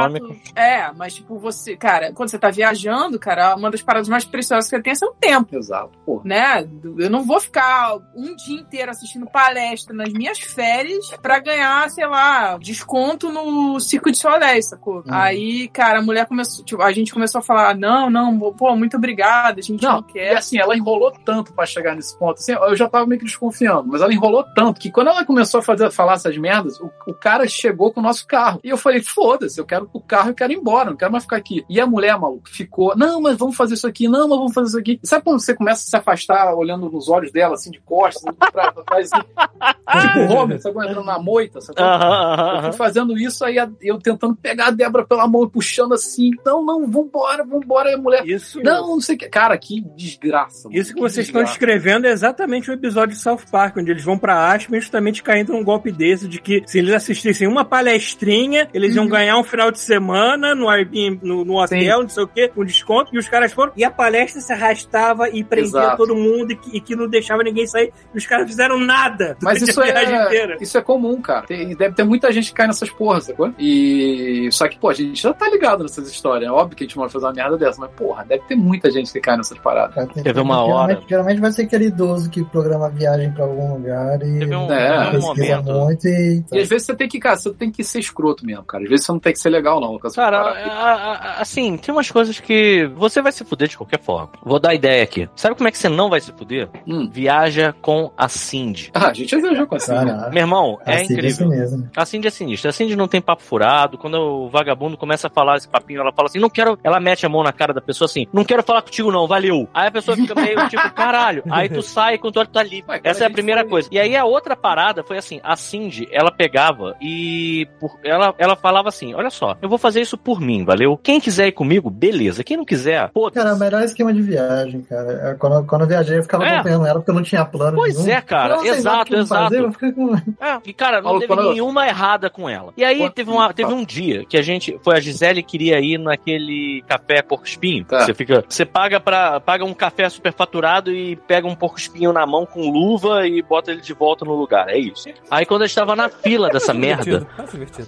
É, mas tipo, você, cara, quando você tá viajando, cara, uma das paradas mais preciosas que você tem é seu tempo,
Exato. Pô.
né? Eu não vou ficar um dia inteiro assistindo palestra nas minhas férias pra ganhar, sei lá, desconto no Circo de Soleil, sacou?
Hum.
Aí, cara, a mulher começou, tipo, a gente começou a falar, não, não, pô, muito obrigada, a gente não,
Não,
quer.
E assim, ela enrolou tanto pra chegar nesse ponto. Assim, eu já tava meio que desconfiando, mas ela enrolou tanto que quando ela começou a fazer, falar essas merdas, o, o cara chegou com o nosso carro. E eu falei, foda-se, eu quero o carro, eu quero ir embora, não quero mais ficar aqui. E a mulher, maluco, ficou, não, mas vamos fazer isso aqui, não, mas vamos fazer isso aqui. Sabe quando você começa a se afastar olhando nos olhos dela, assim, de costas, indo pra, pra trás, assim, tipo o Homer, sabe quando entrando na moita, sabe? Eu fui fazendo isso, aí a- eu tentando pegar a Débora pela mão e puxando assim, não, não, vambora, vambora, aí a mulher.
Isso,
Não, não sei o que. Cara, que desgraça. mano.
isso que vocês estão
desgraça.
descrevendo é exatamente o episódio de South Park, onde eles vão pra Aspen justamente caindo num golpe desse de que se eles assistissem uma palestrinha, eles
Uhum.
iam ganhar um final de semana no, Airbnb, no, no hotel, não sei o quê, com desconto, e os caras foram, e a palestra se arrastava e prendia
Exato.
todo mundo e que, e que não deixava ninguém sair, e os caras fizeram nada
Mas
durante
isso
a viagem inteira.
é, isso é comum, cara. Tem- deve ter muita gente que cai nessas porras, sacou? E. Só que, pô, a gente já tá ligado nessas histórias. É óbvio que a gente não vai fazer uma merda dessa, mas, porra, deve ter muita gente que cai nessas paradas.
Cara, tem-
Teve uma
geralmente,
hora.
Geralmente vai ser aquele idoso que programa viagem pra algum lugar e
Teve um,
É.
teve um
pesquisa
momento.
muito e. então,
E às vezes você tem que, cara, você tem que ser escroto mesmo, cara. Às vezes você não tem que ser legal, não. com essas
Cara,
paradas.
é-
a- a- a- assim, tem umas coisas que você vai se fuder de qualquer forma. Vou dar ideia aqui. Sabe como é que você não vai se fuder?
Hum.
Viaja com a Cindy.
Ah, a gente já viajou com essa. né?
Caraca.
Meu irmão, é
tá, assim,
incrível.
Isso mesmo.
A Cindy é sinistra. A Cindy não tem papo furado. Quando o vagabundo começa a falar esse papinho, ela fala assim: não quero. Ela mete a mão na cara da pessoa assim: não quero falar contigo, não, valeu. Aí a pessoa fica meio tipo, caralho. Aí tu sai quando tu olha, tu tá livre.
Ué, cara,
Essa é a
gente
primeira
foi-
coisa. E aí a outra parada foi assim: a Cindy, ela pegava e por- ela, ela falava assim: olha só, eu vou fazer isso por mim, valeu? Quem quiser ir comigo, beleza. Quem não quiser, pô.
Cara, é o melhor esquema de viagem, cara. É, Quando, quando eu viajei, eu ficava
É.
acompanhando ela porque eu não tinha plano
Pois
nenhum. Então,
é, cara.
Eu não sei nada o
Exato,
que
exato.
fazer, eu fiquei com-
É, e cara, não
Paulo,
teve
quando-
nenhuma errada com ela. E aí
Quando-
teve, uma, teve um dia que a gente. Foi a Gisele queria ir naquele café porco espinho.
Tá.
Você fica. Você paga para paga um café superfaturado e pega um porco espinho na mão com luva e bota ele de volta no lugar. É isso. Aí quando a gente tava na fila
É
dessa merda.
Divertido, tá quase divertido.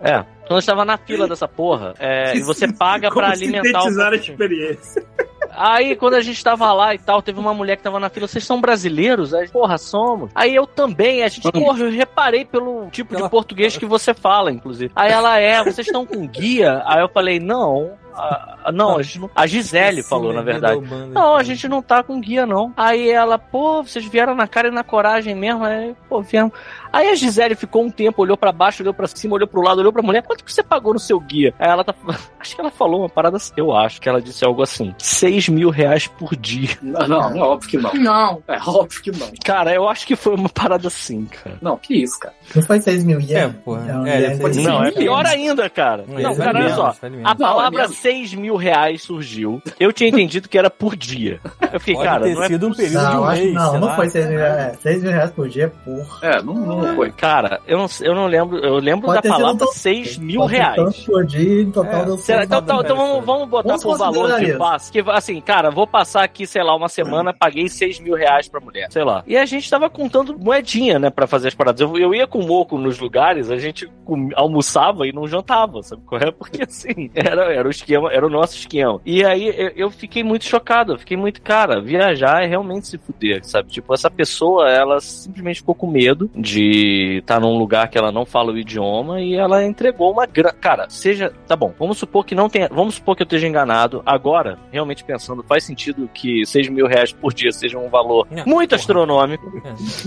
É. Quando a gente tava na fila dessa porra, é, e você paga
Como
pra alimentar o.
sintetizar tipo,
porco
a
espinho.
experiência.
Aí, quando a gente tava lá e tal, teve uma mulher que tava na fila, vocês são brasileiros? Aí, porra, somos. Aí eu também, a gente, porra, eu reparei pelo tipo de
Pela-
português que você fala, inclusive. Aí ela é, vocês estão com guia? Aí eu falei, não, a- a- não, a, gente não- a Gisele
Esse
falou, na
menino
verdade.
da Umbanda,
Não, a
cara.
gente não tá com guia, não. Aí ela, pô, vocês vieram na cara e na coragem mesmo, aí, pô, viemos. Aí a Gisele ficou um tempo, olhou pra baixo, olhou pra cima, olhou pro lado, olhou pra mulher, quanto que você pagou no seu guia? Aí ela tá. Acho que ela falou uma parada assim. Eu acho que ela disse algo assim: 6 mil reais por dia.
Não, não, não, óbvio que não.
Não.
É óbvio que não.
Cara, eu acho que foi uma parada assim, cara.
Não, que isso, cara.
Não foi 6 mil
É,
ienes?
porra.
É, um
É,
iene
deve ser-
de
Não, é
6 mil
pior
ienes.
ainda, cara. Não, é
Isso,
cara,
vale
olha só.
menos, vale menos.
A palavra
menos.
6 mil reais surgiu. Eu tinha entendido que era por dia. Eu fiquei,
Pode
cara,
ter
não é
sido um período de
Não,
um
acho que
mês,
não,
sei
não
lá.
foi 6 mil reais. É, 6 mil reais por dia, porra.
É, não, não foi.
Cara, eu não, sei- eu não lembro. Eu lembro
Pode ter
da
sido
palavra
tão-
6 mil
Pode ser
reais.
Tanto por dia, em total
É.
deu
Será? Então, tá, então vamos, vamos botar
Vamos
por valor
considerar
de
isso.
passe. Que assim, cara, vou passar aqui, sei lá, uma semana, paguei 6 mil reais pra mulher, sei lá. E a gente tava contando moedinha, né, pra fazer as paradas. Eu, eu ia com o moco nos lugares, a gente com- almoçava e não jantava, sabe qual é? Porque assim, era, era o esquema, era o nosso esquema. E aí eu, eu fiquei muito chocado, eu fiquei muito, cara, viajar é realmente se fuder, sabe? Tipo, essa pessoa, ela simplesmente ficou com medo de estar num lugar que ela não fala o idioma e ela entregou uma grana. Cara, seja. Tá bom, vamos supor que não tenha. Vamos supor que eu esteja enganado. Agora, realmente pensando, faz sentido que 6 mil reais por dia seja um valor
Não,
muito
porra.
astronômico.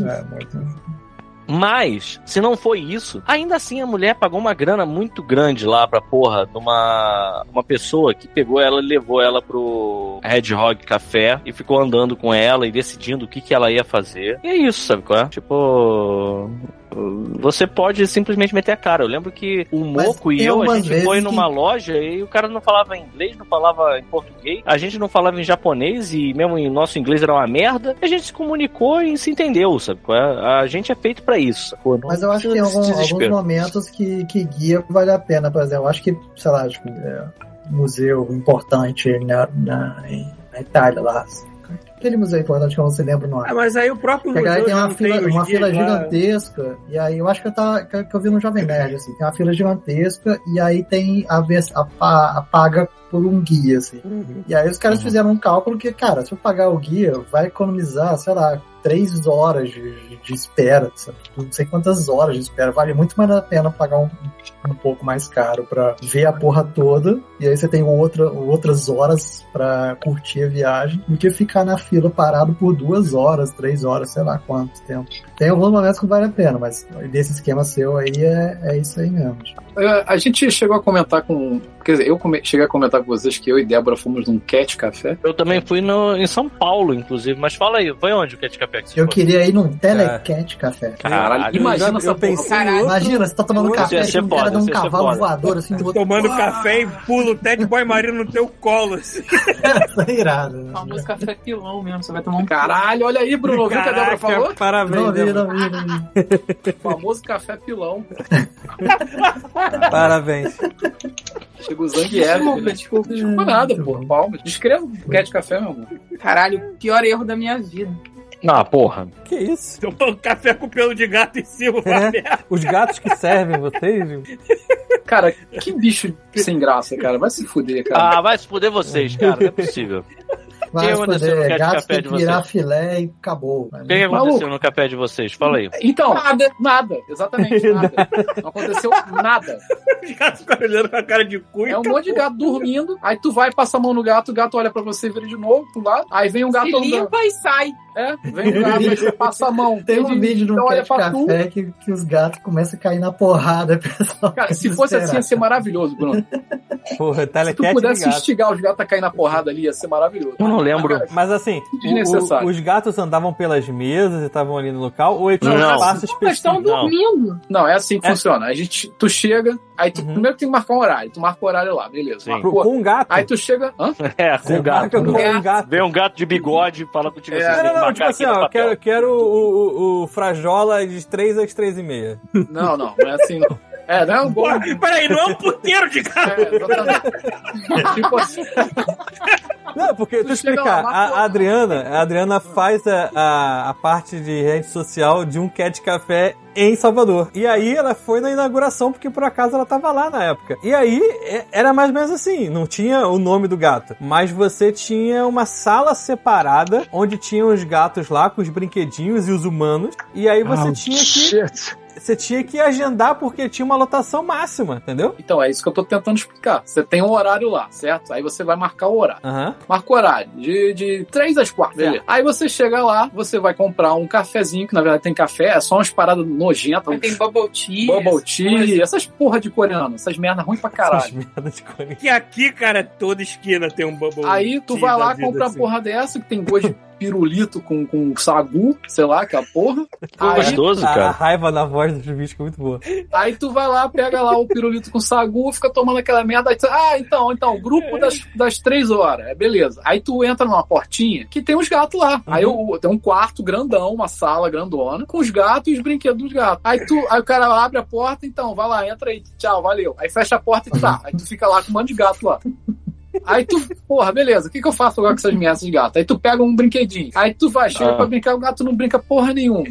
É, muito.
Mas, se não foi isso, ainda assim a mulher pagou uma grana muito grande lá pra porra de uma, uma pessoa que pegou ela e levou ela pro Red Hog Café e ficou andando com ela e decidindo o que, que ela ia fazer. E é isso, sabe qual é? Tipo. Você pode simplesmente meter a cara. Eu lembro que o
Mas
Moco e
tem
eu, a
umas
gente
vezes
foi numa
que-
loja e o cara não falava inglês, não falava em português, a gente não falava em japonês e mesmo em nosso inglês era uma merda. E a gente se comunicou e se entendeu, sabe? qual é? A gente é feito pra isso. sacou? Não
Mas eu acho que tem
precisa
algum-
desse
alguns
desespero.
momentos que, que guia vale a pena, por exemplo. Eu acho que, sei lá, tipo, é, museu importante na, na, em- na Itália lá. assim. Aquele museu importante que eu não se lembro o nome.
Ah, mas aí o próprio
Porque a galera
museu
tem
já
uma
não
fila,
tem os
uma fila
guias lá.
gigantesca, e aí eu acho que eu, tava, que, que eu vi no Jovem Nerd, assim, tem uma fila gigantesca, e aí tem a, vers- a, pa- a paga por um guia, assim. E aí os caras fizeram um cálculo que, cara, se eu pagar o guia, vai economizar, sei lá, três horas de, de espera, sabe? Tipo, não sei quantas horas de espera, vale muito mais a pena pagar um, um pouco mais caro pra ver a porra toda, e aí você tem outra, outras horas pra curtir a viagem, do que ficar na fila parado por duas horas, três horas, sei lá quanto tempo. Tem alguns momentos que vale a pena, mas desse esquema seu aí é, é isso aí mesmo.
É, A gente chegou a comentar com. Quer dizer, eu come- cheguei a comentar com vocês que eu e Débora fomos num cat café.
Eu também fui no, em São Paulo, inclusive. Mas fala aí, foi onde o Cat Café que você
Eu
foi?
queria ir num telecat café.
Caralho,
imagina essa porra.
Caralho, Imagina, você tá tomando
Isso ia
café,
ser
chega um cara
foda,
dá um
isso ia ser
cavalo
foda.
voador assim, outro...
Tomando café e pula o Ted Boy Marino no teu colo. assim.
Tá irado. né?
Uma música café pilão mesmo, você vai tomar um
Caralho, olha aí, Bruno, viu o que a Débora
Caraca,
falou?
Parabéns, né,
Não vi,
Débora.
não vi, não vi.
O famoso café pilão.
Parabéns.
Chega o Zangief.
Desculpa,
né?
desculpa,
Não
desculpa
é nada, pô. Palmas. Descreva o cat café, meu amor.
Caralho, pior erro da minha vida.
Ah, porra.
Que isso?
Tomando café com pelo de gato em cima.
É.
fala merda.
Os gatos que servem vocês, viu?
Cara, que bicho sem graça, cara. Vai se fuder, cara.
Ah, vai se fuder vocês, cara. Não é possível.
Vai
Quem mandou seu
foder,
cat
gato
café
tem
de um
que virar
vocês?
filé e acabou.
O que que
Maluco.
aconteceu no café de vocês? Fala aí.
Então,
Nada.
nada, exatamente nada. Não aconteceu nada.
Os gatos ficaram olhando com a cara de cu. e
É um monte de gato dormindo, aí tu vai, passa a mão no gato, o gato olha pra você, vira de novo pro lado, aí vem um gato
Se
andando.
limpa e sai.
É, vem um gato, aí você passa a mão.
Tem um
Ele
vídeo de um
olha
cat
pra tu.
café que, que os gatos começam a cair na porrada, pessoal.
Cara, se fosse assim, ia ser maravilhoso, Bruno.
Porra,
é
Se
telecat
tu
de
pudesse
gato.
instigar os gatos a cair na porrada ali, ia ser maravilhoso.
Eu não lembro.
Mas assim, o- o-
Desnecessário.
os gatos andavam pelas mesas e estavam ali no local, ou eles tinham
Não.
um espaço
Elas estão
específico.
dormindo.
Não, é assim que
É.
funciona. A gente, tu chega, aí tu
Uhum.
primeiro tem que marcar um horário. Tu marca o horário lá, beleza.
Sim.
Pro-
Marcou.
Com um gato.
Aí tu chega. Hã?
É, com
Você
o gato.
marca com um gato.
Vem um gato de bigode e fala contigo
É.
Não,
assim. tem
não,
que
não,
marcar
tipo assim,
aqui no
ó, eu
papel.
quero, eu quero o, o- o Frajola de 3 às 3 e meia.
Não, não, não é assim não. É, não é um bom.
Porra, peraí, não é um puteiro de gato.
É, exatamente. tipo assim.
Não, porque, deixa eu
chega lá,
explicar,
marca
a,
o-
a Adriana, a Adriana faz a, a, a parte de rede social de um cat café em Salvador. E aí ela foi na inauguração, porque por acaso ela tava lá na época. E aí é- era mais ou menos assim, não tinha o nome do gato, mas você tinha uma sala separada, onde tinham os gatos lá, com os brinquedinhos e os humanos, e aí
Ah,
você tinha que... Você tinha que agendar porque tinha uma lotação máxima, entendeu?
Então, é isso que eu tô tentando explicar. Você tem um horário lá, certo? Aí você vai marcar o horário.
Aham.
Marca o horário, de, de 3 às
É.
4, beleza. Aí você chega lá, você vai comprar um cafezinho, que na verdade tem café, é só umas paradas nojentas,
Aí
um
Tem bubble tea.
bubble tea,
coisas.
essas porra de coreano, essas merdas ruins pra
Essas
caralho.
merdas de coisa.
Que aqui, cara, é toda esquina tem um bubble.
Aí tu
tea
vai
da
lá,
vida,
compra uma
assim.
porra dessa, que tem gosto de pirulito com, com sagu, sei lá, aquela porra. Aí
Gostoso,
A- A
Ah, é cara.
raiva na voz dos bichos que é muito boa.
Aí tu vai lá, pega lá o pirulito com sagu, fica tomando aquela merda. Aí tu, ah, então, então, grupo das, das três horas. É beleza. Aí tu entra numa portinha que tem uns gatos lá. Aí o- tem um quarto grandão, uma sala grandona, com os gatos e os brinquedos dos gatos. Aí tu, aí o cara abre a porta, então, vai lá, entra aí, tchau, valeu. Aí fecha a porta e tá. Aí tu fica lá com um monte de gato lá. Aí tu, porra, beleza, o que, que eu faço agora com essas merdas de gato? Aí tu pega um brinquedinho. Aí tu vai, chega
Ah.
pra brincar, o gato não brinca porra nenhuma.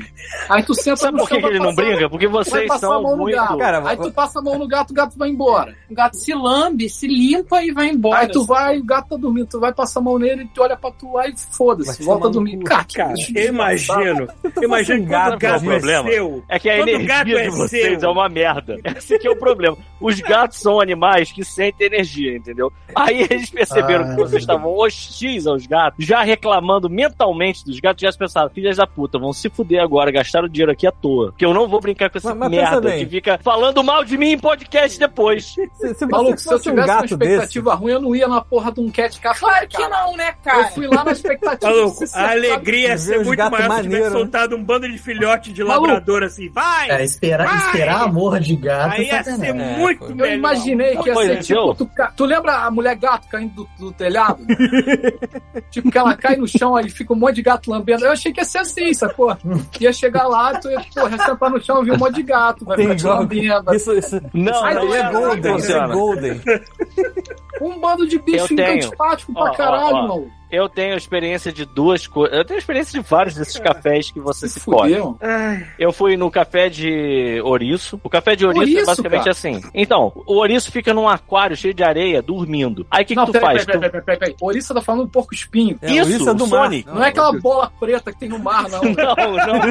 Aí tu senta
Sabe
no
por que,
chão,
que
vai
ele não
passar-
brinca? Porque
Vai
vocês
passar a
são
mão no
muito...
gato.
Cara,
aí
vou-
tu passa a mão no gato, o gato vai embora.
O gato se lambe, se limpa e vai embora.
aí tu vai, o gato tá dormindo, tu vai passar a mão nele, ele te olha pra tu lá e foda-se,
Vai
volta
tomar
a
no
dormir.
cu.
Cara, que
Cara,
bicho
eu
Tá,
imagino. Imagino que quando o
gato,
gato
é o problema.
é seu.
É que a
Quando o
energia
gato é
de vocês
seu.
é uma merda. Esse que é o problema. Os gatos são animais que sentem energia, entendeu? Aí eles eles perceberam
Ah,
que vocês estavam hostis aos gatos, já reclamando mentalmente dos gatos, já pensaram, filhas da puta, vão se fuder agora, gastaram dinheiro aqui à toa. Que eu não vou brincar com essa
Mas- mas pensa
merda
bem.
que fica falando mal de mim em podcast depois.
Se, se
Maluco, se eu
fosse um
tivesse uma
gato desse.
expectativa ruim, eu não ia na porra de um cat café.
Claro que não, né,
Eu
cara?
fui lá na expectativa.
Maluco,
de ser
Tá a alegria é
ver
ser
os
muito
gatos
maior se
maneiro,
tivesse
né?
soltado um bando de filhote de
Maluco.
labrador assim. Vai!
É, esperar,
Vai!
esperar amor de gato
Aí
é
ia ser
sacanagem.
É,
muito
foi.
Eu
melhor.
imaginei que ia
Pois é,
ser tipo.
eu-
Tu, ca- tu lembra a mulher gato caindo do, do telhado? tipo, que ela cai no chão, aí fica um monte de gato lambendo. Eu achei que ia ser assim, sacou? Ia chegar lá, tu ia, porra, ia sentar no chão e ver um monte de gato, vai
Tem
ficar te
igual-
lambendo.
Isso, isso, isso
Não, não,
daí é
não, não
golden, isso é
funciona.
golden.
Um bando de bicho
Eu tenho.
antipático
Ó,
pra
ó,
caralho,
ó.
maluco.
Eu tenho experiência de duas coisas. Eu tenho experiência de vários
É.
desses cafés que você se pode.
fudeu.
Ai,
Eu fui no café de ouriço. O café de ouriço, é
Ouriço,
basicamente
cara?
assim. Então, o ouriço fica num aquário cheio de areia, dormindo. Aí o que, que
Não,
tu
peraí,
faz?
peraí, peraí, peraí, peraí, peraí. Ouriça tá falando um porco espinho.
É,
Isso,
ouriça
o
do mar.
Sonic.
Não é aquela bola preta que tem no mar, não.
Tu... Não, não.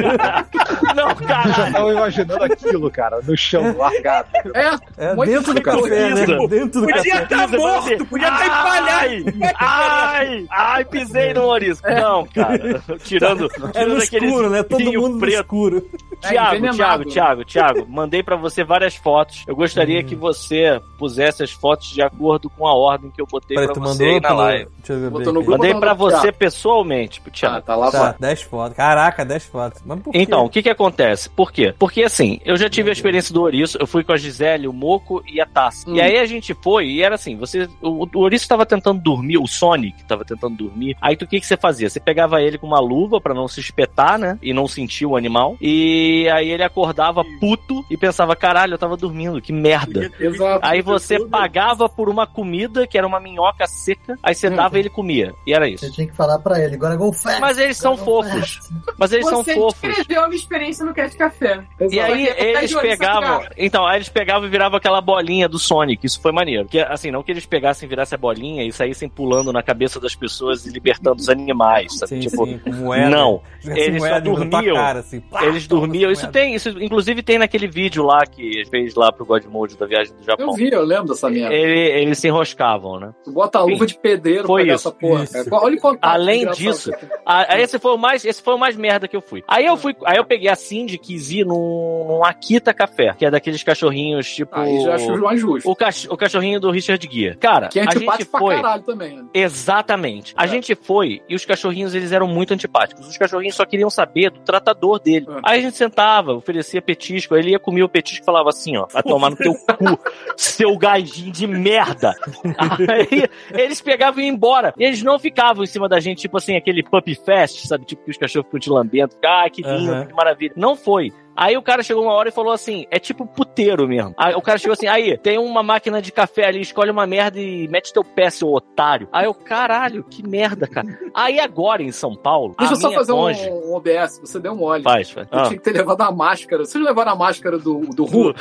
não,
Já
caralho.
tava imaginando aquilo, cara, no chão, largado.
É,
É
Muito
dentro do café, né?
colorido.
Dentro do
Podia
café.
estar
Você fala assim,
morto, podia estar empalhado.
Ai, ai, ai, pisei no ouriço. Não, cara. Tirando,
É no
tirando aquele
escuro, né? Todo
vinho
mundo
preto.
no escuro.
É
Tiago,
envenenado.
Tiago, Tiago, Tiago, mandei pra você várias fotos. Eu gostaria
Uhum.
que você pusesse as fotos de acordo com a ordem que eu botei
Peraí,
pra
tu
você
mandou
aí na
pelo-
live.
Deixa eu ver
Botou no
aqui.
Google.
Mandei
mandar
pra
pro Thiago.
você pessoalmente, pro Thiago.
Ah, tá lá
Tá,
fora.
10 fotos. Caraca, 10 fotos. Mas por quê?
Então, o que que acontece? Por quê? Porque assim, eu já tive a experiência do Ouriço, eu fui com a Gisele, o Moco e a Tassi.
Hum.
E aí a gente foi e era assim, você, o, o Ouriço tava tentando dormir, o Sonic tava tentando dormir. Aí tu, o que que você fazia? Você pegava ele com uma luva pra não se espetar, né? E não sentir o animal. E aí ele acordava puto e pensava, caralho, eu tava dormindo, que merda.
Podia ter visto
Exato.
Aí você
tudo.
pagava por uma comida, que era uma minhoca seca, aí
Hum.
você dava e ele comia. E era isso.
Você tinha que falar pra ele, agora é go fast.
Mas eles são fofos. Mas eles são
Você
fofos.
descreveu a minha experiência no Cat Café.
E aí
Vai ter
eles
vontade de olhar
pegavam.
essa
Então, aí eles pegavam e viravam aquela bolinha do Sonic. Isso foi maneiro. Que, assim, não que eles pegassem e virassem a bolinha e saíssem pulando na cabeça das pessoas e libertando os animais. Sabe?
Sim,
tipo,
sim, com moeda.
não.
Joga
Eles
moeda
só
na tua
dormiam.
Cara, assim. Pá,
Eles
toma
dormiam.
essa
Isso
moeda.
tem, isso inclusive tem naquele vídeo lá que fez lá pro God Mode da viagem do
Eu
Japão.
vi, eu lembro dessa merda.
Ele- eles se enroscavam, né?
Tu bota a luva de pedreiro pra
Foi
pegar
isso.
essa porra.
Isso.
cara. Olha o contato.
Além
engraçado.
disso, Ah, aí esse foi o mais, esse foi o mais merda que eu fui. Aí eu fui, aí eu peguei a Cindy que ia num, num Akita Café, que é daqueles cachorrinhos tipo
Aí já Ah, acho mais justo.
o, cach- o cachorrinho do Richard Gere. Cara,
Que é
a gente
antipático pra
foi.
caralho também. né?
Exatamente. A gente foi e os cachorrinhos eles eram muito antipáticos. Os cachorrinhos só queriam saber do tratador dele.
Ah.
Aí a gente sentava, oferecia petisco, aí ele ia comer o petisco e falava assim, ó, vai tomar no teu cu, seu gajinho de merda. Aí eles pegavam e iam embora. E eles não ficavam em cima da gente, tipo assim, aquele puppy fest, sabe? Tipo que os cachorros ficam te lambendo. Ah, que lindo,
Aham.
que maravilha. Não foi. Aí o cara chegou uma hora e falou assim: é tipo puteiro mesmo. Aí o cara chegou assim: aí, tem uma máquina de café ali, escolhe uma merda e mete teu pé, seu otário. Aí eu, caralho, que merda, cara. Aí agora em São Paulo.
Deixa
a
eu só
minha
fazer um,
conge-
um OBS. Você deu um óleo.
Faz, faz.
Eu
Ah.
tinha que ter levado a máscara. Vocês levaram a máscara do, do Ru?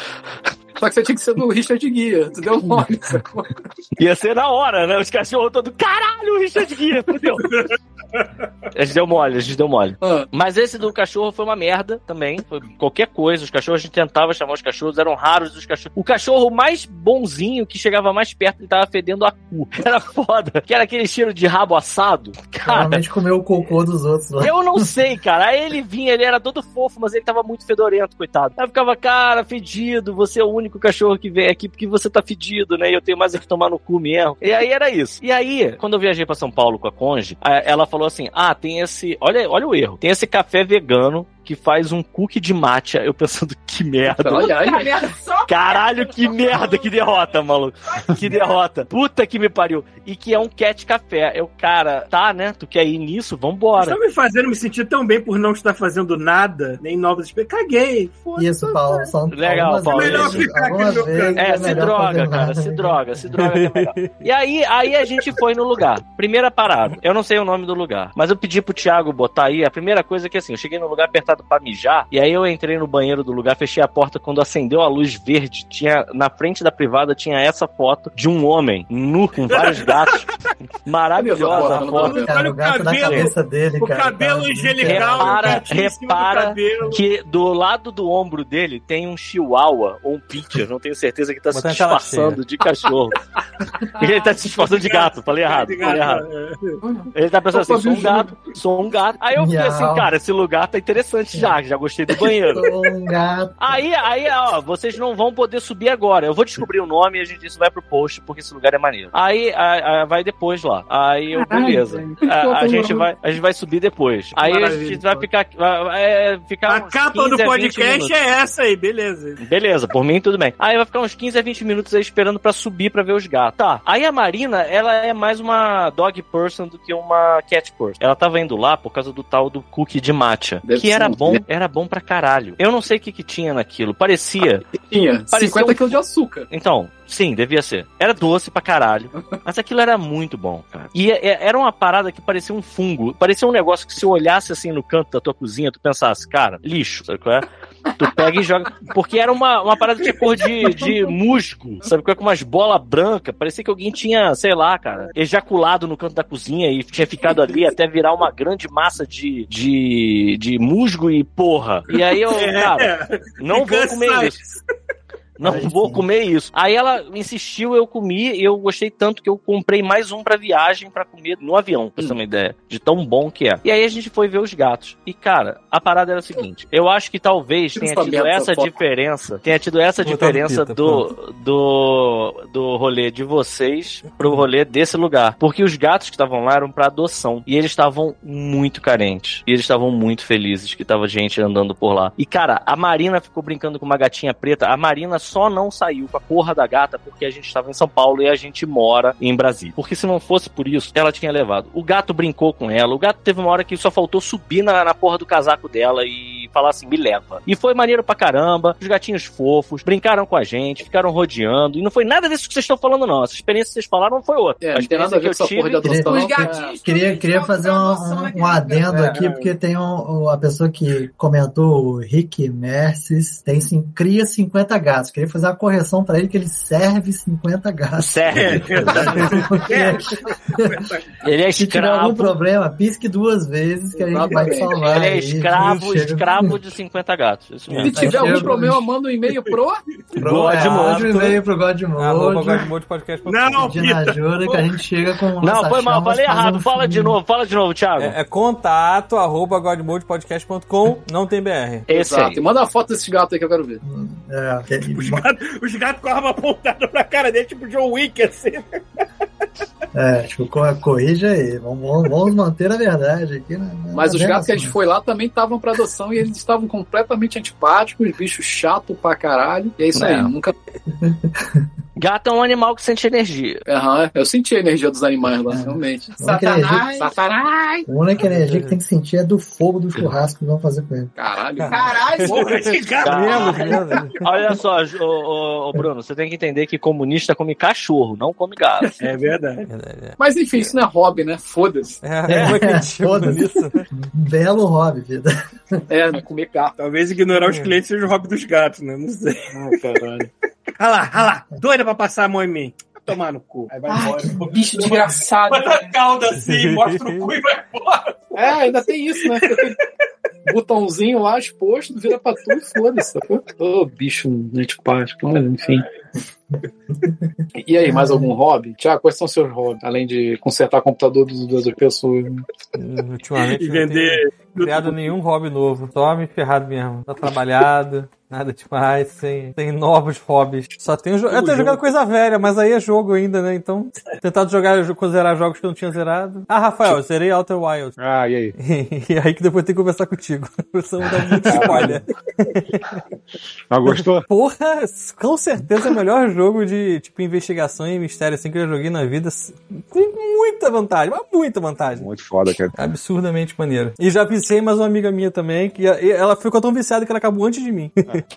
Só que você tinha que ser do Richard Guia. Tu deu um óleo. sacou?
Ia ser na hora, né? Os cachorros todos. Caralho, o Richard Gere, fudeu. a gente deu mole, a gente deu mole.
Ah.
Mas esse do cachorro foi uma merda também. Foi qualquer coisa. Os cachorros, a gente tentava chamar os cachorros, eram raros os cachorros. O cachorro mais bonzinho que chegava mais perto, ele tava fedendo a cu. Era foda. Que era aquele cheiro de rabo assado. Cara.
Normalmente comeu o cocô dos outros lá.
Eu não sei, cara. Aí ele vinha, ele era todo fofo, mas ele tava muito fedorento, coitado. Aí eu ficava, cara, fedido, você é o único cachorro que vem aqui porque você tá fedido, né? E eu tenho mais é que tomar no cu mesmo. E aí era isso. E aí, quando eu viajei pra São Paulo com a Conge, a- ela falou assim: ah, tem esse. Olha, olha o erro. Tem esse café vegano que faz um cookie de matcha. Eu pensando, que merda.
Olha aí.
cara. Puta merda, só
Caralho, que merda, que derrota, maluco. Que derrota. Puta que me pariu. E que é um cat café. Eu, cara, tá, né? Tu quer ir nisso? Vambora.
Estão tá me fazendo me sentir tão bem por não estar fazendo nada, nem novas experiências. Caguei. foda-se.
Isso, Paulo. São
Legal,
algumas
Paulo,
vezes-
melhor
ficar aqui
algumas
no meu
vezes
canto.
É,
é
se
melhor
droga,
fazer
cara,
nada.
se droga, se droga que é melhor. E aí, aí a gente foi no lugar. Primeira parada. Eu não sei o nome do lugar, mas eu pedi pro Thiago botar aí. A primeira coisa é que assim, eu cheguei no lugar, apertava sentado pra mijar, e aí eu entrei no banheiro do lugar, fechei a porta, quando acendeu a luz verde, tinha, na frente da privada tinha essa foto de um homem, nu, com vários gatos. Maravilhosa a foto.
Cara, o gato na cabeça dele,
O
cara.
cabelo
Tá
angelical,
Repara-
o gatinho em cima do
repara
cabelo.
Que do lado do ombro dele tem um chihuahua ou um pincher, não tenho certeza que tá se
Botando aquela
disfarçando de cachorro. ele tá se disfarçando de gato, falei
Tá
errado, falei errado.
né?
Ele tá pensando assim, sou um gato, sou um gato. Aí eu vi
Miau.
assim, cara, esse lugar tá interessante já, já gostei do banheiro.
Sou um gato.
Aí, aí, ó, vocês não vão poder subir agora. Eu vou descobrir o nome e a gente isso vai pro post, porque esse lugar é maneiro. Aí, a- a- vai depois lá. Aí eu,
Caralho,
beleza.
velho.
A, a
Todo
gente né?
mundo.
vai, a gente vai subir depois. Aí a
Maravilha,
gente vai ficar. vai- vai- é, ficar
A
uns
capa
15
do
a 20
podcast
minutos.
é essa aí, beleza.
Beleza, por mim tudo bem. Aí vai ficar uns 15 a 20 minutos aí esperando pra subir pra ver os gatos. Tá. Aí a Marina, ela é mais uma dog person do que uma cat person. Ela tava indo lá por causa do tal do cookie de matcha,
Deve
que
ser
era
um-
bom, era bom pra caralho. Eu não sei o que que tinha naquilo. Parecia
Tinha
Parecia
50
um-
quilos de açúcar.
então, sim, devia ser. Era doce pra caralho. Mas aquilo era muito bom, cara. E é- é- era uma parada que parecia um fungo. Parecia um negócio que se eu olhasse assim no canto da tua cozinha, tu pensasse, cara, lixo, sabe qual é? Tu pega e joga. Porque era uma, uma parada de cor de, de musgo, sabe qual é? Com umas bolas brancas. Parecia que alguém tinha, sei lá, cara, ejaculado no canto da cozinha e tinha ficado ali até virar uma grande massa de, de, de musgo e porra. E aí eu, cara,
É,
não vou
Gus
comer
Sykes.
isso. Não
Aí
vou
sim.
comer isso. Aí ela insistiu, eu comi, e eu gostei tanto que eu comprei mais um pra viagem pra comer no avião, pra você ter uma ideia de tão bom que é. E aí a gente foi ver os gatos. E cara, a parada era a seguinte, eu acho que talvez
Eu
tenha
sabia
tido
dessa
essa
foto.
diferença, tenha tido essa
Vou botar no
diferença
Twitter,
do, do do rolê de vocês pro rolê desse lugar, porque os gatos que estavam lá eram pra adoção e eles estavam muito carentes. E eles estavam muito felizes que tava gente andando por lá. E cara, a Marina ficou brincando com uma gatinha preta. A Marina só não saiu com a porra da gata porque a gente estava em São Paulo e a gente mora em Brasília. Porque se não fosse por isso, ela tinha levado. O gato brincou com ela. O gato teve uma hora que só faltou subir na, na porra do casaco dela e falar assim: me leva. E foi maneiro pra caramba. Os gatinhos fofos brincaram com a gente, ficaram rodeando. E não foi nada disso que vocês estão falando, não. Essa experiência que vocês falaram foi outra.
É, não tem nada
experiência
a ver com essa porra de adoção.
Os
não,
gatinhos
cara.
Queria, queria fazer um, um- um adendo aqui, porque tem um- um- a pessoa que comentou, o Rick Merces, tem sim, cria 50 gatos. Queria fazer uma correção pra ele que ele serve 50 gatos.
Sério,
Porque
ele é
se tiver algum
escravo.
problema, pisque duas vezes que a gente vai te
Exatamente.
salvar.
Ele é
aí,
escravo,
chega-
escravo de 50 gatos. Isso
É. Se
mesmo.
tiver
Eu-
algum problema, manda um e-mail pro.
Pro, é, mande um e-mail pro
Ah,
Arroba
Godmode.
godmodepodcast.com.
Não,
Pedindo
Pita.
ajuda que a gente chega com
Não, foi mal, falei
chamas, faz um
errado. Fala de
filme.
novo, fala de novo, Thiago.
É, é contato arroba godmodepodcast.com, não tem BR.
Esse aí.
é, Exato. E manda uma foto desses gatos aí que eu quero ver.
É, que-
Os gatos, os gatos com a arma apontada pra cara dele, tipo John Wick, assim.
É, tipo, co- corrija aí. Vamos, vamos- vamos manter a verdade aqui. Né?
Mas os
É,
gatos que a
assim,
gente foi lá também estavam pra adoção e eles estavam completamente antipáticos, bicho chato pra caralho. E é isso
É.
aí. Nunca.
Gato é um animal que sente energia.
Aham, é. eu senti a energia dos animais lá, realmente.
Não queria
Satanás.
Satanás!
A única energia que tem que sentir é do fogo do churrasco que vão fazer com ele.
Caralho.
Caralho,
Porra, esse gato.
Olha só, Ju- ô, ô, ô, Bruno, você tem que entender que comunista come cachorro, não come gato.
É verdade.
Mas enfim, isso não é hobby, né? Foda-se.
É, é, é.
Foda-se. Belo hobby, vida.
É, né? comer gato.
Talvez ignorar os clientes seja o hobby dos gatos, né? Não sei. Ai, caralho. Olha lá, olha lá. Doida pra passar a mão em mim. Vai Tomar no cu. Aí vai embora.
bicho desgraçado.
tá-
Bota a cauda assim, mostra o cu e vai embora.
É, ainda tem isso, né? Tem Botãozinho lá exposto, vira pra tu e foda-se. Ô, bicho antipático, mas enfim. E aí, mais algum hobby? Tiago, quais são seus hobbies? Além de consertar computador dos- das outras pessoas.
Ultimamente
E
eu não tenho
vender.
criado nenhum hobby novo. Só me ferrado mesmo. Tá trabalhado. Nada demais, sem, sem novos hobbies. Só tenho jo- Eu tenho jogado coisa velha, mas aí é jogo ainda, né? Então, tentado jogar, jo- zerar jogos que eu não tinha zerado. Ah, Rafael,
Tipo
zerei Outer Wilds.
Ah, e aí?
E aí que depois tem que conversar contigo. Você não dá muito spoiler.
Não gostou?
Porra, com certeza é o melhor jogo de tipo investigação e mistério assim que eu já joguei na vida. assim, Com muita vantagem, mas muita vantagem.
Muito foda, cara.
Absurdamente maneiro. E já viciei mais uma amiga minha também, que a- e ela ficou tão viciada que ela acabou antes de mim.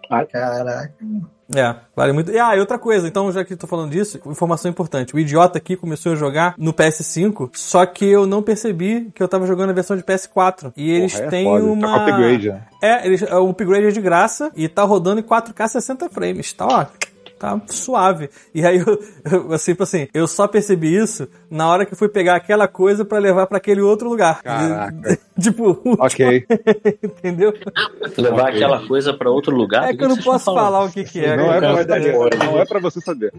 Caraca.
É, vale muito. E, ah, e outra coisa, então, já que eu tô falando disso, informação importante. O idiota aqui começou a jogar no PS5, só que eu não percebi que eu tava jogando a versão de PS4. E eles
Porra, é
têm
foda.
uma.
Tá com upgrade, né?
É, eles, o upgrade é de graça e tá rodando em 4K 60 frames. Tá, ó. Tá suave. E aí, eu, eu, assim, tipo assim, eu só percebi isso na hora que fui pegar aquela coisa pra levar pra aquele outro lugar.
Caraca.
tipo,
Ok.
entendeu?
Levar aquela coisa pra outro lugar?
É
Por
que eu não
vocês estão
posso
falando?
falar o que que é.
Não é,
cara.
pra, não é pra você saber.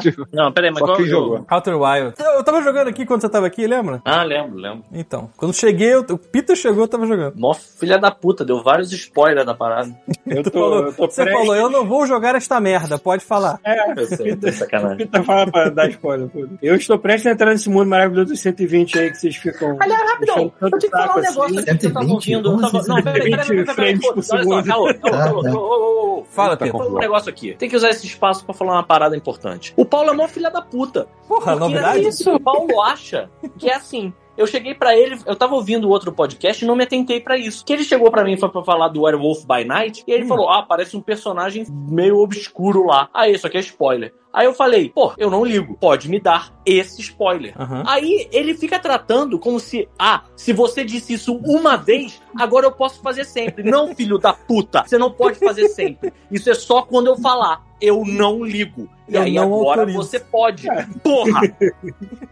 Tipo,
Não, peraí, mas
só
qual é
quem
o jogo?
jogou.
Outer Wild. Eu eu tava jogando aqui quando você tava aqui, lembra?
Ah, lembro, lembro.
Então, quando cheguei, eu- o Peter chegou, eu tava jogando.
Mó filha da puta, deu vários spoilers da parada.
Eu
Tu
tô,
falou-
eu tô
você
prestes-
falou, eu não vou jogar esta merda, pode falar.
É,
Eu sei, tô de sacanagem.
Pita fala tá pra dar spoiler. pô. Eu estou prestes a entrar nesse mundo maravilhoso dos 120 aí que vocês ficam.
Aliás, rapidão,
deixando
eu
tanto
tenho que falar um
saco assim.
negócio aqui que eu tava
120,
ouvindo. eu tava- Não, peraí, peraí,
120
peraí, peraí,
frames por
pô, olha só,
segundo.
calma,
Ah,
calma, calma,
tá.
ô, ô, ô, ô.
Fala,
Tá
Peter.
Vou falar um negócio aqui. Tem que usar esse espaço pra falar uma parada importante. O Paulo é mó filha da puta.
Porra,
Porque
novidade?
é isso que o Paulo acha que é assim. Eu cheguei pra ele, eu tava ouvindo outro podcast e não me atentei pra isso. Que ele chegou pra mim foi pra falar do Werewolf by Night
Hum.
e ele falou: "Ah, parece um personagem meio obscuro lá". Aí, isso aqui é spoiler. Aí eu falei: "Pô, eu não ligo. Pode me dar esse spoiler".
Aham.
Aí ele fica tratando como se, ah, se você disse isso uma vez, agora eu posso fazer sempre. Não, filho da puta, você não pode fazer sempre. Isso é só quando eu falar. Eu não ligo. E
Eu
aí
não
agora
autorizo. É.
você pode. Porra!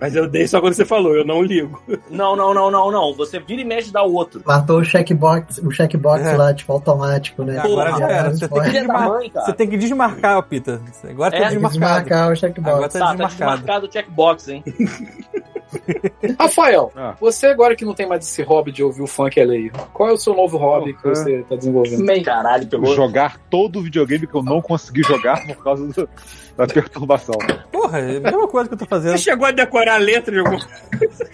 Mas eu dei só quando você falou, eu não ligo.
Não, não, não, não, não. Você vira e mexe dá outro.
Matou o checkbox, o checkbox
É.
lá, tipo, automático, né?
Agora
Tipo,
já era,
ah,
você
pode
tem que
Filha da
desmarcar.
mãe, cara.
Você tem que desmarcar, Peter. Agora
É,
tá
tem
desmarcado.
Desmarcar o
Agora
checkbox.
tá
Tá, tá
desmarcado.
desmarcado o checkbox, hein?
Rafael,
Ah.
você agora que não tem mais esse hobby de ouvir o funk alheio, qual é o seu novo hobby que
Porra.
você tá desenvolvendo?
Meio.
Caralho, pegou.
Jogar todo o videogame que eu não consegui jogar por causa do- da perturbação.
Porra, é a mesma coisa que eu tô fazendo.
Você chegou a decorar a letra de alguma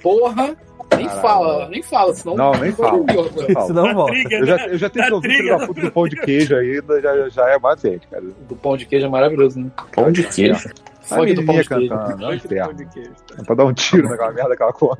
Porra! Nem
Caralho.
fala, nem fala, senão
Não, nem
vai
fala.
dormir agora.
Fala.
Senão um volta.
briga,
Eu
né?
já, eu já tenho
Tá
que ouvir o filho da
trigger.
puta do pão de queijo ainda, já, já é mais gente, cara.
Do pão de queijo é maravilhoso, né?
Pão de queijo.
A
Funk do pão
menininha
de queijo.
Tá cantando, é um inferno.
Podcast.
É Pra dar um tiro naquela merda que ela come.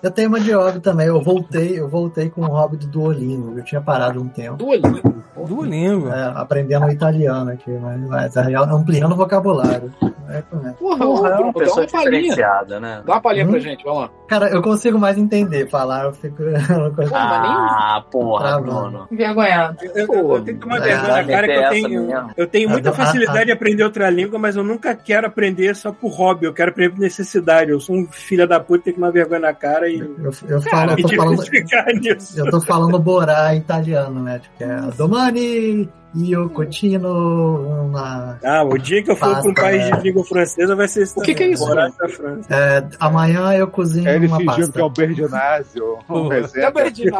Eu tenho uma de hobby também. Eu voltei, eu voltei com o hobby do Duolingo. Eu tinha parado um tempo.
Duolingo.
Duolingo.
É, aprendendo o italiano aqui, mas, mas aí ampliando o vocabulário. É, é.
Porra,
Porra,
ô,
é uma
Bruno, dá
pessoa
uma palhinha.
diferenciada, né?
Dá uma palhinha pra
Hum?
gente, vai lá.
Cara, eu consigo mais entender falar, eu fico. é eu consigo-
Ah, porra,
Ah,
Bruno.
Envergonhado.
Eu, eu- eu tenho que
é,
tomar
Pô,
vergonha na cara
vai
que
meter
eu
essa
tenho.
mesmo.
Eu tenho muita
Ah, ah,
facilidade de aprender outra língua, mas eu nunca quero aprender só por hobby. Eu quero aprender por necessidade. Eu sou um filho da puta, tenho que tomar vergonha na cara e.
Eu, eu falo, eu
me
tô
é
falando.
justificar nisso.
Eu tô falando Borá em italiano, né? Tipo, é Domani, io continuo uma.
Ah, o dia que eu for pra um
Passa,
país
né?
de língua francesa vai ser isso.
O que que é isso,
Morar na França.
É, amanhã eu cozinho
É ele
uma
fingindo que é
pasta.
um berginásio, um
Porra.
Já
reserva.
perdi na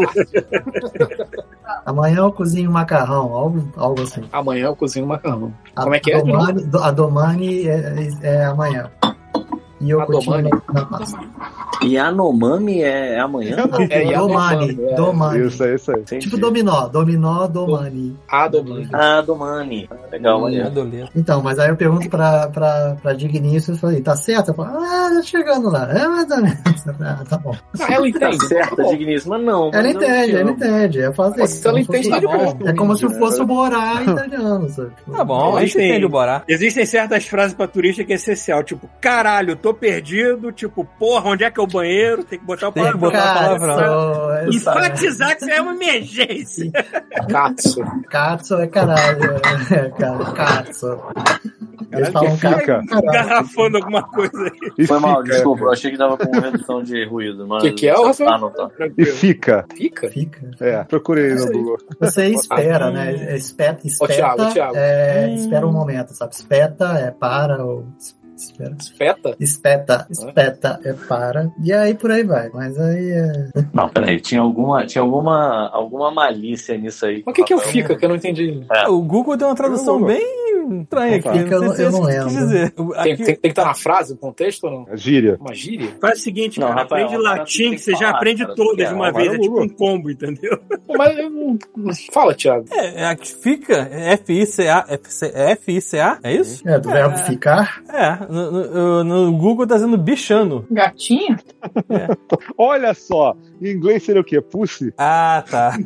Amanhã eu cozinho um macarrão, algo, algo assim.
Amanhã eu cozinho macarrão.
A,
Como é que é,
Domani, do- a Domani é, é- é amanhã. E eu
A
continuo
Domani?
na pasta.
E a Nomami é amanhã?
É, e a
Domani,
Domani, é.
Domani.
Isso, é isso aí.
Tipo dominó, dominó, Domani.
Ah,
Hum.
Domani.
Ah, Domani. Legal,
Hum.
maneiro.
Adolescente.
Então, mas aí eu pergunto pra, pra, pra Dignício, eu falei, tá certo? Eu falo, ah, tá chegando lá. É, mais ou menos. Ah, tá bom.
Ah, ela
Tá
entende.
certa,
bom.
digníssima, não. um-
Ela
mas eu
entende,
te
ela
amo.
entende. Eu assim, faço
Mas
isso.
se ela entende, tá de
bom.
boa.
É como se fosse o Borá italiano, sabe? Tipo,
Tá bom, a gente
Enfim.
entende o Borá.
Existem certas frases pra turista que é essencial, tipo, caralho, tô perdido, tipo, porra, onde é que é o banheiro? Tem que botar o
Tem que
palavrão.
botar
Cara,
palavrão.
sou- é só-
Enfatizar que isso é uma emergência.
Cazzo.
Cazzo é caralho. É, cara, cazzo. Eles
Caralho,
falam
que fica.
cazzo. caralho.
Garrafando alguma coisa.
E
Foi mal,
fica,
desculpa. Eu achei que tava com redução de ruído, mas.
Que que é, ô, Rafael?
Ah, não tá.
E fica.
Fica.
Fica.
É, procurei no Google.
Você espera, né? Espeta, espeta,
Thiago, Thiago.
é, espera um momento, sabe? Espeta é para ou espera.
Espeta.
Espeta, espeta é para. E aí por aí vai. Mas aí é.
Não, peraí. Tinha alguma, tinha alguma, alguma malícia nisso aí.
Mas o que, que é o
Rafael.
fica? Que eu não entendi.
O Google deu uma tradução
Google.
bem estranha aqui.
Fica, eu
não sei
eu
se
não
é isso que quis
lembro.
dizer. O-
Tem,
aqui-
tem que estar na frase, no contexto ou não?
Gíria.
Uma gíria?
Faz o seguinte,
Não,
cara,
Rafael,
aprende
Rafael,
latim
tem
que você
que
já
falar,
aprende
cara,
todas
é,
de uma
agora
vez, é
eu
tipo
vou.
um combo, entendeu?
Pô, Mas eu não- fala, Thiago.
É, é a que fica é F-I-C-A, F-C- é F-I-C-a, é isso?
É, do verbo ficar.
É, no, no- no Google tá dizendo bichano.
Gatinho?
Olha só, em inglês seria o quê? Pussy?
Ah, tá.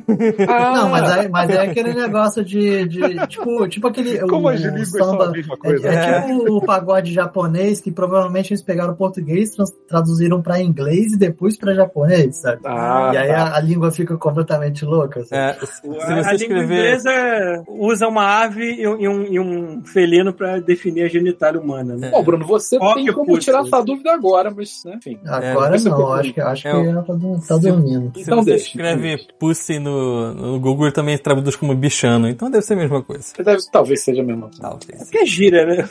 Ah.
Não, mas é, mas é aquele negócio de. de- tipo, tipo aquele.
Como
o,
as
o
línguas são a
samba.
mesma
É,
coisa.
é tipo o pagode japonês que provavelmente eles pegaram o português, trans- traduziram pra inglês e depois pra japonês, sabe?
Ah,
e aí
tá.
a, a língua fica completamente louca. Sabe?
É, se
a
você
língua
escrever.
inglesa usa uma ave e um, e um- e um felino pra definir a genitália humana, né?
Bom, Bruno, você
Ó,
tem
que
como
puto.
tirar essa dúvida agora, mas, né, enfim.
Agora
isso é
não,
pouco-
acho que, acho
é
que
o-
ela tá, do- tá
se-
dormindo.
Se
Então
você
deixa.
escreve pussy no, no Google, ele também traduz como bichano. Então deve ser a mesma coisa.
Deve- talvez seja a mesma coisa.
Talvez.
Que é gira, né?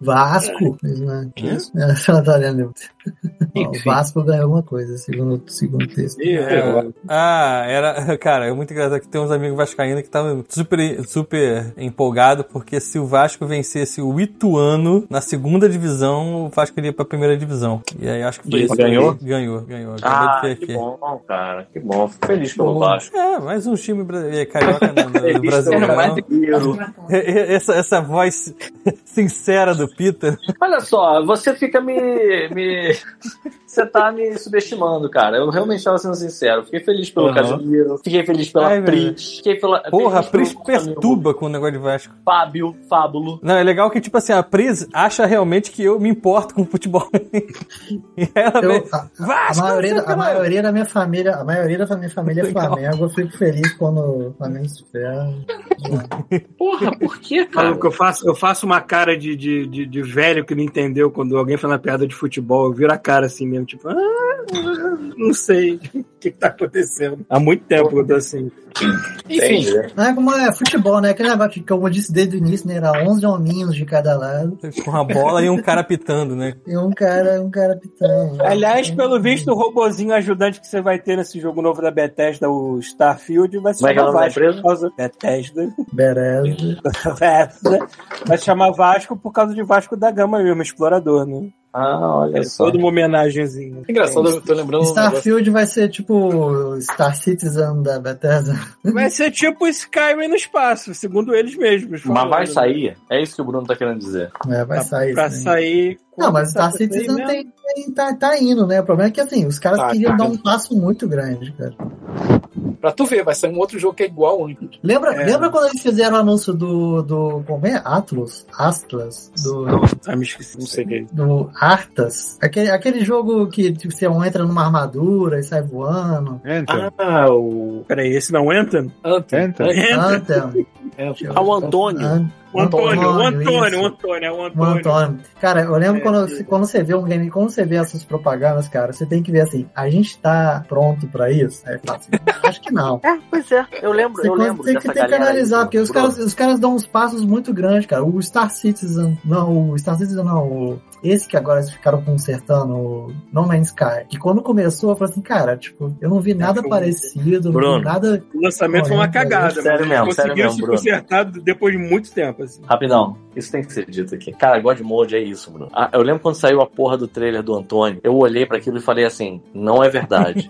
Vasco? Né?
Hã?
É, só tá olhando. Ó, o
Enfim.
Vasco ganhou alguma coisa, segundo segundo o texto.
É, ah, era. Cara, é muito engraçado que tem uns amigos vascaínos que estavam super, super empolgados, porque se o Vasco vencesse o Ituano na segunda divisão, o Vasco iria pra primeira divisão. E aí acho que foi
E
isso.
ganhou?
Ganhou, ganhou.
Ah,
Acabei de ver
que
aqui.
bom, cara. Que bom. Fico feliz pelo Vasco.
É, mais um time bra- é, carioca não, do- do Brasil.
Era mais
não.
dinheiro.
é
Essa, essa voz sincera do Peter.
Olha só, você fica me, me. Você tá me subestimando, cara. Eu realmente tava sendo sincero. Fiquei feliz pelo
Aham.
Casimiro, fiquei feliz pela
Ai, meu
Pris, fiquei pela.
Porra, a
feliz
Pris
pelo nosso amigo
perturba com o negócio de Vasco.
Fábio, Fábulo.
Não, é legal que, tipo assim, a Pris acha realmente que eu me importo com o futebol. e ela
Eu-
vem.
Então, a, a-
Vasco,
a
não sei o
maioria, da-
que lá.
a maioria da minha família, a maioria da minha família é
Legal.
Flamengo. Eu fico feliz quando o Flamengo se ferra.
Porra, por que, cara?
Maluco, eu faço, eu faço uma cara de, de, de, de velho que não entendeu quando alguém fala uma piada de futebol. Eu viro a cara assim mesmo, tipo, ah, não sei o que, que tá acontecendo. Há muito tempo que eu tô assim.
Enfim,
Não é como é futebol, né? Aquele negócio que, como eu disse desde o início, né? Era 11 hominhos de cada lado
Com a bola e um cara pitando, né?
e um cara, um cara pitando. né?
Aliás, pelo visto, o robozinho ajudante que você vai ter nesse jogo novo da Bethesda, o Starfield, vai se
Como é que é o
chamar
nome da
Vasco.
empresa?
por causa- Bethesda.
Beleza.
Bethesda. né? Vai se chamar Vasco por causa de Vasco da Gama mesmo, É explorador, né?
Ah, olha
É
só.
toda uma homenagenzinha.
é engraçado, eu tô lembrando um negócio.
Starfield vai ser tipo Star Citizen da Bethesda.
Vai ser tipo Skyrim no espaço, segundo eles mesmos.
Mas vai
falando.
sair. É isso que o Bruno tá querendo dizer.
É, vai sair.
Pra
sim.
sair.
Não, mas
tá
Star Citizen tem, tem- tá, tá indo, né? O problema é que assim, os caras
Tá,
queriam
tá.
dar um passo muito grande, cara.
Pra tu ver, vai sair um outro jogo que é igual ao único.
Lembra,
É.
lembra quando eles fizeram o anúncio do. do como é? Atlas? Atlas? Do,
Ah, me esqueci.
Não sei o que é.
do Artas? Aquele, aquele jogo que tipo, você entra numa armadura e sai voando.
Anthem.
Ah, o.
Peraí, esse não entra?
Anthem.
É,
Anthem.
Anthem.
Anthem.
É
Ah, o Antônio.
An-
O Antônio, o Antônio,
isso.
o Antônio, é o
O
Antônio.
Antônio. Cara, eu lembro
É,
quando,
sim.
quando você vê um game, quando você vê essas propagandas, cara, você tem que ver assim, a gente tá pronto pra isso? Aí fala assim, acho que não.
É, pois é. Eu lembro,
Você
eu lembro
tem, que,
dessa
tem que
galera aí,
analisar, porque os
Bruno.
caras, os caras dão uns passos muito grandes, cara. O Star Citizen, não, o Star Citizen não, o, esse que agora eles ficaram consertando, o No Man's Sky, que quando começou, eu falei assim, cara, tipo, eu não vi nada
foi um-
parecido, não
Bruno.
vi nada...
O lançamento foi uma
Antônio,
cagada,
sério
mas
mesmo, sério
conseguiu
mesmo,
se
Bruno.
consertar depois de muito tempo. Assim.
Rapidão, isso tem que ser dito aqui. Cara, Godmode é isso, Bruno. Ah, eu lembro quando saiu a porra do trailer do Antônio, eu olhei pra aquilo e falei assim: não é verdade.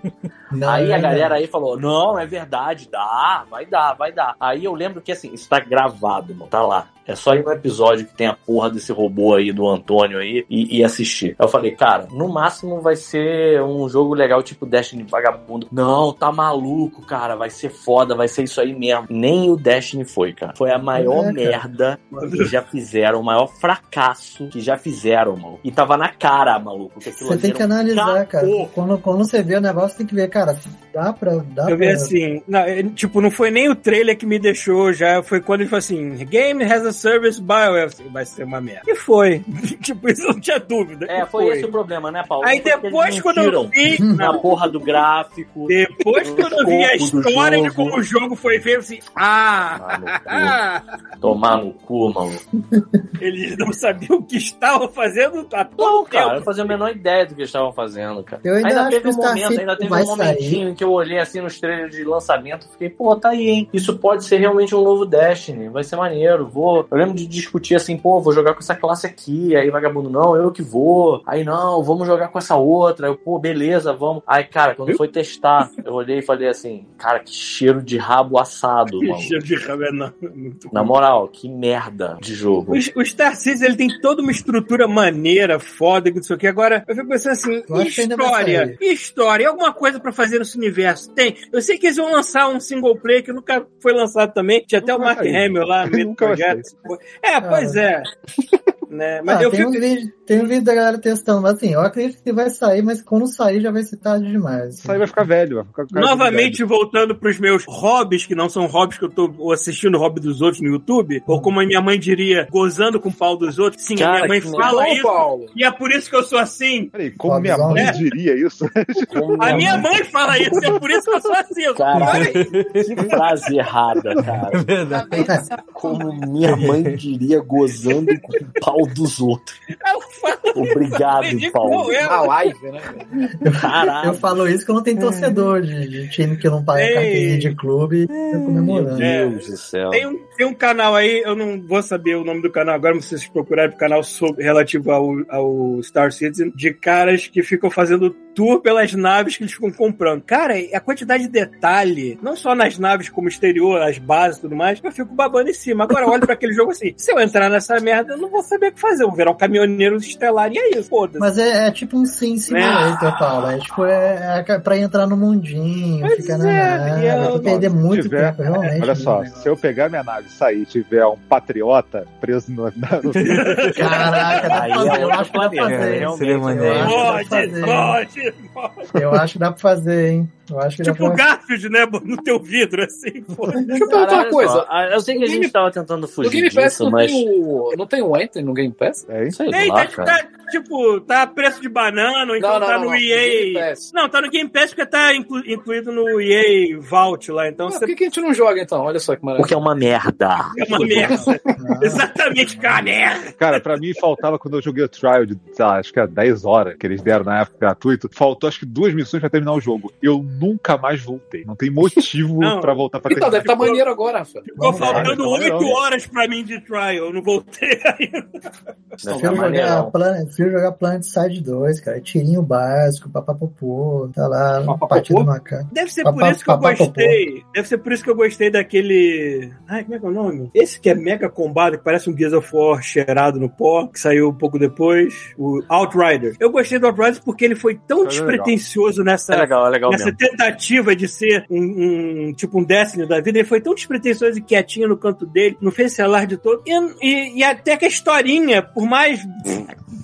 Não,
aí a
não,
galera aí falou: não, é verdade, dá, vai dar, vai dar. Aí eu lembro que assim, isso tá gravado, mano, tá lá. É só ir no episódio que tem a porra desse robô aí do Antônio aí e, e assistir. Aí Eu falei, cara, no máximo vai ser um jogo legal tipo Destiny Vagabundo. Não, tá maluco, cara, vai ser foda, vai ser isso aí mesmo. Nem o Destiny foi, cara. Foi a maior
É, cara.
merda que já fizeram, o maior fracasso que já fizeram, maluco. E tava na cara, maluco. Que aquilo
Você
ali
tem que
era um
analisar, cara.
cacô.
Quando, quando você vê o negócio, tem que ver, cara, dá pra... Dá
Eu vi
pra-
assim, não, ele, tipo, não foi nem o trailer que me deixou já, foi quando ele falou assim, Game has a service BioWare, Eu falei, vai ser uma merda. E foi, tipo, isso não tinha dúvida.
É, foi, esse o problema, né, Paulo?
Aí
Foi que
depois
eles
quando eu
mentiram
vi,
Na porra do gráfico.
depois quando eu vi a
O escopo do
história de
jogo.
como o jogo foi feito, eu assim, ah,
Tomar no cu. Tomar no cu, maluco.
eles não sabiam o que estavam fazendo há
Não,
todo
cara, eu
tempo.
não fazia a menor ideia do que eles estavam fazendo, cara.
Eu ainda acho
teve
que
um
o Star
momento,
Citizen
ainda teve
vai
um momentinho que eu olhei assim nos trailers de lançamento e fiquei, pô, tá aí, hein? Isso pode ser realmente um novo Destiny, vai ser maneiro, vou
Eu lembro de discutir assim, pô, vou jogar com essa classe aqui, aí vagabundo, não, eu que vou. Aí não, vamos jogar com essa outra. Eu, pô, beleza, vamos. Aí, cara, quando foi testar, eu olhei e falei assim, cara, que cheiro de rabo assado, mano.
Cheiro de rabo é não, é muito
Na moral, que merda de jogo.
O, o Star Citizen, ele tem toda uma estrutura maneira, foda, que não sei o que. Agora, eu fico pensando assim,
Eu acho que ainda vai
história,
sair.
história, alguma coisa pra fazer nesse universo? Tem. Eu sei que eles vão lançar um single player que nunca foi lançado também. Tinha até o
Nunca
Mark
vai sair.
Hamill lá no meio do
Nunca vai
projeto. É, pois é. né? Mas
Ah,
eu
tem,
fico...
um vídeo, tem um vídeo da galera testando, mas assim, eu acredito que vai sair, mas quando sair já vai ser tarde demais.
Isso aí vai ficar velho, vai ficar com cara de
Novamente voltando pros meus hobbies, que não são hobbies que eu tô assistindo o hobby dos outros no YouTube, ou como a minha mãe diria, gozando com o pau dos outros. Sim,
Cara,
a minha mãe
que
fala
Ô,
isso,
Paulo.
e é por isso que eu sou assim.
velho. Peraí, como minha mãe
É.
diria isso?
A minha mãe fala isso, é por isso que eu sou assim. Eu-
Caralho, que frase errada,
É
cara.
Tá bem nessa
é
Como minha mãe diria, gozando com o pau dos outros.
Eu falo isso,
Obrigado,
eu digo
Paulo.
como eu.
Na live, né? velho?
Caralho.
Eu falo isso quando tem torcedor de, de time que não paga
Ei.
carteirinha de clube, eu comemorando.
É.
Meu Deus do céu.
Tem um, tem um canal aí, eu não vou saber o nome do canal agora, mas vocês procurarem pro canal sobre- relativo ao, ao Star Citizen, de caras que ficam fazendo tour pelas naves que eles ficam comprando. Cara, a quantidade de detalhe, não só nas naves como exterior, as bases e tudo mais, eu fico babando em cima. Agora eu olho pra aquele jogo assim, se eu entrar nessa merda, eu não vou saber o que fazer. Eu vou virar um caminhoneiro estelar e é isso, foda-se.
Mas é, é tipo um sim simulator, Paulo. É tipo, é, é pra entrar no mundinho,
Pois
ficar
é,
na.
e
É, vai
eu-
perder muito
tiver-
tempo, realmente. né?
Olha só, se eu pegar minha nave e sair e tiver um patriota preso no, na, no
Caraca, dá pra
Aí
fazer,
é
eu acho
outra pegada,
que dá pra fazer. hein?
seria maneiro.
Eu acho
Pode,
que dá pra fazer.
pode, pode.
Eu acho que dá pra fazer, hein? Eu acho que dá
Tipo o
pra fazer.
Garfield, né? No teu vidro, assim, pô.
Deixa eu perguntar uma
Caralho,
coisa.
ó, Então, Eu sei que a
No
gente
Game-
tava tentando
No
fugir
Game Pass
disso,
não
mas.
tem o. Não tem o Enter no Game Pass?
É isso?
Sei
Tem,
lá,
tá,
cara.
tá, tipo, tá a preço de banana, ou então tá no
Game
EA.
Pass.
Não, tá no Game Pass porque tá inclu- incluído no EA Vault lá, então
Ah,
você
Por que, que a gente não joga então? Olha só que maravilha.
Porque é uma merda.
é uma merda. Exatamente, é cara.
Cara, pra mim faltava quando eu joguei o trial de, sei lá, acho que era 10 horas que eles deram na época gratuito. Faltou acho que duas missões pra terminar o jogo. Eu nunca mais voltei. Não tem motivo
Não.
pra voltar pra
Então, deve estar
terminar.
tá maneiro agora, Rafa.
Ficou
Não,
faltando
não, não,
oito
não.
horas pra mim de trial, eu não voltei ainda.
Deve
Se
ser
eu jogar,
maneirão.
Plan- se eu jogar Planet Side 2, cara, tirinho básico, papapopô, tá lá,
Papapopô?
partida do macaco.
Deve ser por
Papá-
isso que eu
papá
gostei. Deve ser por isso que eu gostei daquele. Ai, como é que é o nome? Esse que é mega combado, que parece um Gears of War cheirado no pó, que saiu um pouco depois. O Outrider. Eu gostei do Outrider porque ele foi tão
Isso é legal.
despretensioso
É
nessa
legal, é legal
Essa
mesmo.
tentativa de ser um, um- tipo um Destiny da vida, ele foi tão despretensioso e quietinho no canto dele, não fez esse alarde todo. E, e- e até que a historinha, por mais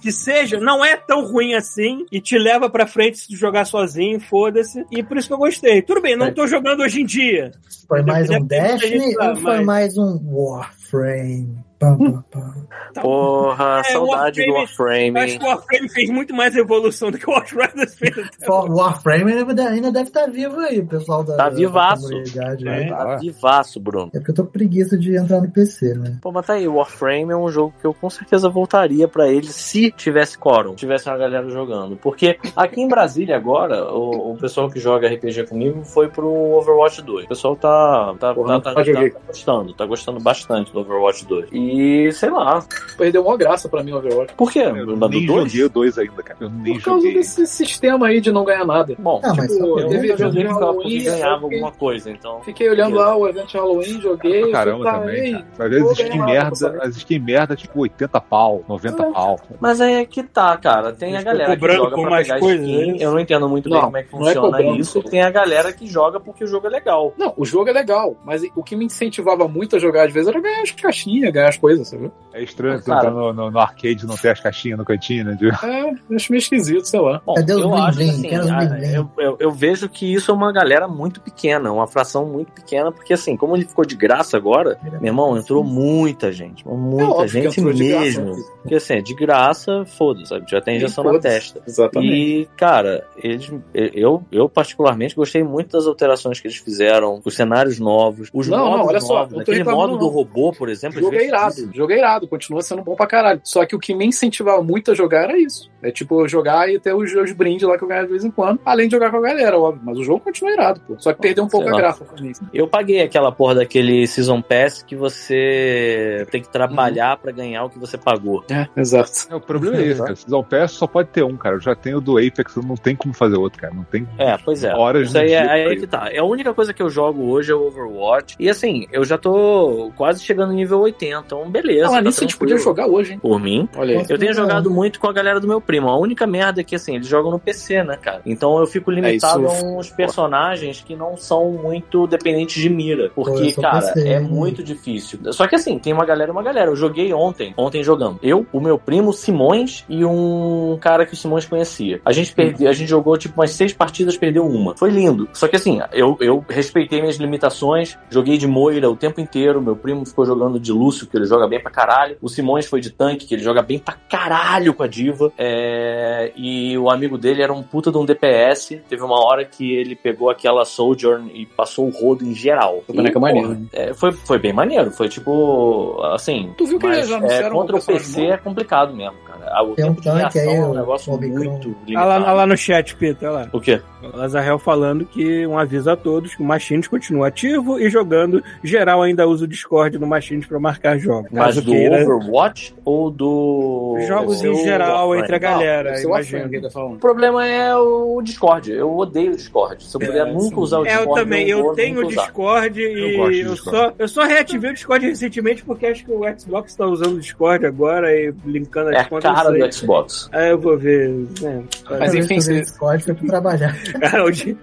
que seja, não é tão ruim assim e te leva pra frente se tu jogar sozinho, foda-se. E por isso que eu gostei. Tudo bem, não tô jogando hoje em dia.
Foi mais um
Depende da gente
Destiny
lá,
ou foi
mas-
mais um Warframe? Pam, pam, pam.
Porra, saudade do Warframe.
Acho
hein?
que o Warframe fez muito mais evolução do que o Outriders fez. até
For- Warframe ainda ainda deve estar vivo aí, o pessoal da,
Tá
da
vivaço.
comunidade.
É.
né?
Tá Vivaço, Bruno.
É porque eu tô com preguiça de entrar no PC, né?
Pô, mas tá aí, Warframe é um jogo que eu com certeza voltaria pra ele se tivesse quórum, tivesse uma galera jogando. Porque aqui em Brasília agora, o, o pessoal que joga RPG comigo foi pro Overwatch 2. O pessoal tá, tá,
Porra,
tá, tá,
pode
tá-
ver.
tá gostando, tá gostando bastante do Overwatch 2. E sei lá,
Perdeu uma graça pra mim o Overwatch.
por quê?
Eu
Mas
nem
do dois?
joguei o 2 ainda, cara. Eu nem
Por causa
joguei.
desse sistema aí de não ganhar nada.
Bom,
Ah, mas só
Tipo,
eu
poder
teve
nunca
jogar.
joguei porque ela porque
Isso,
ganhava
ok.
alguma coisa, então.
Fiquei olhando lá o evento de Halloween, joguei.
Pra
eu
caramba
falei,
também,
"Ei,
cara. Às vezes
tá vou
skin
ganhar né? nada pra
merda,
saber."
as skin merda, tipo 80 pau, 90
É.
pau.
Mas aí é que tá, cara. Tem a
Eles tão
galera que
cobrando
joga
por
pra
mais
pegar
coisas,
skin.
né?
Eu é não entendo muito bem
Não,
como é que
não é
funciona
cobrando.
isso. Tem a galera que joga porque o jogo é legal.
Não, o jogo é legal, mas o que me incentivava muito a jogar às vezes era ganhar as caixinhas, ganhar as coisas, sabe?
É estranho tu
Cara.
entrar no, no, no arcade e não ter as caixinhas no cantinho, né? de-
É, eu acho meio esquisito, sei lá.
Bom,
Cadê os
eu
bling
acho que,
bling? Quero os
ah,
bling bling.
eu, eu- eu vejo que isso é uma galera muito pequena, uma fração muito pequena, porque assim, como ele ficou de graça agora, meu irmão, entrou muita gente,
É
muita
óbvio que
gente
entrou de graça,
mesmo.
né?
Porque assim, é de graça, foda-se, sabe? Já tem injeção na
Foda-se.
testa.
Exatamente.
E, cara, eles, eu, eu particularmente gostei muito das alterações que eles fizeram, os cenários novos, os
Não, não,
modos
olha só,
novos.
não tô
aquele
reclamando,
modo do
não.
robô, por exemplo,
O jogo é irado, o jogo é irado, continua sendo bom pra caralho. Só que o que me incentivava muito a jogar era isso. É tipo jogar e ter os, os brindes lá que eu ganho de vez em quando, além de jogar com a galera, óbvio. Mas o jogo continua irado, pô. Só que perdeu um pouco
Sei
a
lá.
graça pra mim.
Eu paguei aquela porra daquele Season Pass que você tem que trabalhar pra ganhar o que você pagou.
É, exato.
É, o problema é esse, cara. Season Pass só pode ter um, cara. Eu já tenho o do Apex, eu não tem como fazer outro, cara. Não tem.
É, pois é.
Horas
Isso
no
aí
dia
é, aí
pra
é que tá. É a única coisa que eu jogo hoje é o Overwatch. E assim, eu já tô quase chegando no nível 80, então beleza.
Fala
tá
nisso, a gente podia
tranquilo.
jogar hoje, hein?
Por mim.
Olha aí.
Eu tenho jogado muito com a galera do meu primo. A única merda é que, assim, eles jogam no PC, né, cara? Então eu fico limitado
É,
a
isso-
uns personagens que não são muito dependentes de mira. Porque,
eu sou
cara,
PC,
é
né?
muito difícil. Só que, assim, tem uma galera e uma galera. Eu joguei ontem. Ontem jogamos. Eu, o meu primo, Simões e um cara que o Simões conhecia. A gente perdeu, a gente jogou, tipo, umas seis partidas, perdeu uma. Foi lindo. Só que, assim, eu, eu respeitei minhas limitações. Joguei de Moira o tempo inteiro. Meu primo ficou jogando de Lúcio, que ele joga bem pra caralho. O Simões foi de tanque, que ele joga bem pra caralho com a diva. É, E o amigo dele era um puta de um DPS. Teve uma hora que ele pegou aquela Sojourn e passou o rodo em geral.
O boneco
E,
é maneiro,
porra, é, foi, foi bem maneiro. Foi tipo. Assim.
Tu viu que
mas,
eles já
é,
anunciaram
contra
o
o PC
personagem
é complicado mesmo, cara. Ah, O
Tem um
tempo de
tanque
reação
aí,
é um
o
negócio
Omicron.
muito
Olha
limitado.
lá, olha lá no chat, Peter, olha lá.
O quê?
O Lazarel falando que um aviso a todos que o Machines continua ativo e jogando. Geral ainda usa o Discord no Machines pra marcar jogos.
Mas
Caso
do
queira,
Overwatch ou do.
jogos em
seu
geral
Warframe?
entre a galera,
Seu
imagino.
afã que ele tá falando.
O problema é o Discord. Eu odeio o Discord. Se eu puder nunca usar o
É,
Discord.
eu também. Eu,
vou
tenho o
nunca usar.
Discord e
Eu gosto de
eu,
Discord.
só, eu só reativei o Discord recentemente porque acho que o Xbox está usando o Discord agora e linkando as
É a
contas. eu
cara
sei.
do Xbox.
Aí eu vou ver. né,
Mas enfim,
Esse
vocês,
Discord foi pra trabalhar.
cara, o Di-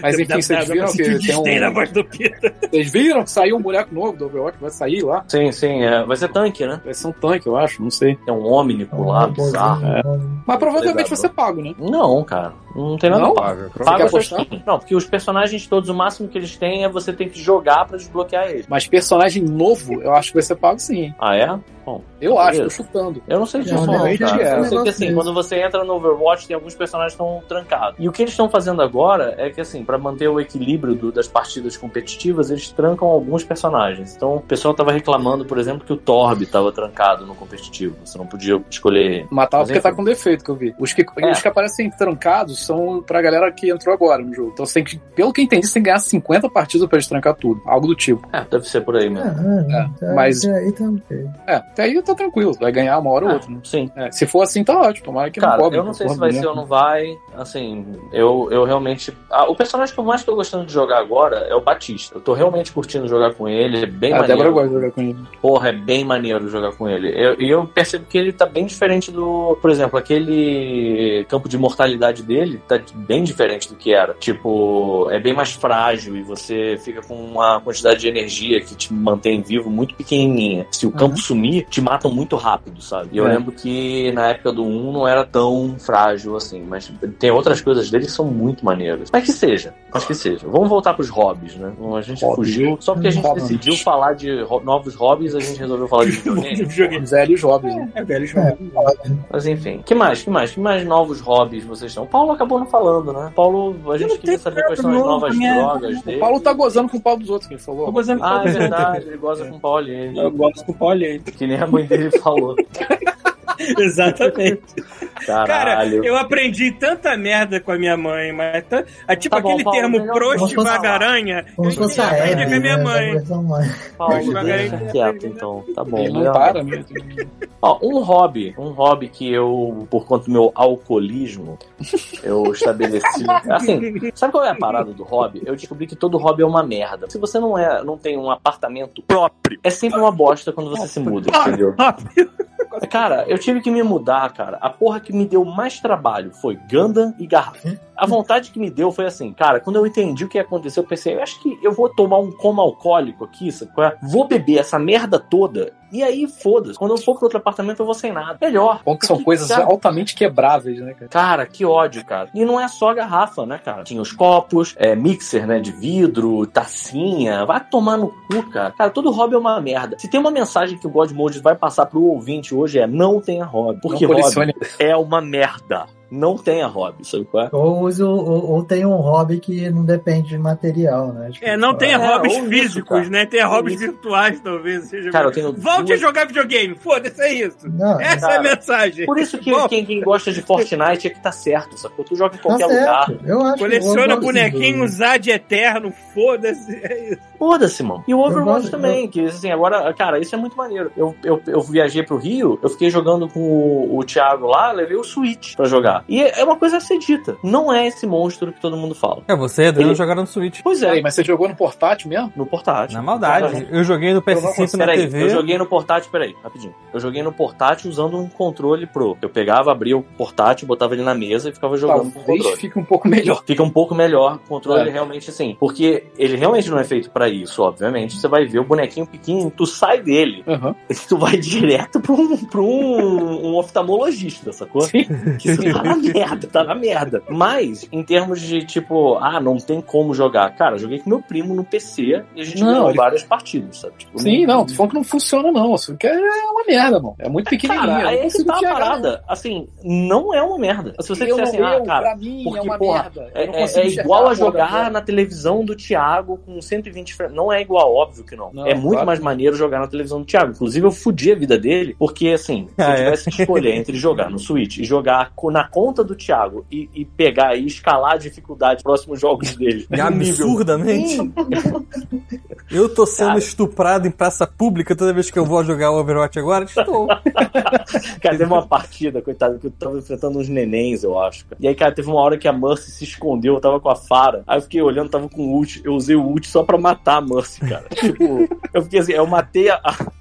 mas enfim, vocês viram que tem
Tem na
um.
voz do Pita.
Vocês viram que saiu um boneco novo do Overwatch? Vai sair lá.
Sim, sim. é. Vai ser tanque, né?
Vai ser um tanque, eu acho, não sei.
É um Omnico lá, bizarro. é.
Mas provavelmente vai
Pesado.
ser pago, né?
Não, cara. Não tem nada
Não?
pago.
Paga. Pronto.
Pago
quer
é skin. Não, porque os personagens todos, o máximo que eles têm é você tem que jogar pra desbloquear eles.
Mas personagem novo, eu acho que vai ser pago sim.
Ah, é? Bom,
Eu acho, tô
Beleza.
chutando.
eu não sei disso, não.
Normalmente
cara.
é.
Eu sei que assim,
Negócio
quando você entra no Overwatch, tem alguns personagens que estão trancados. E o que eles estão fazendo agora é que, assim, pra manter o equilíbrio do- das partidas competitivas, eles trancam alguns personagens. Então, o pessoal tava reclamando, por exemplo, que o Torb tava trancado no competitivo. Você não podia escolher ele.
Matava
Mas
porque
enfim.
tá com defeito que eu vi. Os que,
É.
os que aparecem trancados são pra galera que entrou agora no jogo. Então você tem que, pelo que eu entendi, você tem que ganhar 50 partidas pra destrancar tudo. Algo do tipo.
É, deve ser por aí
Ah,
mesmo.
É, mas-
Aí tá ok.
É, até aí tá tranquilo, vai ganhar uma hora ou outra. né?
Sim.
É, se for assim, tá ótimo. Tomara que
Cara,
não cobre. tá né?
eu não sei se vai ser ou não vai. Assim, eu, eu realmente. Ah, o personagem que eu mais tô gostando de jogar agora é o Batista. Eu tô realmente curtindo jogar com ele. É bem
A Débora
maneiro.
gosta de jogar com ele.
Porra, é bem maneiro jogar com ele. Eu- E eu, percebo que ele tá bem diferente do. Por exemplo, aquele campo de mortalidade dele tá bem diferente do que era. Tipo, é bem mais frágil e você fica com uma quantidade de energia que te mantém vivo muito pequenininha. Se o campo sumir, te matam muito rápido, sabe? E eu
É.
lembro que na época do 1 não era tão frágil assim, mas tem outras coisas dele que são muito maneiras. Mas que seja, mas que seja. Vamos voltar pros hobbies, né? A gente
Hobbies.
fugiu. Só porque a gente
Hobbies.
decidiu falar de ho- novos hobbies, a gente resolveu falar de videogame.
Videogame.
Velhos jovens, né?
É, velho, jogo.
Mas enfim, que mais, que mais, que mais novos hobbies vocês têm? O Paulo acabou não falando, né? Paulo, a gente
não
queria
tenho
saber quais são as
nada novo,
novas
a minha-
drogas
O
dele.
Paulo tá gozando com o pau dos outros que ele falou.
Tô gozando com o
Ah, é
Paulo.
verdade, ele goza com Paulinho,
Eu gosto do Paulo aí.
que nem a mãe dele falou.
Exatamente. Cara,
Caralho.
eu aprendi tanta merda com a minha mãe, mas tá, ah, tipo
Tá bom,
aquele
Paulo,
termo
melhor-
prost
Vamos
vagaranha,
Como
eu
se fosse a
aprendi
Abby,
com a minha
né, da
mãe.
versão mãe.
Paulo,
eu-
deixa
eu-
quieto, então. Tá bom.
Ele não
Leandro.
para, né?
Ó, um hobby, um hobby que eu, por conta do meu alcoolismo, eu estabeleci. Assim, sabe qual é a parada do hobby? Eu descobri que todo hobby é uma merda. Se você não é, não tem um apartamento próprio, é sempre uma bosta quando você se muda, entendeu? Cara, eu tive que me mudar, cara. A porra que me deu mais trabalho foi Gundam e garrafa. A vontade que me deu foi assim, cara, quando eu entendi o que aconteceu, eu pensei, eu acho que eu vou tomar um coma alcoólico aqui, sabe? qual é? Vou beber essa merda toda. E aí, foda-se. Quando eu for pro outro apartamento, eu vou sem nada. Melhor.
Bom é que são
Que
coisas
cara-
altamente quebráveis, né, cara?
Cara, que ódio, cara. E não é só a garrafa, né, cara? Tinha os copos, é, mixer, né, de vidro, tacinha. Vai tomar no cu, cara. Cara, todo hobby é uma merda. Se tem uma mensagem que o God Mode vai passar pro ouvinte hoje é não tenha hobby. Porque
não
hobby
colecione.
é uma merda. não tenha hobby, sabe qual é?
Ou, use o- ou, ou tem um hobby que não depende de material, né? Tipo,
É, não
sei
tenha
lá.
hobbies
ou isso,
físicos,
cara.
né? Tem hobbies
Isso.
virtuais, talvez. Seja melhor.
Cara, eu tenho
Volte a
duas-
jogar videogame, foda-se, é isso.
Não, tá
Essa é a
Cara,
mensagem.
Por isso que
Bom.
quem, quem gosta de Fortnite é que tá certo, sacou? Tu joga em
tá
qualquer lugar.
certo. Eu acho que eu
Coleciona
gosto do-
bonequinhos ad eterno, foda-se. É isso.
Foda-se, mano. E o Overwatch
gosto-
também, que assim, agora, cara, isso é muito maneiro. Eu, eu, eu viajei pro Rio, eu fiquei jogando com o, o Thiago lá, levei o Switch pra jogar. E é é uma coisa a ser dita. Não é esse monstro que todo mundo fala.
É, você e Adriano
Ele-
jogaram no Switch.
Pois
Peraí,
é,
mas você jogou no portátil mesmo?
no portátil.
Na maldade. Eu joguei no PS5 na
Peraí,
TV.
eu joguei no portátil, peraí, rapidinho. Eu joguei no portátil usando um controle pro. Eu pegava, abria o portátil, botava ele na mesa e ficava jogando com o
Talvez
controle.
fique um pouco melhor.
Fica um pouco melhor o controle
É.
realmente assim. Porque ele realmente não é feito pra isso, obviamente. Você vai ver o bonequinho pequeno, tu sai dele
Aham.
e tu vai direto pra um, pra um, um oftalmologista, sacou?
Sim.
Que isso tá na merda, tá na merda. Mas, em termos de tipo, ah, não tem como jogar. Cara, eu joguei com meu primo no PC e a gente
Não,
ganhou
ele-
vários partidos, sabe? Tipo,
Sim, não, tu falou que não funciona, não. Isso que é uma merda, mano. É muito pequenininho.
Cara,
eu
aí
não
é que
consigo
tá a
enxergar,
parada. Assim, não é uma merda. Se
não.
você
Eu
disser assim,
não,
ah,
eu,
cara,
pra mim
porque,
é uma
porra,
merda. Eu
É,
não
é-
consigo
é
enxergar
igual a
porra
jogar
toda.
na televisão do Thiago com 120 frames. Não é igual, óbvio que não.
Não,
é muito
claro.
mais maneiro jogar na televisão do Thiago. Inclusive, eu fudi a vida dele, porque assim, se
Ah,
eu
é?
tivesse que escolher entre jogar no Switch e jogar co- na conta do Thiago e, e pegar e escalar a dificuldade dos próximos jogos dele.
E
num nível-
absurdamente. Eu tô sendo
Cara.
estuprado em praça pública toda vez que eu vou jogar Overwatch agora? Estou.
Cara, teve uma partida, coitado, que eu tava enfrentando uns nenéns, eu acho. cara. E aí, cara, teve uma hora que a Mercy se escondeu, eu tava com a Fara. Aí eu fiquei olhando, tava com ult. Eu usei o ult só pra matar a Mercy, cara. tipo, eu fiquei assim, eu matei a.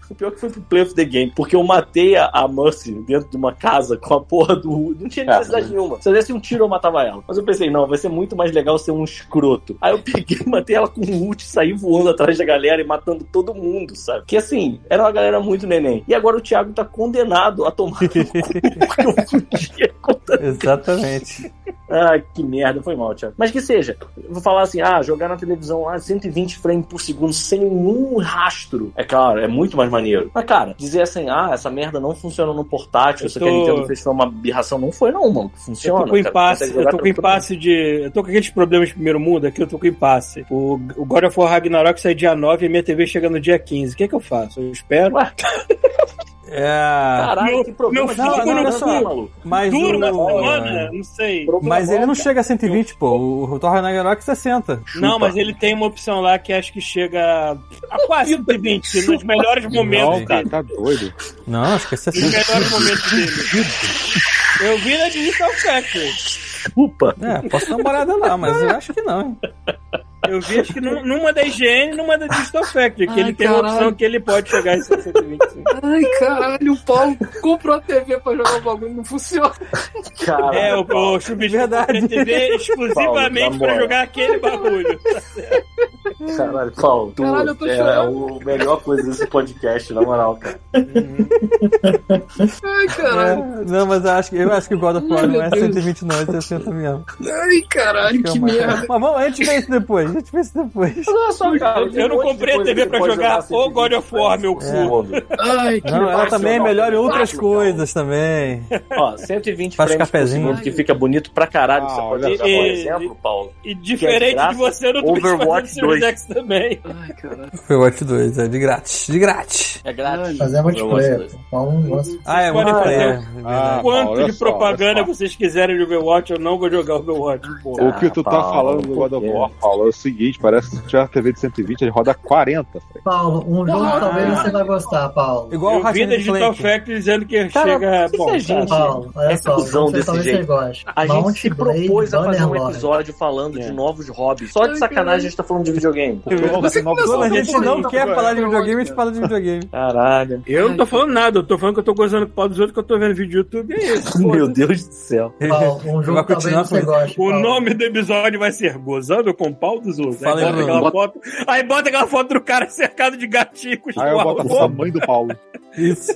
O pior que foi pro Play of the Game, porque eu matei a- a Mercy dentro de uma casa com a porra do ult. Não tinha necessidade nenhuma. Se eu desse um tiro, eu matava ela. Mas eu pensei, não, vai ser muito mais legal ser um escroto. Aí eu peguei, matei ela com um ult, saí voando atrás da galera e matando todo mundo, sabe? Que assim, era uma galera muito neném. E agora o Thiago tá condenado a tomar porque eu fudia com
Exatamente.
Ai, que merda, foi mal, Thiago. Mas que seja, eu vou falar assim: ah, jogar na televisão lá 120 frames por segundo sem nenhum rastro. É claro, é muito mais maneiro. Mas, cara, dizer assim, ah, essa merda não funciona no portátil,
Eu
isso
tô-
que a Nintendo fez foi uma birração, não foi, não, mano.
Eu
Funciona.
tô com
cara.
impasse,
Consegue jogar
eu tô com
pelo-
impasse de. Eu tô com aqueles problemas de primeiro mundo aqui, eu tô com impasse. O, o God of War Ragnarok sai dia 9 e minha TV chega no dia 15. O que é que eu faço? Eu espero.
É.
Caralho,
Meu-
que problema.
meu
de jogar
filho
na
não
TV,
fuma.
maluco.
Mas
Duro
né?
na
o-
É.
semana? Não sei.
Mas ele não chega a 120, pô. O Thor Ragnarok é 60.
Não, mas ele tem uma opção lá que acho que chega a quase 120, nos melhores momentos
Não,
dele.
Cara, tá doido.
Não, acho que é
Nos
60.
melhores momentos dele. Eu vi na Digital Factory.
Desculpa.
É, posso dar uma olhada lá, mas eu acho que não, hein?
Eu vi acho que num- numa da IGN e numa da Digital Factory, que
Ai,
ele tem uma
caralho.
opção que ele pode chegar em 120.
Ai, caralho, o Paulo comprou a TV pra jogar o bagulho e não funciona.
Cara,
É, o, o Chubisco
Verdade.
compra TV exclusivamente
Paulo, na
pra
moral.
jogar aquele bagulho.
Caralho, Paulo, tu
Caralho, eu tô
é, é
chorando.
o melhor coisa desse podcast, na moral, cara.
Ai, caralho.
É, não, mas eu acho, que- eu acho que o God of War não é 120, não, é 60 mesmo.
Ai, caralho, que é
Calma, cara.
merda.
Mas vamos, a gente vê isso depois, a gente vê isso depois.
Olha só, cara, tem
Eu
um
não
monte de
comprei a
coisa
TV
que
pra
pode
jogar o
120
God of War, meu
frames
cu.
por segundo.
Ai, que
Não, ela
fácil,
também é
não.
melhor em outras
Fácil,
coisas também.
Ó, 120
Faz
frames por
cafezinho.
segundo que fica bonito pra caralho.
Ah,
Você pode
olha
usar,
só.
por
E-
exemplo, Paulo.
E diferente
é graça,
de você, eu não tô fazendo
Overwatch
Series
2.
X também.
Ai, caralho.
Foi Watch 2, é de grátis, de grátis.
É grátis.
Fazer multiplayer.
Overwatch
Vamos, vamos.
Ah, é
Vocês podem
multiplayer.
fazer
Ah, Paulo,
Quanto
olha
de
só, olha
propaganda
só.
vocês quiserem de Overwatch, eu não vou jogar Overwatch. Porra.
O que tu tá
Paulo,
falando do
por
God of
quê?
War, Paulo, é o seguinte: parece que se tiver uma TV de 120, ele roda 40. Fred.
Paulo, um jogo
Ah.
talvez você vai gostar, Paulo.
Igual o
eu vi
Ratchet
da
and
Digital
Clank.
Factory dizendo que
Cara,
chega...
por que
Bom,
que a gente-
Paulo, olha
é
só,
cuzão
você
desse
talvez
jeito.
você goste.
A gente se
Mount
propôs a
Blade
fazer um
Bannerlord.
episódio falando de novos hobbies. Só de
Ai,
sacanagem a gente tá falando de videogame.
Você começou
Quando a gente não
Porra,
quer
cara.
falar de videogame, a gente fala de videogame.
Caralho.
Eu não tô falando nada, eu tô falando que eu tô gozando com o pau dos outros, que eu tô vendo vídeo do YouTube, é isso.
Meu Deus do céu.
Paulo, um
Vai
jogo talvez
continuar
você
com-
goste.
O
Paulo.
nome do episódio vai ser Gozando com o pau dos outros.
Fala aí,
aí, bota
Bruno.
aquela foto, aí bota aquela foto do cara cercado de gaticos
Aí eu
com
boto a
arroz.
mãe do Paulo.
Isso.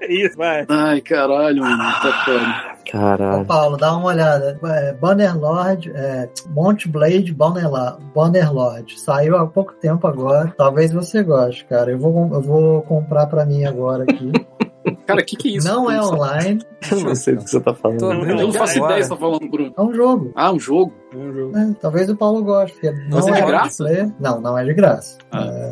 É Isso, vai.
Ai, caralho, mano. Tá foda.
Ô,
Caralho.
Paulo, dá uma olhada. É, Bannerlord, é, Mount Blade Bannerla- Bannerlord. Saiu há pouco tempo agora. Talvez você goste, cara. Eu vou, eu vou comprar pra mim agora aqui.
Cara, o que, que é isso?
Não é online.
Eu não sei do que você tá falando.
Não, eu não faço ideia se tá falando, Bruno.
É um jogo.
Ah, um jogo?
É, talvez o Paulo goste. porque Não
Mas é de
free to
graça?
play. Não, não é de graça.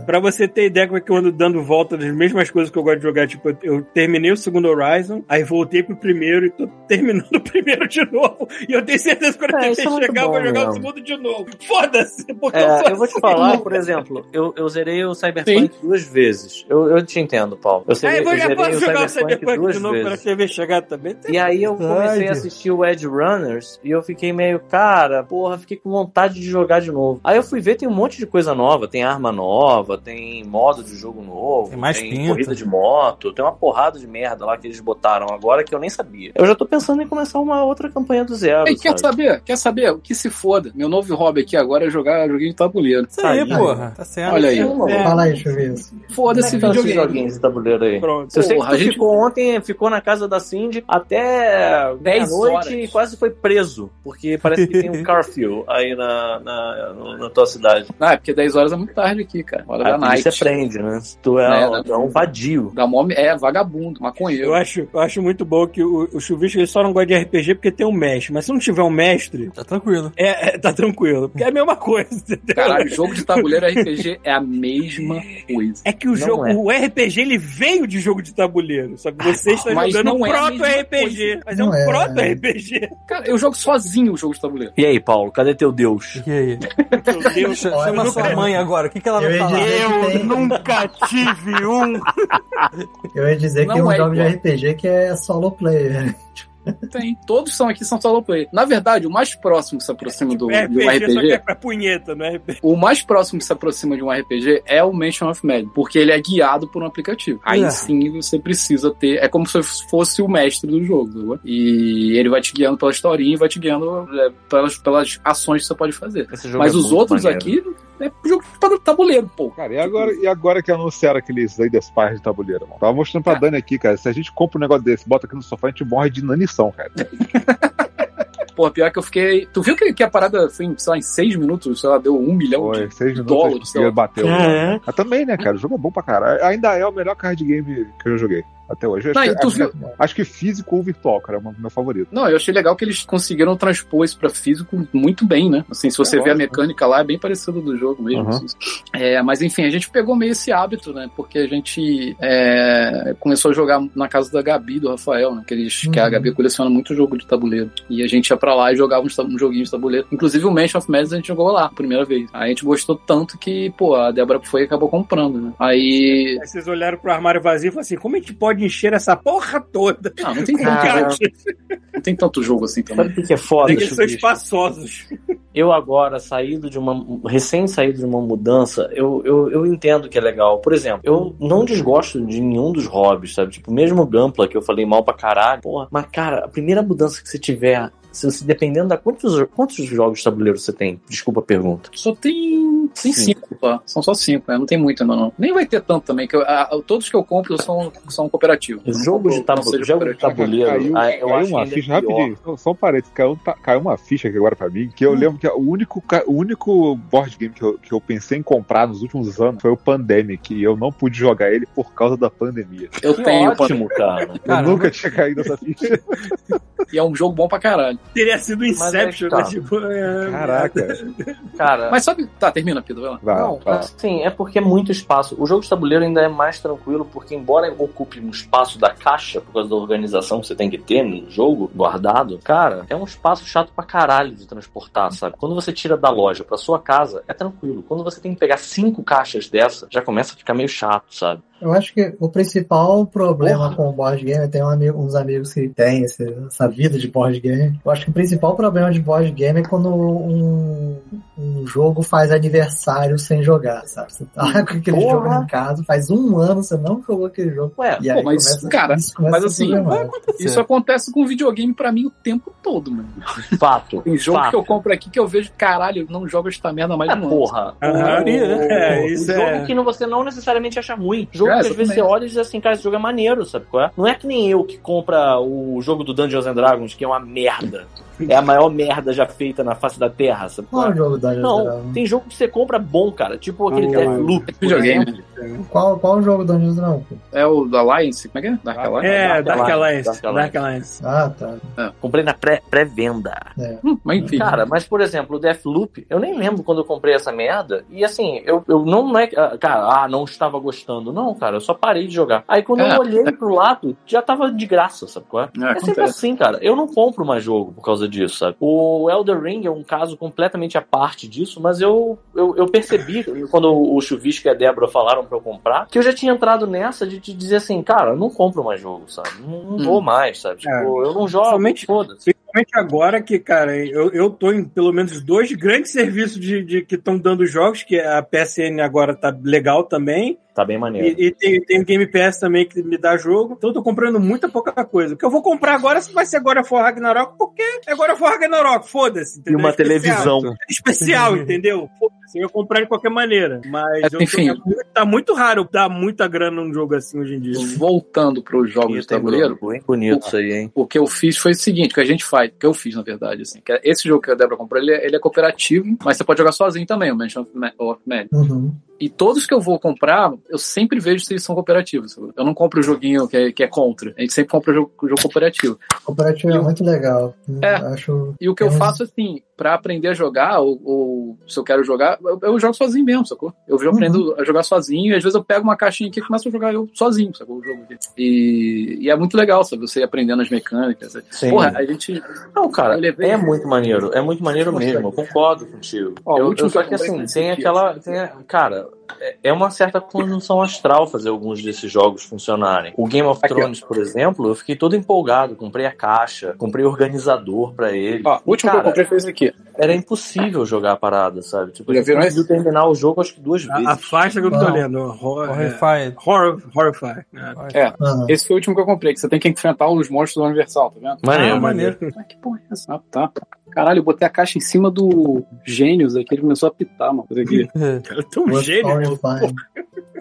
Pra você ter ideia como é que eu ando dando volta das mesmas coisas que eu gosto de jogar, tipo, eu- eu terminei o segundo Horizon, aí voltei pro primeiro e tô terminando o primeiro de novo. E eu tenho certeza que quando
É,
eu
isso é
tentar
muito
chegar, eu vou
bom,
jogar
não.
o segundo de novo. Foda-se, porque eu sou
É, eu vou te
assim.
falar, por exemplo, eu, eu zerei o Cyberpunk duas vezes. Eu, eu te entendo, Paulo. Eu,
Aí
zerei,
eu vou
eu
já
zerei
posso
o
jogar o
Cyberpunk,
Cyberpunk
duas
de novo pra
vezes.
TV chegar também.
E aí eu comecei a assistir o Edge Runners e eu fiquei meio, cara, porra, fiquei com vontade de jogar de novo. Aí eu fui ver, tem um monte de coisa nova, tem arma nova, tem modo de jogo novo, tem,
mais pinta.
corrida de moto, tem uma porrada de merda lá que eles botaram agora que eu nem sabia. Eu já tô pensando em começar uma outra campanha do zero.
Ei, quer
é, sabe?
saber? Quer saber? O que se foda? Meu novo hobby aqui agora é jogar joguinho de tabuleiro.
Isso aí,
Aí,
porra. Tá certo.
Olha aí.
É.
Fala aí, Chuvisco.
Foda-se
Como é que estão esses
videogame.
joguinhos de tabuleiro aí.
Pronto.
Eu sei que
Porra,
tu
a gente-
ficou ontem, ficou na casa da Cindy até
10 horas.
noite e quase foi preso, porque parece que tem um curfew aí na, na, no- na tua cidade.
Ah, é porque 10 horas é muito tarde aqui, cara. Hora da
a polícia
night.
prende, né? Tu é,
É,
um-
né?
tu é um vadio.
Da mó... É, vagabundo, maconheiro.
Eu acho, eu acho muito bom que o, o Chuvisco ele só não gosta de RPG porque tem um mestre. Mas se não tiver um mestre,
Tá tranquilo.
é, é- tá tranquilo. Porque é a mesma coisa, entendeu?
Caralho, jogo de tabuleiro RPG é a mesma coisa.
É que o
Não
jogo,
é.
o RPG, ele veio de jogo de tabuleiro. Só que você está
mas
jogando
não
um
é a
proto
mesma
RPG.
coisa.
Mas é um
Não é,
proto
é.
RPG.
Cara, eu jogo sozinho o jogo de tabuleiro.
E aí, Paulo, cadê teu Deus?
E aí?
Meu Deus.
Ch- Chama
Olha,
sua
cara.
mãe agora. O que, que ela vai
Eu ia
falar?
dizer- tem-
nunca tive um.
Eu ia dizer
Não
que é um
é
jogo
igual.
de RPG que é solo player.
Tem. Todos são aqui, são solo player. Na verdade, o mais próximo que se aproxima do,
É
de um
RPG, só que é
RPG,
pra punheta, não é RPG.
o mais próximo que se aproxima de um RPG é o Mansion of Magic, porque ele é guiado por um aplicativo. Aí
É.
sim você precisa ter. É como se fosse o mestre do jogo, entendeu? E ele vai te guiando pela historinha e vai te guiando é, pelas, pelas ações que você pode fazer.
Esse jogo
Mas
é
os
muito
outros
maneiro.
aqui é jogo de tabuleiro, pô.
Cara, e agora, e agora que anunciaram aqueles aí das parras de tabuleiro, mano? Tava mostrando pra Dani aqui, cara. Se a gente compra um negócio desse, bota aqui no sofá, a gente morre de inanição, cara.
Porra, pior que eu fiquei. Tu viu que, que a parada foi, em, sei lá, em seis minutos, sei lá, deu um milhão
Foi,
de.
seis
dólar,
minutos
sei lá.
que bateu. Mas também, né, cara? O jogo é bom pra caralho. Ainda é o melhor card game que eu joguei até hoje. Acho,
Não, então e
que, é
tu
acho,
viu,
acho que físico ou virtual, cara, é o meu favorito.
Não, eu achei legal que eles conseguiram transpor isso pra físico muito bem, né? Assim, se você
É
vê a
lógico,
mecânica lá, é bem parecida do jogo mesmo.
Uhum.
É, mas enfim, a gente pegou meio esse hábito, né? Porque a gente é, começou a jogar na casa da Gabi, do Rafael, né? Que, eles, que a
Uhum.
Gabi coleciona muito jogo de tabuleiro. E a gente ia pra lá e jogava uns, ta- uns joguinhos de tabuleiro. Inclusive o Mansion of Madness a gente jogou lá, a primeira vez. Aí a gente gostou tanto que, pô, a Débora foi e acabou comprando, né? Aí...
Aí vocês olharam pro armário vazio e falaram assim, como a gente pode encher essa porra toda?
Ah, não tem,
com
tanto,
Cara,
gato?
não tem tanto jogo assim também.
Sabe o que que é foda,
Eles são
Chuvisco?
espaçosos.
Eu agora, saído de uma. recém saído de uma mudança, eu, eu, eu entendo que é legal. Por exemplo, eu não desgosto de nenhum dos hobbies, sabe? Tipo, mesmo o Gampla, que eu falei mal pra caralho. Porra, mas cara, a primeira mudança que você tiver. Se você, dependendo da quantos, quantos jogos de tabuleiro você tem, desculpa a pergunta.
Só tem, tem
Cinco.
cinco, só. São só cinco, né? Não tem muito ainda, não. Nem vai ter tanto também, que eu- a- a- todos que eu compro são, são cooperativos.
Jogo de
Não seja
tabuleiro, jogo de
cooperativo.
tabuleiro,
Caiu,
ah, eu
caiu
acho que
uma
ainda é
ficha,
pior.
rapidinho. Só- Só um parênteses, caiu, tá- caiu uma ficha aqui agora pra mim, que eu lembro que o único, ca- o único board game que eu, que eu pensei em comprar nos últimos anos foi o Pandemic, e eu não pude jogar ele por causa da pandemia.
Eu
Que
tenho,
ótimo, cara.
Cara,
eu nunca tinha caído nessa ficha.
e é um jogo bom pra caralho.
Teria sido Inception,
tá.
né? Tipo, é...
Caraca.
Cara,
Mas sabe. Tá, termina, Pedro, vai lá.
Vai,
Não,
vai.
assim, é porque é muito espaço. O jogo de tabuleiro ainda é mais tranquilo, porque embora ocupe um espaço da caixa, por causa da organização que você tem que ter no jogo, guardado, cara, é um espaço chato pra caralho de transportar, sabe? Quando você tira da loja pra sua casa, é tranquilo. Quando você tem que pegar cinco caixas dessa, já começa a ficar meio chato, sabe?
Eu acho que o principal problema
Porra.
com o board game, eu tenho um amigo- uns amigos que têm esse- essa vida de board game. Eu acho que o principal problema de board game é quando um, um jogo faz aniversário sem jogar, sabe? Você tá com aquele
Porra.
jogo em casa, faz um ano você não jogou aquele jogo.
Ué,
E aí
pô, mas,
começa,
cara,
isso começa
mas
a
assim,
problemar.
Isso acontece com videogame pra mim o tempo todo, mano.
fato.
Tem jogo
fato.
que eu compro aqui que eu vejo, caralho, eu não jogo esta merda há mais
Ah,
de um ano.
porra.
A maioria, né? É, isso
jogo
é...
que não- você não necessariamente acha ruim. Jogo
É,
que às vezes
exatamente.
você olha e diz assim, cara, esse jogo é maneiro, sabe qual é? Não é que nem eu que compra o jogo do Dungeons and Dragons, que é uma merda. É a maior merda já feita na face da Terra, sabe?
Qual é o jogo da
Não, tem jogo que você compra bom, cara. Tipo aquele
Vamos lá.
Deathloop. por
é Videogame.
exemplo.
Qual, qual o jogo da Dungeons Dragons?
É o da Alliance? Como é que é? Dark Alliance?
É, Dark Alliance.
Dark Alliance.
Dark Alliance.
Ah, tá.
Comprei na pré- pré-venda.
É.
Hum, Mas enfim.
Cara, mas por exemplo, o Deathloop, eu nem lembro quando eu comprei essa merda. E assim, eu, eu não não é. ah, Cara, ah, não estava gostando. Não, cara, eu só parei de jogar. Aí quando
É.
eu olhei pro lado, já tava de graça, sabe qual é?
É,
É sempre
acontece.
assim, cara. Eu não compro mais jogo por causa disso, sabe? O Elder Ring é um caso completamente à parte disso, mas eu, eu, eu percebi, quando o Chuvisco e a Débora falaram pra eu comprar, que eu já tinha entrado nessa de te dizer assim, cara, eu não compro mais jogo, sabe? Não, não
Hum.
vou mais, sabe? Tipo,
É.
eu não jogo,
Somente-
foda-se.
Principalmente agora que, cara, eu, eu tô em pelo menos dois grandes serviços de, de- que estão dando jogos, que a PSN agora tá legal também,
Tá bem
É.
maneiro.
e, e tem, tem o Game Pass também que me dá jogo, então eu tô comprando muita pouca coisa. O que eu vou comprar agora vai ser agora for Ragnarok, porque agora é for Ragnarok, foda-se,
E
entendeu? É
uma
Especial.
televisão.
especial, entendeu? Foda-se, eu ia comprar de qualquer maneira. Mas eu tô-
Enfim.
é muito- tá muito raro dar muita grana num jogo assim hoje em dia.
Voltando para os jogos
é
de tabuleiro,
Bem bonito isso aí, hein?
o que eu fiz foi o seguinte, o que a gente faz, o que eu fiz, na verdade, assim, que é- esse jogo que a Débora comprou, ele é, ele é cooperativo, mas você pode jogar sozinho também, o Mansion of Ma- of Man.
Uhum.
E todos que eu vou comprar, eu sempre vejo se eles são cooperativos. Eu não compro o joguinho que é, que é contra. A gente sempre compra o jogo, o jogo cooperativo.
Cooperativo é muito legal.
É.
Acho.
E o que eu
Uhum.
faço, assim, pra aprender a jogar, ou, ou se eu quero jogar, eu, eu jogo sozinho mesmo, sacou? Eu já aprendo a jogar sozinho, e às vezes eu pego uma caixinha aqui e começo a jogar eu sozinho, sacou? O jogo aqui. E, e é muito legal, sabe? Você ir aprendendo as mecânicas. né?
Sim.
Porra, a gente.
Não, cara,
Eu levei-
é muito maneiro. É muito maneiro
Nossa,
mesmo. Eu concordo contigo.
Ó, o
eu,
último
eu, só
que eu
que assim,
comprei
tem
foi esse
aquela. tem a- cara, é- é uma certa conjunção astral fazer alguns desses jogos funcionarem. O Game of
Aqui, ó.
Thrones, por exemplo, eu fiquei todo empolgado. Comprei a caixa, comprei organizador pra ele.
Ó, o último que
Cara,
eu comprei foi esse aqui.
Era impossível jogar a parada, sabe? Tipo,
Já
a gente
viram
conseguiu terminar o jogo acho que duas vezes.
Ah, A, a faixa que eu tô
Não.
lendo, ó, horror, é,
Horrified.
horror, horrify. É.
Uhum.
Esse foi o último que eu comprei, que você tem que enfrentar os monstros do Universal, tá vendo?
Ah,
Maneiro.
maneiro.
Ah, que porra é essa? Ah, tá. Caralho, eu botei a caixa em cima do Gênios aqui, ele começou a pitar, mano. Isso aqui.
Cara,
um
tão
Worth
gênio.
Story Fine.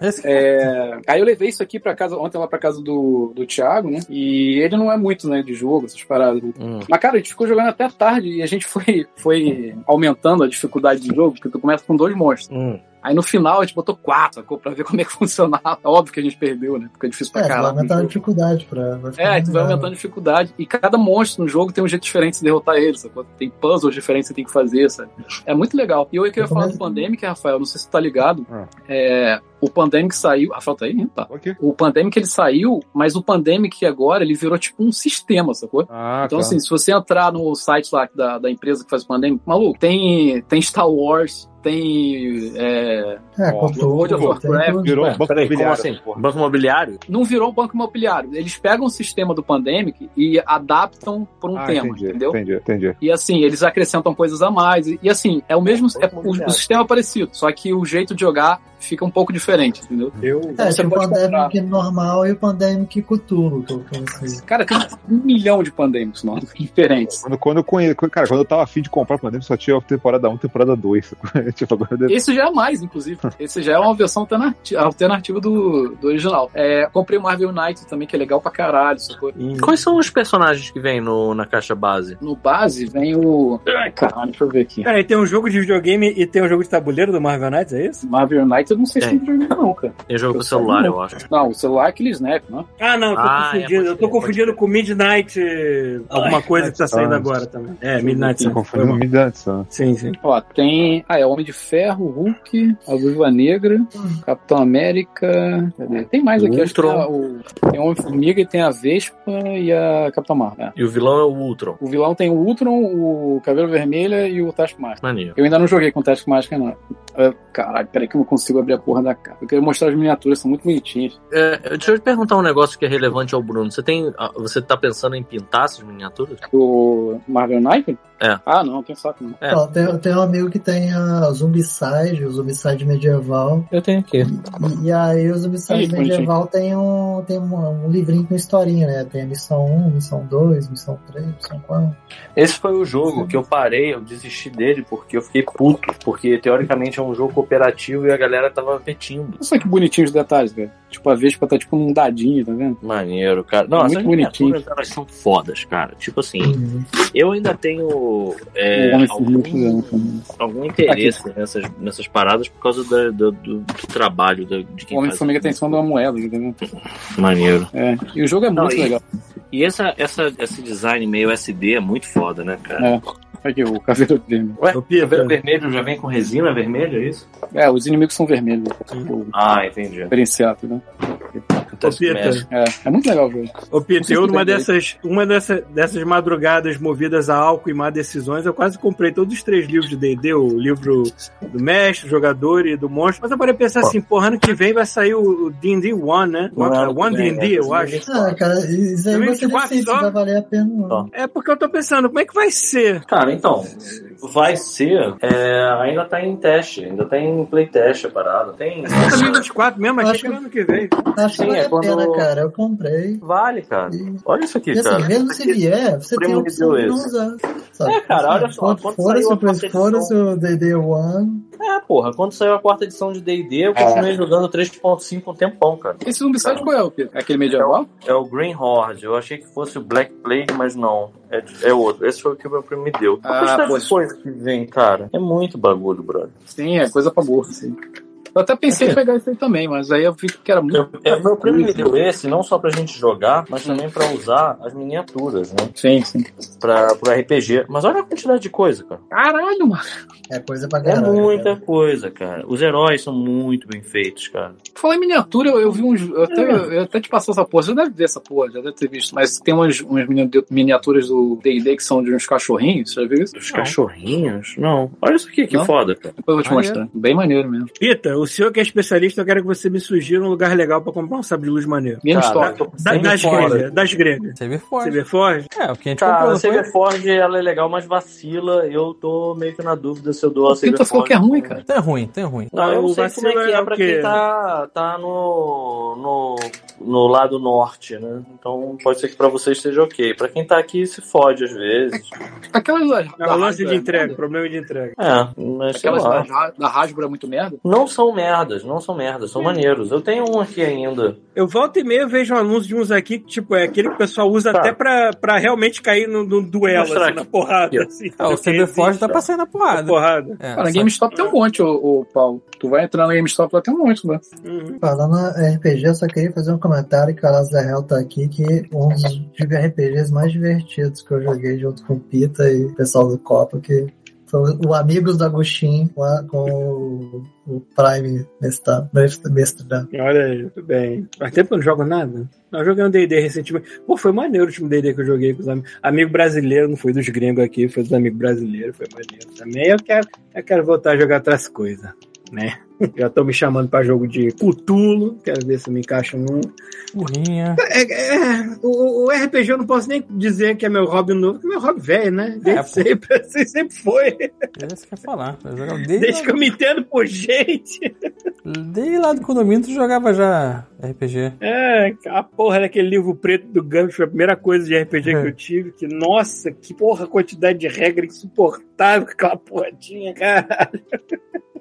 Esse-
É, aí eu levei isso aqui pra casa, ontem lá pra casa do, do Thiago, né? E ele não é muito, né, de jogo, essas paradas. né?
Hum.
Mas, cara, a gente ficou jogando até tarde e a gente foi, foi aumentando a dificuldade do jogo, porque tu começa com dois monstros.
Hum.
Aí no final a gente botou quatro, sacou? Pra ver como é que funcionava. Óbvio que a gente perdeu, né? Porque é difícil
É,
pra
tu vai
caralho.
aumentar a
o jogo.
dificuldade pra. vai ficar
É, aí
mais
tu vai
legal.
aumentando a dificuldade. E cada monstro no jogo tem um jeito diferente de se derrotar ele, sacou? Tem puzzles diferentes que você tem que fazer, sabe? É muito legal. E eu queria falar do Pandemic, Rafael, não sei se tu tá ligado.
Ah.
É, o Pandemic saiu. Rafael tá aí? né? Tá.
Ok.
O Pandemic ele saiu, mas o Pandemic agora ele virou tipo um sistema, sacou?
Ah,
Então,
tá.
assim, se você entrar no site lá da, da empresa que faz o Pandemic, maluco, tem, tem Star Wars, tem. é,
É,
Ó,
contou.
World of Warcraft.
Virou um banco
Peraí, como
imobiliário,
assim?
porra.
Banco imobiliário?
não virou um banco imobiliário. Eles pegam o sistema do Pandemic e adaptam por um
Ah,
tema,
entendi,
entendeu?
entendi, entendi.
E assim, eles acrescentam coisas a mais. E, e, assim, é o mesmo. é- o, o sistema é parecido, só que o jeito de jogar fica um pouco diferente, entendeu? Então
É,
Você
tinha o
pode comprar.
Pandemic normal e o Pandemic Cthulhu, que eu conheci.
Cara, tem um milhão de pandemics novos, diferentes.
Quando, quando eu conhe... Cara, quando eu tava afim de comprar o Pandemic, só tinha temporada 1 temporada 2. tipo, agora deve...
Esse já é mais, inclusive. Esse já é uma versão alternati- alternativa do, do original. É, comprei o Marvel Knight também, que é legal pra caralho. sacou?
Quais são os personagens que vêm no- na caixa base?
No base vem o. Ai, caralho, deixa eu ver aqui.
Cara, e tem um jogo de videogame e tem um jogo de tabuleiro do Marvel Knights, é isso?
Marvel Knight eu não sei se
Tem.
tem jogo não, cara.
Tem jogo pro celular, eu acho.
Não, o celular é aquele Snap, né?
Ah, não, eu tô
Ah, é,
confundindo.
pode
eu tô
crer, pode
confundindo
crer.
com Midnight. eh, Alguma coisa que tá saindo
Suns.
agora também. É, Midnight
Sim,
Suns.
Tô confundindo
Foi
o
mal.
Mid antes, né?
Sim, sim.
Ó, tem. Ah, é Homem de Ferro, Hulk, a Viúva Negra, Capitão América. Cadê? Tem mais aqui, acho que
Ultron.
é o- tem o Homem-Formiga e tem a Vespa e a Capitão Marvel. é.
E o vilão é o Ultron.
O vilão tem o Ultron, o Caveira Vermelha e o Taskmaster.
Maneiro.
Eu ainda não joguei com Task Mágica, não. Ah, Caralho, peraí que eu não consigo abrir a porra da capa. Eu queria mostrar as miniaturas, são muito bonitinhas.
É, deixa eu te perguntar um negócio que é relevante ao Bruno. Você tem. ah, Você tá pensando em pintar essas miniaturas?
O Marvel Knight?
É.
Ah, não, tem saco não.
É.
Ó, tem, tem um amigo que tem a Zumbicide, o Zumbicide medieval.
Eu tenho aqui.
Tá
E, e aí o Zumbicide
Aí, bonitinho.
medieval tem um, tem um, um livrinho com historinha, né? Tem a missão 1, missão 2, missão 3, missão 4.
Esse foi o jogo que eu parei, eu desisti dele porque eu fiquei puto. Porque teoricamente é um jogo cooperativo e a galera tava repetindo.
Olha só que bonitinhos os detalhes, velho.
Tipo, a Vespa tá tipo num dadinho, tá vendo?
Maneiro, cara. Não,
Muito
essas
bonitinho.
miniaturas, elas são fodas, cara. Tipo assim, eu ainda tenho é,
Um
É,
algum,
né?
algum interesse nessas, nessas paradas por causa da- do, do- do trabalho da- de
O
quem
Homem de
faz.
Formiga tem som de uma moeda, entendeu?
Maneiro.
É. E o jogo é
Não,
muito
e- tá.
legal.
E essa, essa, esse design meio SD é muito foda, né, cara?
É. Aqui, o caveiro vermelho.
Ué, o caveiro vermelho já vem com resina vermelha, é isso?
É, os inimigos são vermelhos. Tipo,
Ah, entendi.
diferenciado, né?
Ô, Pita,
É, é muito legal o jogo.
ô, Pita, eu numa
Não sei se
dessas, uma dessa, dessas madrugadas movidas a álcool e má decisões, eu quase comprei todos os três livros de D&D, o livro do mestre, do jogador e do monstro. Mas eu parei de pensar assim, porra, ano que vem vai sair o o D&D One, né?
ano
One
que
One
vem,
D&D,
né?
eu acho.
Ah, cara, isso aí
Também
você
quatro
decide se
só?
vai valer a pena ou não.
É porque eu tô pensando, como é que vai ser?
Cara, então, vai ser. é, ainda tá em teste, ainda tá em playtest a parada. Tem.
Também 24 é mesmo, achei
Acho
que era
que-
ano que vem.
Acho que
Sim,
vale
é
Tá a
quando-
pena, cara. Eu comprei.
Vale, cara. Olha isso aqui,
E assim,
cara.
mesmo se vier, você tem a opção de não
Premonição
usar. sabe? Assim,
É, cara, olha só,
Quando
quando
Fora
saiu a
se fora se o DD One.
É, porra, quando saiu a quarta edição de DD, eu continuei jogando 3.5 um tempão, cara.
Esse Ubisoft qual é o Pedro? É aquele medieval?
É o Green Horde. Eu achei que fosse o Black Plague, mas não. É, é outro. Esse foi o que meu primo me deu.
Ah,
Ah,
pô,
de coisa que vem, cara. É muito bagulho, brother.
Sim, é coisa pra gordo, sim. Eu até pensei em pegar esse aí também, mas aí eu vi que era muito.
Eu- é, meu primo me deu esse não só pra gente jogar, mas também pra usar as miniaturas, né?
Sim, sim.
Pra, pro RPG. Mas olha a quantidade de coisa, cara.
Caralho, mano.
É coisa pra
É
caralho.
muita
cara.
coisa, cara. Os heróis são muito bem feitos, cara.
Falar em miniatura, eu, eu vi uns. Eu até, eu até te passei essa porra. Você deve ver essa porra, já deve ter visto. Mas tem umas, umas mini- miniaturas do DD que são de uns cachorrinhos. Você já viu isso?
Os cachorrinhos? Não. Olha isso aqui, que
Não? Um
foda, cara.
Depois eu vou te
Maneiro.
mostrar. Bem maneiro mesmo.
Pita, o senhor que é especialista, eu quero que você me sugira um lugar legal pra comprar um sabre de luz maneiro.
Menos
Cara,
top.
Da- das
fora.
gregas, das gregas.
Cyberforce.
Cyberforge?
É, o que a gente
Cara,
comprou.
a
não foi?
Cyberforge ela é legal, mas vacila. Eu tô meio que na dúvida se eu dou a
Pinta
Cyberforge.
falou que é
né?
ruim, cara.
Tem ruim, tem ruim.
Não, eu não
O
sei como
vacilo
é que
é
é
o
pra
quê?
quem tá, tá no, no, no lado norte, né? Então pode ser que pra vocês esteja ok. Pra quem tá aqui, se fode às vezes.
Aquelas da,
É o lance
Hasbro é
de entrega,
merda?
problema de entrega.
É, mas sei
Aquelas
lá.
da, da Hasbro é muito merda?
Não são merdas, não são merdas, são maneiros. Eu tenho um aqui ainda.
Eu volto e meia eu vejo um anúncio de uns aqui que, tipo, é aquele que o pessoal usa
Tá.
até pra, pra realmente cair num, num duelo,
Mostrar
assim, na porrada.
Aqui, ó.
Assim,
Ah, o
Porque
Cyberforce
existe
dá pra sair na
a
porrada.
porrada.
Ah,
É,
Cara,
sabe?
GameStop tem um monte, ô, ô Paulo. Tu vai entrar na GameStop lá tem um monte, né?
Uhum.
Falando em RPG, eu só queria fazer um comentário que o Azrael tá aqui, que um dos RPGs mais divertidos que eu joguei junto com o Pita e o pessoal do Copa, que foi o Amigos do Agostinho com, a- com o, o Prime Mestra- Mestra- Mestran.
Olha aí, tudo bem. Faz tempo que eu não jogo nada. Eu joguei um D&D recentemente. Pô, foi maneiro o último D&D que eu joguei com os amigos. Amigo brasileiro, não foi dos gringos aqui, foi dos amigos brasileiros, foi maneiro também. Eu quero, eu quero voltar a jogar outras coisas, né? Já estão me chamando pra jogo de Cutulo, quero ver se eu me encaixo num.
Burrinha.
É, é, o, o RPG eu não posso nem dizer que é meu hobby novo, que é meu hobby velho, né? Desde
É, pô.
sempre, assim sempre foi.
É isso que eu ia falar. Eu jogava desde,
Desde que eu me entendo por gente.
desde lá do condomínio, tu jogava já RPG.
É, a porra daquele livro preto do Gambit foi a primeira coisa de RPG
É.
que eu tive. Que, nossa, que porra, quantidade de regra insuportável que aquela porra tinha, caralho.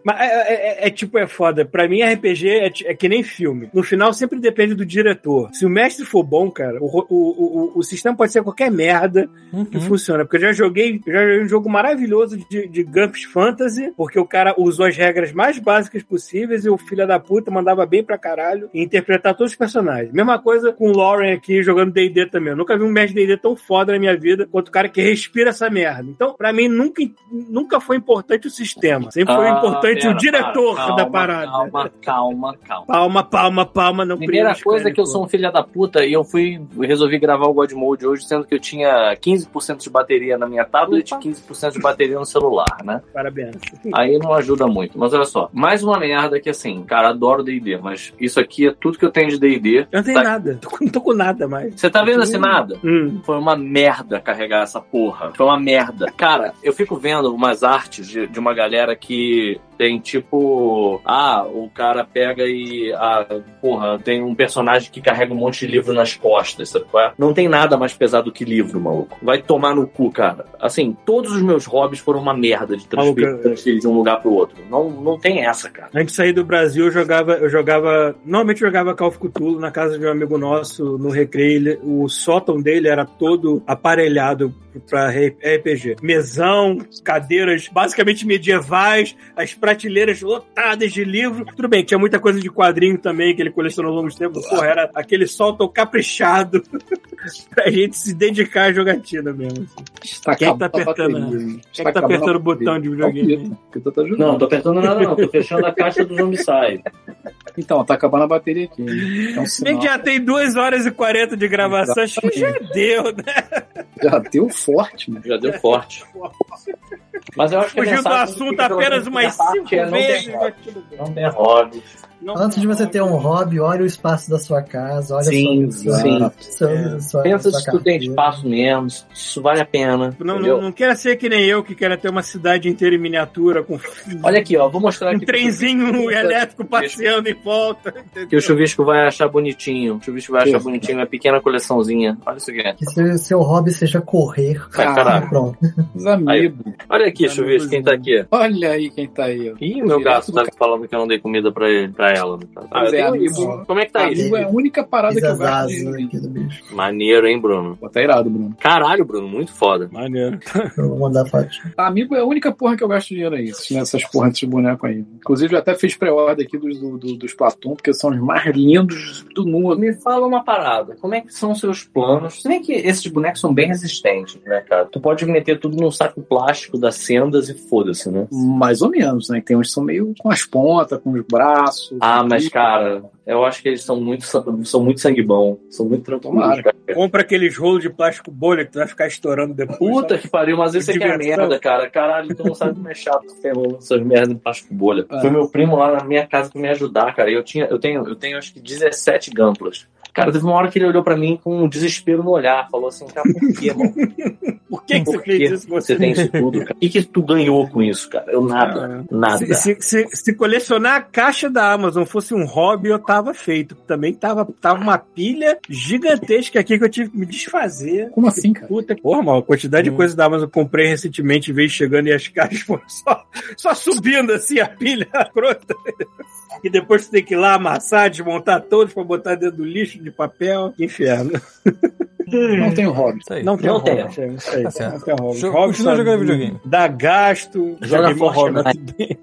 Mas é, é- é- é tipo, é foda. Pra mim, RPG é, ti- é que nem filme. No final, sempre depende do diretor. Se o mestre for bom, cara, o, ro- o, o, o sistema pode ser qualquer merda.
Uhum.
que funciona. Porque eu já joguei, eu já joguei um jogo maravilhoso de, de Gumps Fantasy, porque o cara usou as regras mais básicas possíveis e o filho da puta mandava bem pra caralho e interpretar todos os personagens. Mesma coisa com o Lauren aqui jogando D&D também. Eu nunca vi um mestre de D&D tão foda na minha vida quanto o cara que respira essa merda. Então, pra mim, nunca, nunca foi importante o sistema. Sempre foi
Ah,
importante
pera,
o diretor
para, calma,
da parada.
Calma, calma, calma.
Palma, palma, palma, não
Primeira
prima,
coisa é
cara,
que eu
pô.
sou um filho da puta e eu fui resolvi gravar o God Mode hoje, sendo que eu tinha 15% de bateria na minha tablet
Opa.
e 15% de bateria no celular, né?
Parabéns.
Aí não ajuda muito. Mas olha só, mais uma merda que assim, cara, adoro D&D, mas isso aqui é tudo que eu tenho de D&D.
Eu não tenho
Tá-
nada. Tô com- Não tô com nada mais.
Você tá vendo assim nada?
Hum.
Foi uma merda carregar essa porra. Foi uma merda. Cara, eu fico vendo umas artes de, de uma galera que
Tem tipo, ah, o cara pega e, ah, porra, tem um personagem que carrega um monte de livro nas costas, sabe qual é? Não tem nada mais pesado que livro, maluco. Vai tomar no cu, cara. Assim, todos os meus hobbies foram uma merda de transferir,
Maluco, é.
transferir de um lugar pro outro. Não, não tem essa, cara.
Antes de sair do Brasil, eu jogava, eu jogava. Normalmente eu jogava Call of Cthulhu na casa de um amigo nosso, no recreio. Ele- O sótão dele era todo aparelhado pra re- RPG. Mesão, cadeiras basicamente medievais, as prateleiras lotadas de livro. Tudo bem, tinha muita coisa de quadrinho também que ele colecionou ao longo do tempo. Porra, era aquele sótão caprichado pra gente se dedicar à jogatina mesmo.
Está
Quem é que tá
acabando a
apertando,
bateria.
né? Quem é que
Está
tá
acabando
apertando
a
o botão de
bateria.
videogame?
Não, Porque tu tá ajudando.
Não, tô apertando nada, não. Tô fechando a caixa do Zombicide.
Então, tá acabando a bateria aqui. né? É um
Se bem
sinal.
que já tem 2 horas e 40 de gravação, acho que já deu, né?
Já deu forte, mano.
Já deu forte. Mas eu acho que a
Fugiu do
mensagem que
assunto
fica pelo
apenas
menos
umas
da parte
5
é não tem
vezes.
hobby.
mas tudo bem.
Não tem hobby.
Não
Antes de você ter um hobby, olha o espaço da sua casa, olha
Sim,
sua, sua,
sim.
sua,
É.
sua-
Pensa
sua
se tu tem
carteira.
espaço mesmo, se isso vale a pena.
Não,
entendeu?
não, não quero ser que nem eu, que quero ter uma cidade inteira em miniatura, com
Olha aqui, ó, vou mostrar
um
aqui. pro
trenzinho
Deixa-
elétrico passeando em volta.
Que o chuvisco vai achar bonitinho. O chuvisco vai achar bonitinho, é pequena coleçãozinha. Olha isso aqui.
Que seu, seu hobby seja correr.
Vai, caralho.
Pronto.
Os amigos.
Olha aqui, chuvisco, quem tá aqui?
Olha aí quem tá aí. ó.
Ih, meu
Direto
gato
do
tá falando que eu não dei comida pra, ele, pra ela. Ah, eu
Pois é,
dei um
amigo.
livro. Como é que tá isso?
Amigo é a única parada que
Fiz
eu
as
gosto
asas
de...
aqui do bicho.
Maneiro, hein, Bruno?
Pô, tá irado, Bruno.
Caralho, Bruno, muito foda.
Maneiro.
Eu vou mandar foto.
Amigo é a única porra que eu gasto dinheiro aí, esses- nessas porra desses bonecos aí. Inclusive, eu até fiz pré-ordem aqui dos, do, do- dos Platum, porque são os mais lindos do mundo.
Me fala uma parada, como é que são os seus planos? Se bem que esses bonecos são bem resistentes, né, cara? Tu pode meter tudo num saco plástico das sendas e foda-se, né?
Mais ou menos, né? Tem uns que são meio com as pontas, com os braços.
Ah, mas cara, eu acho que eles são muito, sa- são muito sangue bom, são muito tranquilos,
Tomara.
cara.
Compra aqueles rolos de plástico bolha que tu vai ficar estourando depois.
Puta que pariu, mas isso aqui é
Diversão.
merda, cara. Caralho, tu não sabe como é chato tu ferrou essas merdas em plástico bolha.
Ah.
Foi meu primo lá na minha casa pra me ajudar, cara. E Eu, tinha, eu, tenho, eu tenho acho que 17 gamplas. Cara, teve uma hora que ele olhou pra mim com um desespero no olhar. Falou assim, cara, por quê, mano?
Por que, que você
Por
fez
quê?
isso?
Você tem isso tudo, cara. O que, que tu ganhou com isso, cara? Eu
Ah,
nada, nada.
Se, se- se- se colecionar a caixa da Amazon fosse um hobby, eu tava feito. Também tava, tava uma pilha gigantesca aqui que eu tive que me desfazer.
Como assim, cara?
Puta que Hum. porra, mal. A quantidade de coisa da Amazon que eu comprei recentemente veio chegando e as caixas foram só, só subindo assim a pilha crota. E depois tu tem que ir lá amassar, desmontar todos pra botar dentro do lixo de papel. Que inferno.
Não tenho hobby.
Isso aí.
Não tem
Não
hobby.
tem.
É isso aí.
Tá certo.
Não tem hobby.
Jo-
Hobby
continua
só
jogando videogame.
Dá gasto.
Joga né?
videogame é hobby.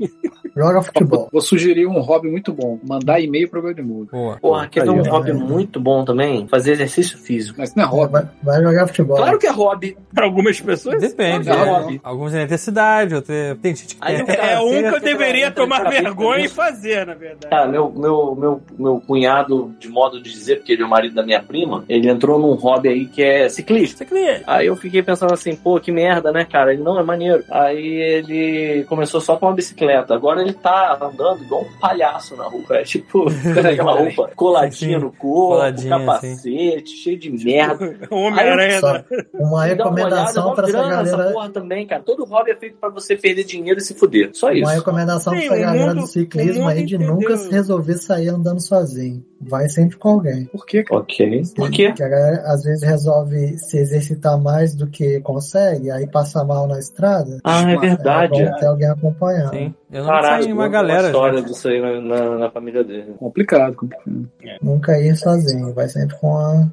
Joga futebol.
Vou sugerir um hobby muito bom: mandar e-mail pro Godmudo.
Boa.
Porra, quer ver
Aí, é.
um
ó.
hobby muito bom também? Fazer exercício físico.
Mas isso não é hobby.
Vai, vai jogar futebol.
Claro que é hobby.
Pra algumas pessoas.
Depende.
Não,
é.
hobby.
Alguns têm necessidade, outros tem gente que
Aí
tem.
eu-
É,
Cara,
um
você
que eu
entra-
deveria
entra
tomar
pra dentro
vergonha e
disso.
fazer, na verdade.
Cara, meu, meu, meu, meu cunhado, de modo de dizer, porque ele é o marido da minha prima, ele entrou num hobby aí que é ciclista. Aí eu fiquei pensando assim, pô, que merda, né, cara? Ele não é maneiro. Aí ele começou só com uma bicicleta. Agora ele tá andando igual um palhaço na rua. É tipo, com aquela roupa coladinha
Sim,
no corpo,
coladinha,
capacete, cheio de merda.
Homem-Aranha.
Só uma
Aí é, né? dá uma
recomendação
olhada, mó
pra essa
grana essa
galera.
porra também, cara. Todo hobby é feito pra você perder dinheiro e se fuder. Só É isso.
Uma recomendação
Sim,
pra essa
o
galera
mundo-
do ciclismo
o mundo
aí de
entendeu.
nunca se resolver sair andando sozinho. Vai sempre com alguém.
Por quê, cara?
Ok. Por quê?
Porque a galera às vezes resolve se exercitar mais do que consegue, aí passa mal na estrada.
Ah, é verdade.
É bom ter alguém acompanhando.
Sim. Eu não
Caralho,
sei uma
tem
galera. né?
história
gente.
disso aí na, na- na família dele.
Complicado, complicado.
Nunca ir sozinho, vai sempre com a-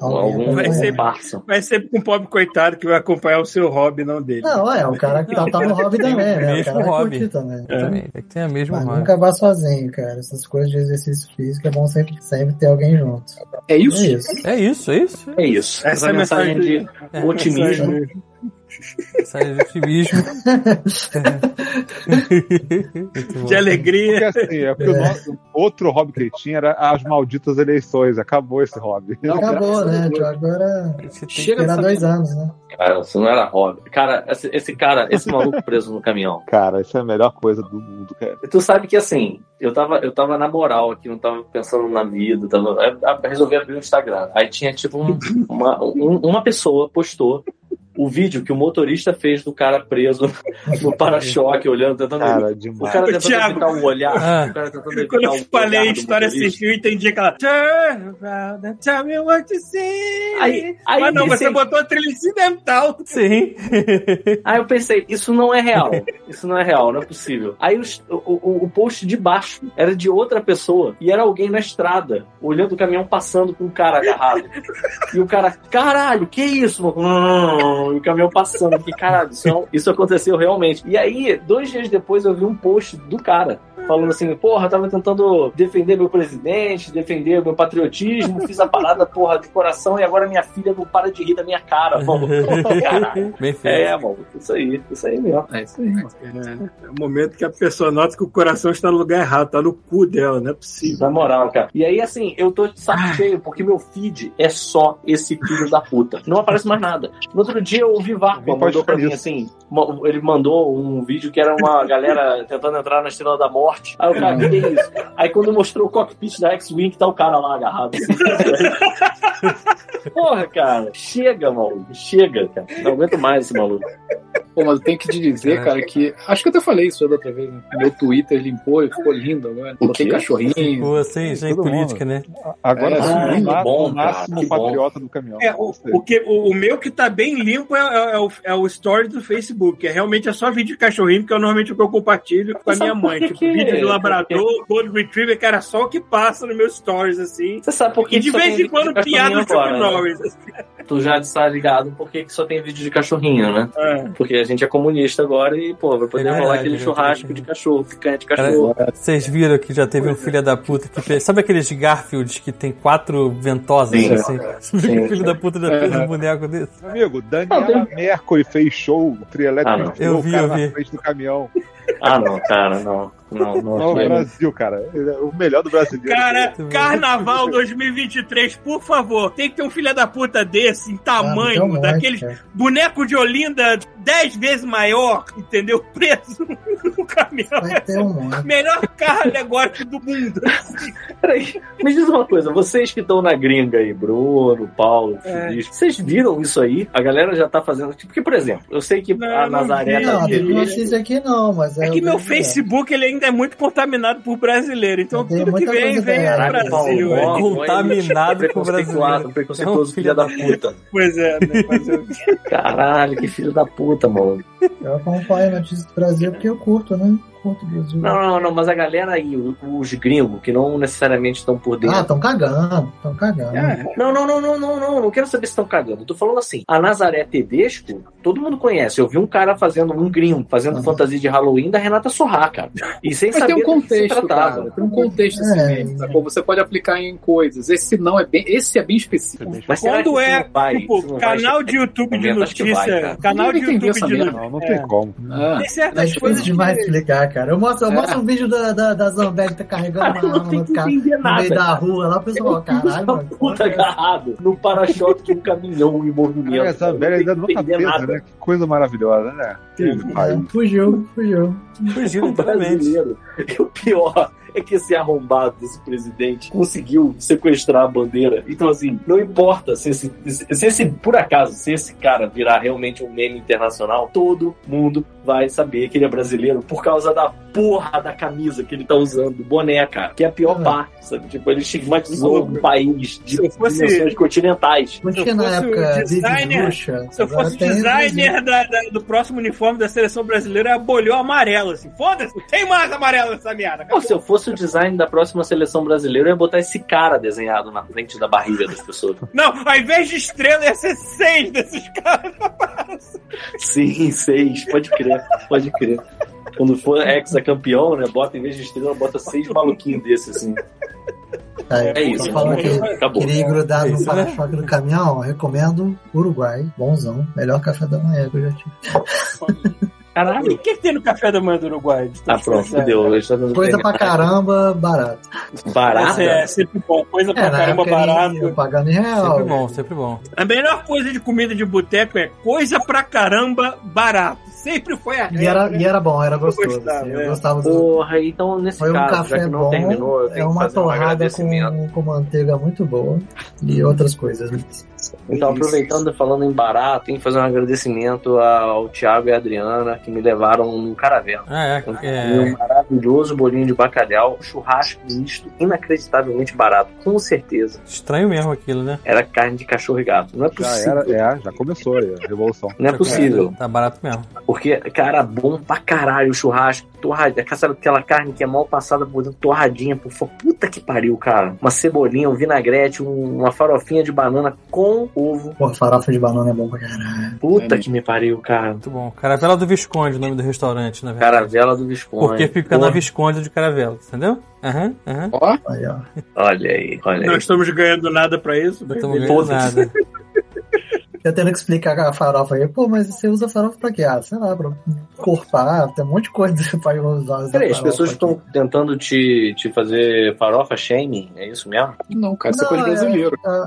alguém.
Algum
vai
acompanhando.
ser-
parça.
Vai sempre com um pobre coitado que vai acompanhar o seu hobby, não dele.
Não, é, o cara que tá, tá no hobby também, né? O
Mesmo
cara vai
hobby.
curtir também.
Eu também. É que tem a mesma
Mas
marca.
nunca vá sozinho, cara. Essas coisas de exercício físico é bom sempre, sempre ter alguém junto.
É
É
isso?
isso.
É isso, é isso.
É isso.
Essa é a mensagem
de
É.
otimismo.
Sai de otimismo. É. Muito bom.
De alegria.
Porque assim, é porque o nosso- outro hobby que ele tinha era as malditas eleições. Acabou esse hobby.
Não,
Acabou,
graças a
né?
Deus.
Tio? Agora
Você tem que-
Chega
terá
dessa
dois anos, né?
Cara, isso não era hobby. Cara, esse, esse cara, esse maluco preso no caminhão.
Cara, isso é a melhor coisa do mundo, cara.
E Tu sabe que assim, eu tava, eu tava na moral aqui, não tava pensando na vida. Tava, é, aí, a- resolvi abrir o Instagram. Aí tinha tipo um- uma, um- uma pessoa postou o vídeo que o motorista fez do cara preso no para-choque, olhando, tentando.
Cara, demais.
O cara
Ô,
tentando
Thiago.
evitar o olhar.
Ah.
O cara tentando evitar
Quando um
o
eu
olhar
falei
do
história assim,
motorista.
civil, eu entendi aquela. Turn around and tell me what you see.
Aí- aí
Mas Ah, não,
me
você
senti-
botou a trilha incidental.
Sim.
Aí eu pensei, isso não é real. Isso não é real, não é possível. Aí os- o, o, o post de baixo era de outra pessoa e era alguém na estrada, olhando o caminhão passando com um cara agarrado. E o cara, caralho, que isso, mano? E o caminhão passando, que caralho, isso, não- isso aconteceu realmente. E aí, dois dias depois, eu vi um post do cara falando assim: porra, eu tava tentando defender meu presidente, defender meu patriotismo, fiz a parada, porra, de coração e agora minha filha não para de rir da minha cara, mano. Caralho.
Bem feito.
É, mano, isso aí, isso aí mesmo.
É isso aí. mano.
É, é o momento que a pessoa nota que o coração está no lugar errado, está no cu dela, não é possível.
Na moral, cara. E aí, assim, eu tô de
Ah.
saco cheio, porque meu feed é só esse filho da puta. Não aparece mais nada. No outro dia, eu ouvi Vácuo,
Ninguém pode
mandou pra
fazer
mim, assim, ma- ele mandou um vídeo que era uma galera tentando entrar na Estrela da Morte. Aí o cara, que que é isso? Aí quando mostrou o cockpit da X-Wing, tá o cara lá agarrado. assim. Porra, cara. Chega, maluco. Chega, cara. Não aguento mais esse maluco.
Pô, mas eu tenho que te dizer, cara, que. Acho que eu até falei isso da outra vez. Né? Meu Twitter limpou e ficou lindo agora. Botei
quê?
cachorrinho.
Pô, assim, gente,
Todo
política, né?
Agora
É,
sim,
ah,
o
que
ma-
bom,
o máximo
cara, que
patriota do caminhão.
É, o, o que, o, o meu que tá bem limpo é, é- é o, é o story do Facebook. É, realmente é só vídeo de cachorrinho, porque é normalmente o que eu compartilho com a
Sabe
minha
por
mãe.
que
Tipo,
que- é?
vídeo de labrador, Gold Retriever, cara, só o que passa nos meus stories, assim.
Você sabe por que
E de
que só
vez
tem
em quando
vídeo de
piada do
cachorrinho
Chuck
agora, né?
Norris. assim.
Tu já está ligado por que que só tem vídeo de cachorrinho, né?
É.
Porque a gente é comunista agora e, pô, vai
É
poder
verdade,
rolar aquele
né?
churrasco de cachorro, picanha de cachorro.
Vocês viram que já teve um filho da puta que fez. Sabe aqueles Garfields que tem quatro ventosas
Sim.
assim? Você viu que o filho da puta já fez um boneco desse?
Meu Amigo, Daniela Mercury fez show,
Ah, não.
trielétrico,
Eu
o
vi,
cara
eu
na
vi.
frente do caminhão.
Ah, não, cara, não. Não,
Não,
não.
é o
não.
Brasil, cara. Ele é O melhor do brasileiro.
É, Cara,
Muito bom.
carnaval 2023, por favor, tem que ter um filho da puta desse,
Ah,
em tamanho,
muito,
daqueles
um cara.
boneco de Olinda dez vezes maior, entendeu? Preso no caminhão.
Vai ter um monte.
Melhor carro alegórico do mundo.
Peraí, me diz uma coisa, vocês que estão na gringa aí, Bruno, Paulo, Feliz, vocês viram isso aí? A galera já tá fazendo. tipo, Porque, por exemplo, eu sei que
Não,
a
eu não
Nazaré
vi,
tá
Não,
aqui,
teve notícia aqui não, mas...
É
eu
que meu
vejo, cara.
Facebook ele ainda é muito contaminado por brasileiro, então
Tem
tudo que
muita
vem,
coisa
vem é
errada.
Caraca, Paulo,
Brasil.
Tá ó,
é.
Contaminado com o
preconceituado,
brasileiro.
um preconceituoso,
É um
filho da puta.
Pois é, né? Mas eu-
Caralho, que filho da puta, mano.
Eu acompanho a notícia do Brasil porque eu curto, né? Curto o Brasil.
Não, não, não, mas a galera aí, o- os gringos, que não necessariamente estão por dentro.
ah, estão cagando, estão cagando.
É,
Não, não, não, não, não, não. Não quero saber se estão cagando. Eu Tô falando assim, a Nazaré Tedesco, todo mundo conhece. Eu vi um cara fazendo, um gringo, fazendo
Uhum.
fantasia de Halloween da Renata Sorrá, cara. E sem
Mas tem
saber
um
do que se
contexto,
tratava.
cara. Tem um contexto esse
É.
meme, sacou? Você pode aplicar em coisas. Esse não é bem. Esse é bem específico.
Mas será
Quando
que isso
é,
não vai, isso
Tipo,
não
canal
vai-
de YouTube de
Comenta, acho que
notícia.
vai, cara.
canal de
Ninguém entendeu
YouTube
essa
de
merda.
notícia.
Não, não tem como.
Ah,
Tem
É
certas
difícil
coisas
demais
que...
explicar, cara. Eu mostro, eu
É.
mostro um vídeo da, da, da Zambelli tá carregando
Cara,
uma
não
arma
tem
no,
que
cara,
entender
no meio
nada.
da rua. Lá o pessoal, caralho,
Filho
mano.
da puta agarrado no para-choque de um caminhão em movimento.
Caraca, essa velha ainda não tá
entender
presa, né? Que coisa maravilhosa, né? Que
É,
país.
fugiu, fugiu.
Fugiu
O
literalmente.
Um brasileiro. E o pior é que esse arrombado desse presidente conseguiu sequestrar a bandeira. Então, assim, não importa se esse, se esse por acaso, se esse cara virar realmente um meme internacional, todo mundo vai saber que ele é brasileiro por causa da porra da camisa que ele tá usando, do boné, cara. Que é a pior
Uhum.
parte, sabe? Tipo, ele estigmatizou um país de
Uhum. Se eu fosse-
dimensões continentais.
Não
Se eu
tinha na
fosse
época
o
de
designer-
bruxa.
Se eu
agora
fosse
tem no Brasil.
designer da- da- do próximo uniforme da seleção brasileira, eu bolhou amarelo, assim. Foda-se, não tem mais amarelo nessa merda.
Pô, se eu fosse o design da próxima seleção brasileira, eu ia botar esse cara desenhado na frente da barriga das pessoas.
Não, ao invés de estrela, ia ser seis desses caras.
Sim, seis. Pode crer, pode crer. Quando for ex-campeão, né? Bota em vez de estrela, bota seis maluquinhos desses, assim.
Tá,
É isso.
eu falo que
Acabou.
queria grudar
É
no
isso, né?
para-choque do caminhão. Recomendo Uruguai, bonzão. Melhor café da manhã que eu já tive.
O
Caralho.
que, que tem no café da manhã do Uruguai?
Ah, pronto, fudeu. Eles estão dando
Coisa pra caramba, barato.
Essa
Barata?
é sempre bom, coisa pra
na
caramba
época,
barata.
eu pagando em real.
Sempre bom, sempre bom.
A melhor coisa de comida de boteco é coisa pra caramba barato. Sempre foi a
E era,
regra.
e era bom, era gostoso.
gostava,
assim,
é.
eu gostava do.
Porra, então nesse
Foi um
caso, já
café
que não
bom,
terminou, eu
é
tenho que
uma
fazer um
torrada
agradecimento.
com, com manteiga muito boa e outras coisas.
graça. Então, aproveitando e falando em barato, tem que fazer um agradecimento ao Thiago e à Adriana que me levaram num caravela.
Ah, é,
Um
é.
maravilhoso bolinho de bacalhau, um churrasco misto, inacreditavelmente barato, com certeza.
Estranho mesmo aquilo, né?
Era carne de cachorro e gato. Não é
Já
possível.
era, é, já começou aí, a revolução.
Não é possível.
Tá barato mesmo.
Porque, cara, bom pra caralho o churrasco, torradinha, sabe aquela carne que é mal passada por dentro, torradinha, por favor. Puta que pariu, cara. Uma cebolinha, um vinagrete, um- uma farofinha de banana com ovo.
Pô, farofa de banana é bom pra caralho.
Puta que me pariu, cara.
Muito bom. Caravela do Visconde, o nome do restaurante, na verdade.
Caravela do Visconde.
Porque fica na Visconde de Caravela, entendeu? Aham, aham.
Ó,
Aí, ó.
Olha aí, olha
Não
aí.
estamos ganhando nada pra isso, mas
Estamos ganhando
Todos.
nada.
Eu tendo que explicar a farofa aí. Pô, mas você usa farofa pra quê? Ah, sei lá, pra corpar, tem um monte de coisa que você pode usar. da
Peraí, as
farofa
pessoas
aqui.
estão tentando te, te fazer farofa shaming, é isso mesmo?
não, cara, isso é coisa
Não, é-
brasileira.
A,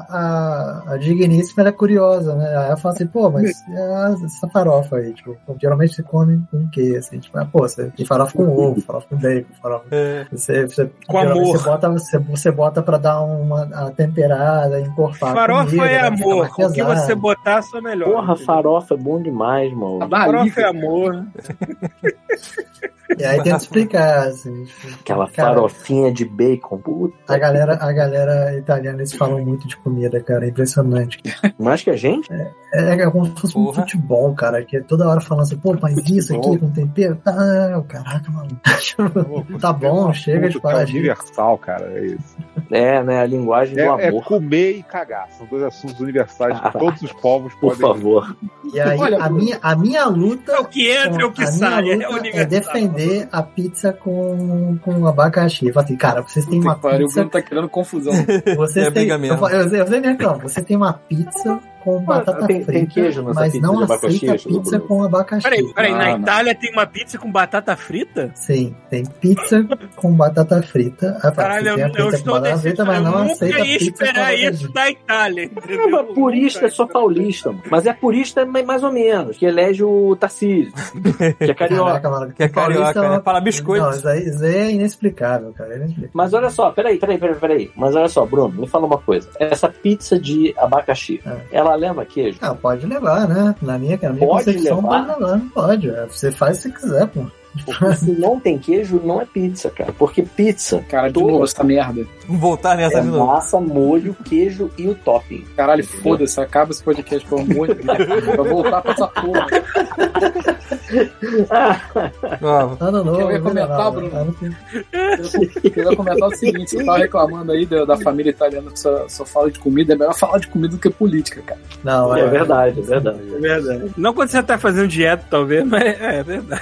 a, a digníssima era curiosa, né? Aí ela fala assim, pô, mas é essa farofa aí, tipo, geralmente você come com o quê? Assim, tipo, ah, pô, você tem farofa com ovo, farofa com bacon, farofa
É,
Você, você,
Com
geralmente
amor.
Você bota, você, você bota pra dar uma a temperada, encorpar. a
Farofa
comida,
é
né? Fica
amor.
mais
O que
pesado.
você botar, só melhor.
Porra, farofa é bom demais, mano.
A Bahia,
Farofa é amor.
E aí tenta explicar, assim. tipo,
Aquela
cara,
farofinha de bacon, puta.
A galera, a galera italiana, eles falam muito de comida, cara. É impressionante.
Mais que a gente?
É, é como se fosse um
Porra.
futebol, cara. Que é toda hora falando assim, pô, mas isso aqui com tempero? Tá, eu, caraca, mano. Tá bom, chega de
É
parar de...
universal, cara. É, isso.
É, né? A linguagem do
é, é
amor.
comer e cagar. São dois assuntos universais
Ah,
que todos os povos
Por
podem.
favor.
E aí,
Olha,
a minha, a minha luta...
É o que entra e o
a
que
minha
sai.
luta
É
é
universal.
defender a pizza com, com abacaxi. Eu falo assim, cara, vocês têm uma
Puta que pariu, o
pizza
Bruno tá criando confusão.
Vocês
É
têm,
briga
eu,
mesmo.
falo- eu, eu sei mesmo, não. Você tem uma pizza com batata
tem-
frita,
tem queijo nessa
mas
pizza
não
de abacaxi,
aceita
acho,
pizza
Bruno?
com abacaxi.
Peraí, peraí, na
Ah, não.
Itália tem uma pizza com batata frita?
Sim, tem pizza com batata frita. Ah, tá,
Caralho,
você tem a
eu,
pizza
eu
com
estou
batata frita, mas
decepcionado.
não
Eu
aceita
nunca ia
pizza com
esperar isso
abacaxi.
da Itália. entendeu?
Caramba, purista é só paulista, mano. mas é purista ma- mais ou menos, que elege o Tarcísio, que é carioca.
Caraca, mano,
que é carioca,
paulista-
né? Para biscoito.
Não, isso aí, isso aí é inexplicável, cara. É inexplicável.
Mas olha só, peraí, peraí, peraí, peraí. Mas olha só, Bruno, me fala uma coisa. Essa pizza de abacaxi,
É.
ela leva queijo?
Ah, pode levar, né? Na minha, na minha
Pode
concepção,
levar?
pode levar. Não pode. é, Você faz se quiser, pô.
Porque se não tem queijo, não é pizza, cara. Porque pizza
Cara, de
Tô.
novo essa merda.
Vamos voltar nessa
é
de novo.
massa, molho, queijo e o topping.
Caralho, foda-se, acaba esse podcast, pelo amor de Deus. Vai voltar pra essa porra.
Ó,
Ano novo.
ia comentar,
vida nova.
Bruno?
Ano que-
Eu queria comentar o seguinte: você tava reclamando aí da, da família italiana que só, só fala de comida. É melhor falar de comida do que política, cara.
Não,
É verdade, é verdade.
É verdade. Não quando você tá fazendo dieta, talvez, mas é, é verdade.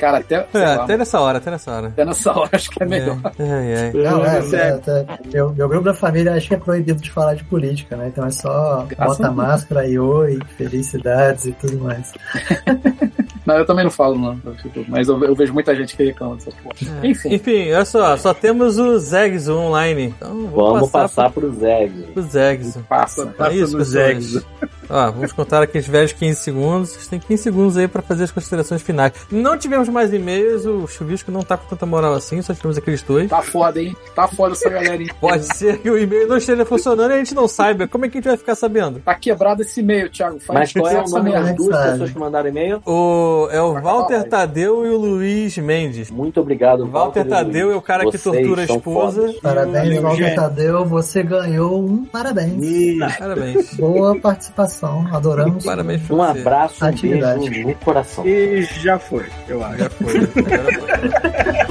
Cara, até, sei
é,
lá,
até nessa hora, até nessa hora.
até nessa hora acho que é melhor.
É, é, é.
Não, é,
Você-
é, tá. meu, meu grupo da família acho que é proibido de falar de política, né? Então é só
Graças a
bota
Deus.
máscara e oi, felicidades e tudo mais. É.
Não, eu também não falo, não. Eu fico- Mas eu, eu vejo muita gente que reclama dessa porra. Enfim,
É. Enfim, olha só, só temos o Zegs online. Então vou
Vamos
passar,
passar pro Zeg.
pro Zegs.
passa.
É isso,
no
pessoas. Ó, vamos contar aqueles velhos 15 segundos. Vocês têm 15 segundos aí pra fazer as considerações finais. Não tivemos mais e-mails, o Chuvisco não tá com tanta moral assim, só tivemos aqueles dois.
Tá foda, hein? Tá foda essa galera, hein?
Pode ser que o e-mail não esteja funcionando e a gente não saiba. Como é que a gente vai ficar sabendo?
Tá quebrado esse e-mail, Thiago. Faz
Mas qual é o
essa
nome
merda.
das duas
sabe.
pessoas que mandaram e-mail?
O, é o Walter
Vai.
Tadeu e o Luiz Mendes.
Muito obrigado,
O Walter
Walter.
Tadeu é o cara que
Vocês
tortura a
são
esposa.
fodas.
e o-
Parabéns, Walter
gênio.
Tadeu. Você ganhou um parabéns.
Parabéns.
Boa participação, adoramos.
Parabéns pra
Um
você.
abraço, um
Atividade.
beijo no coração.
E já foi, eu acho.
Já foi. Agora foi.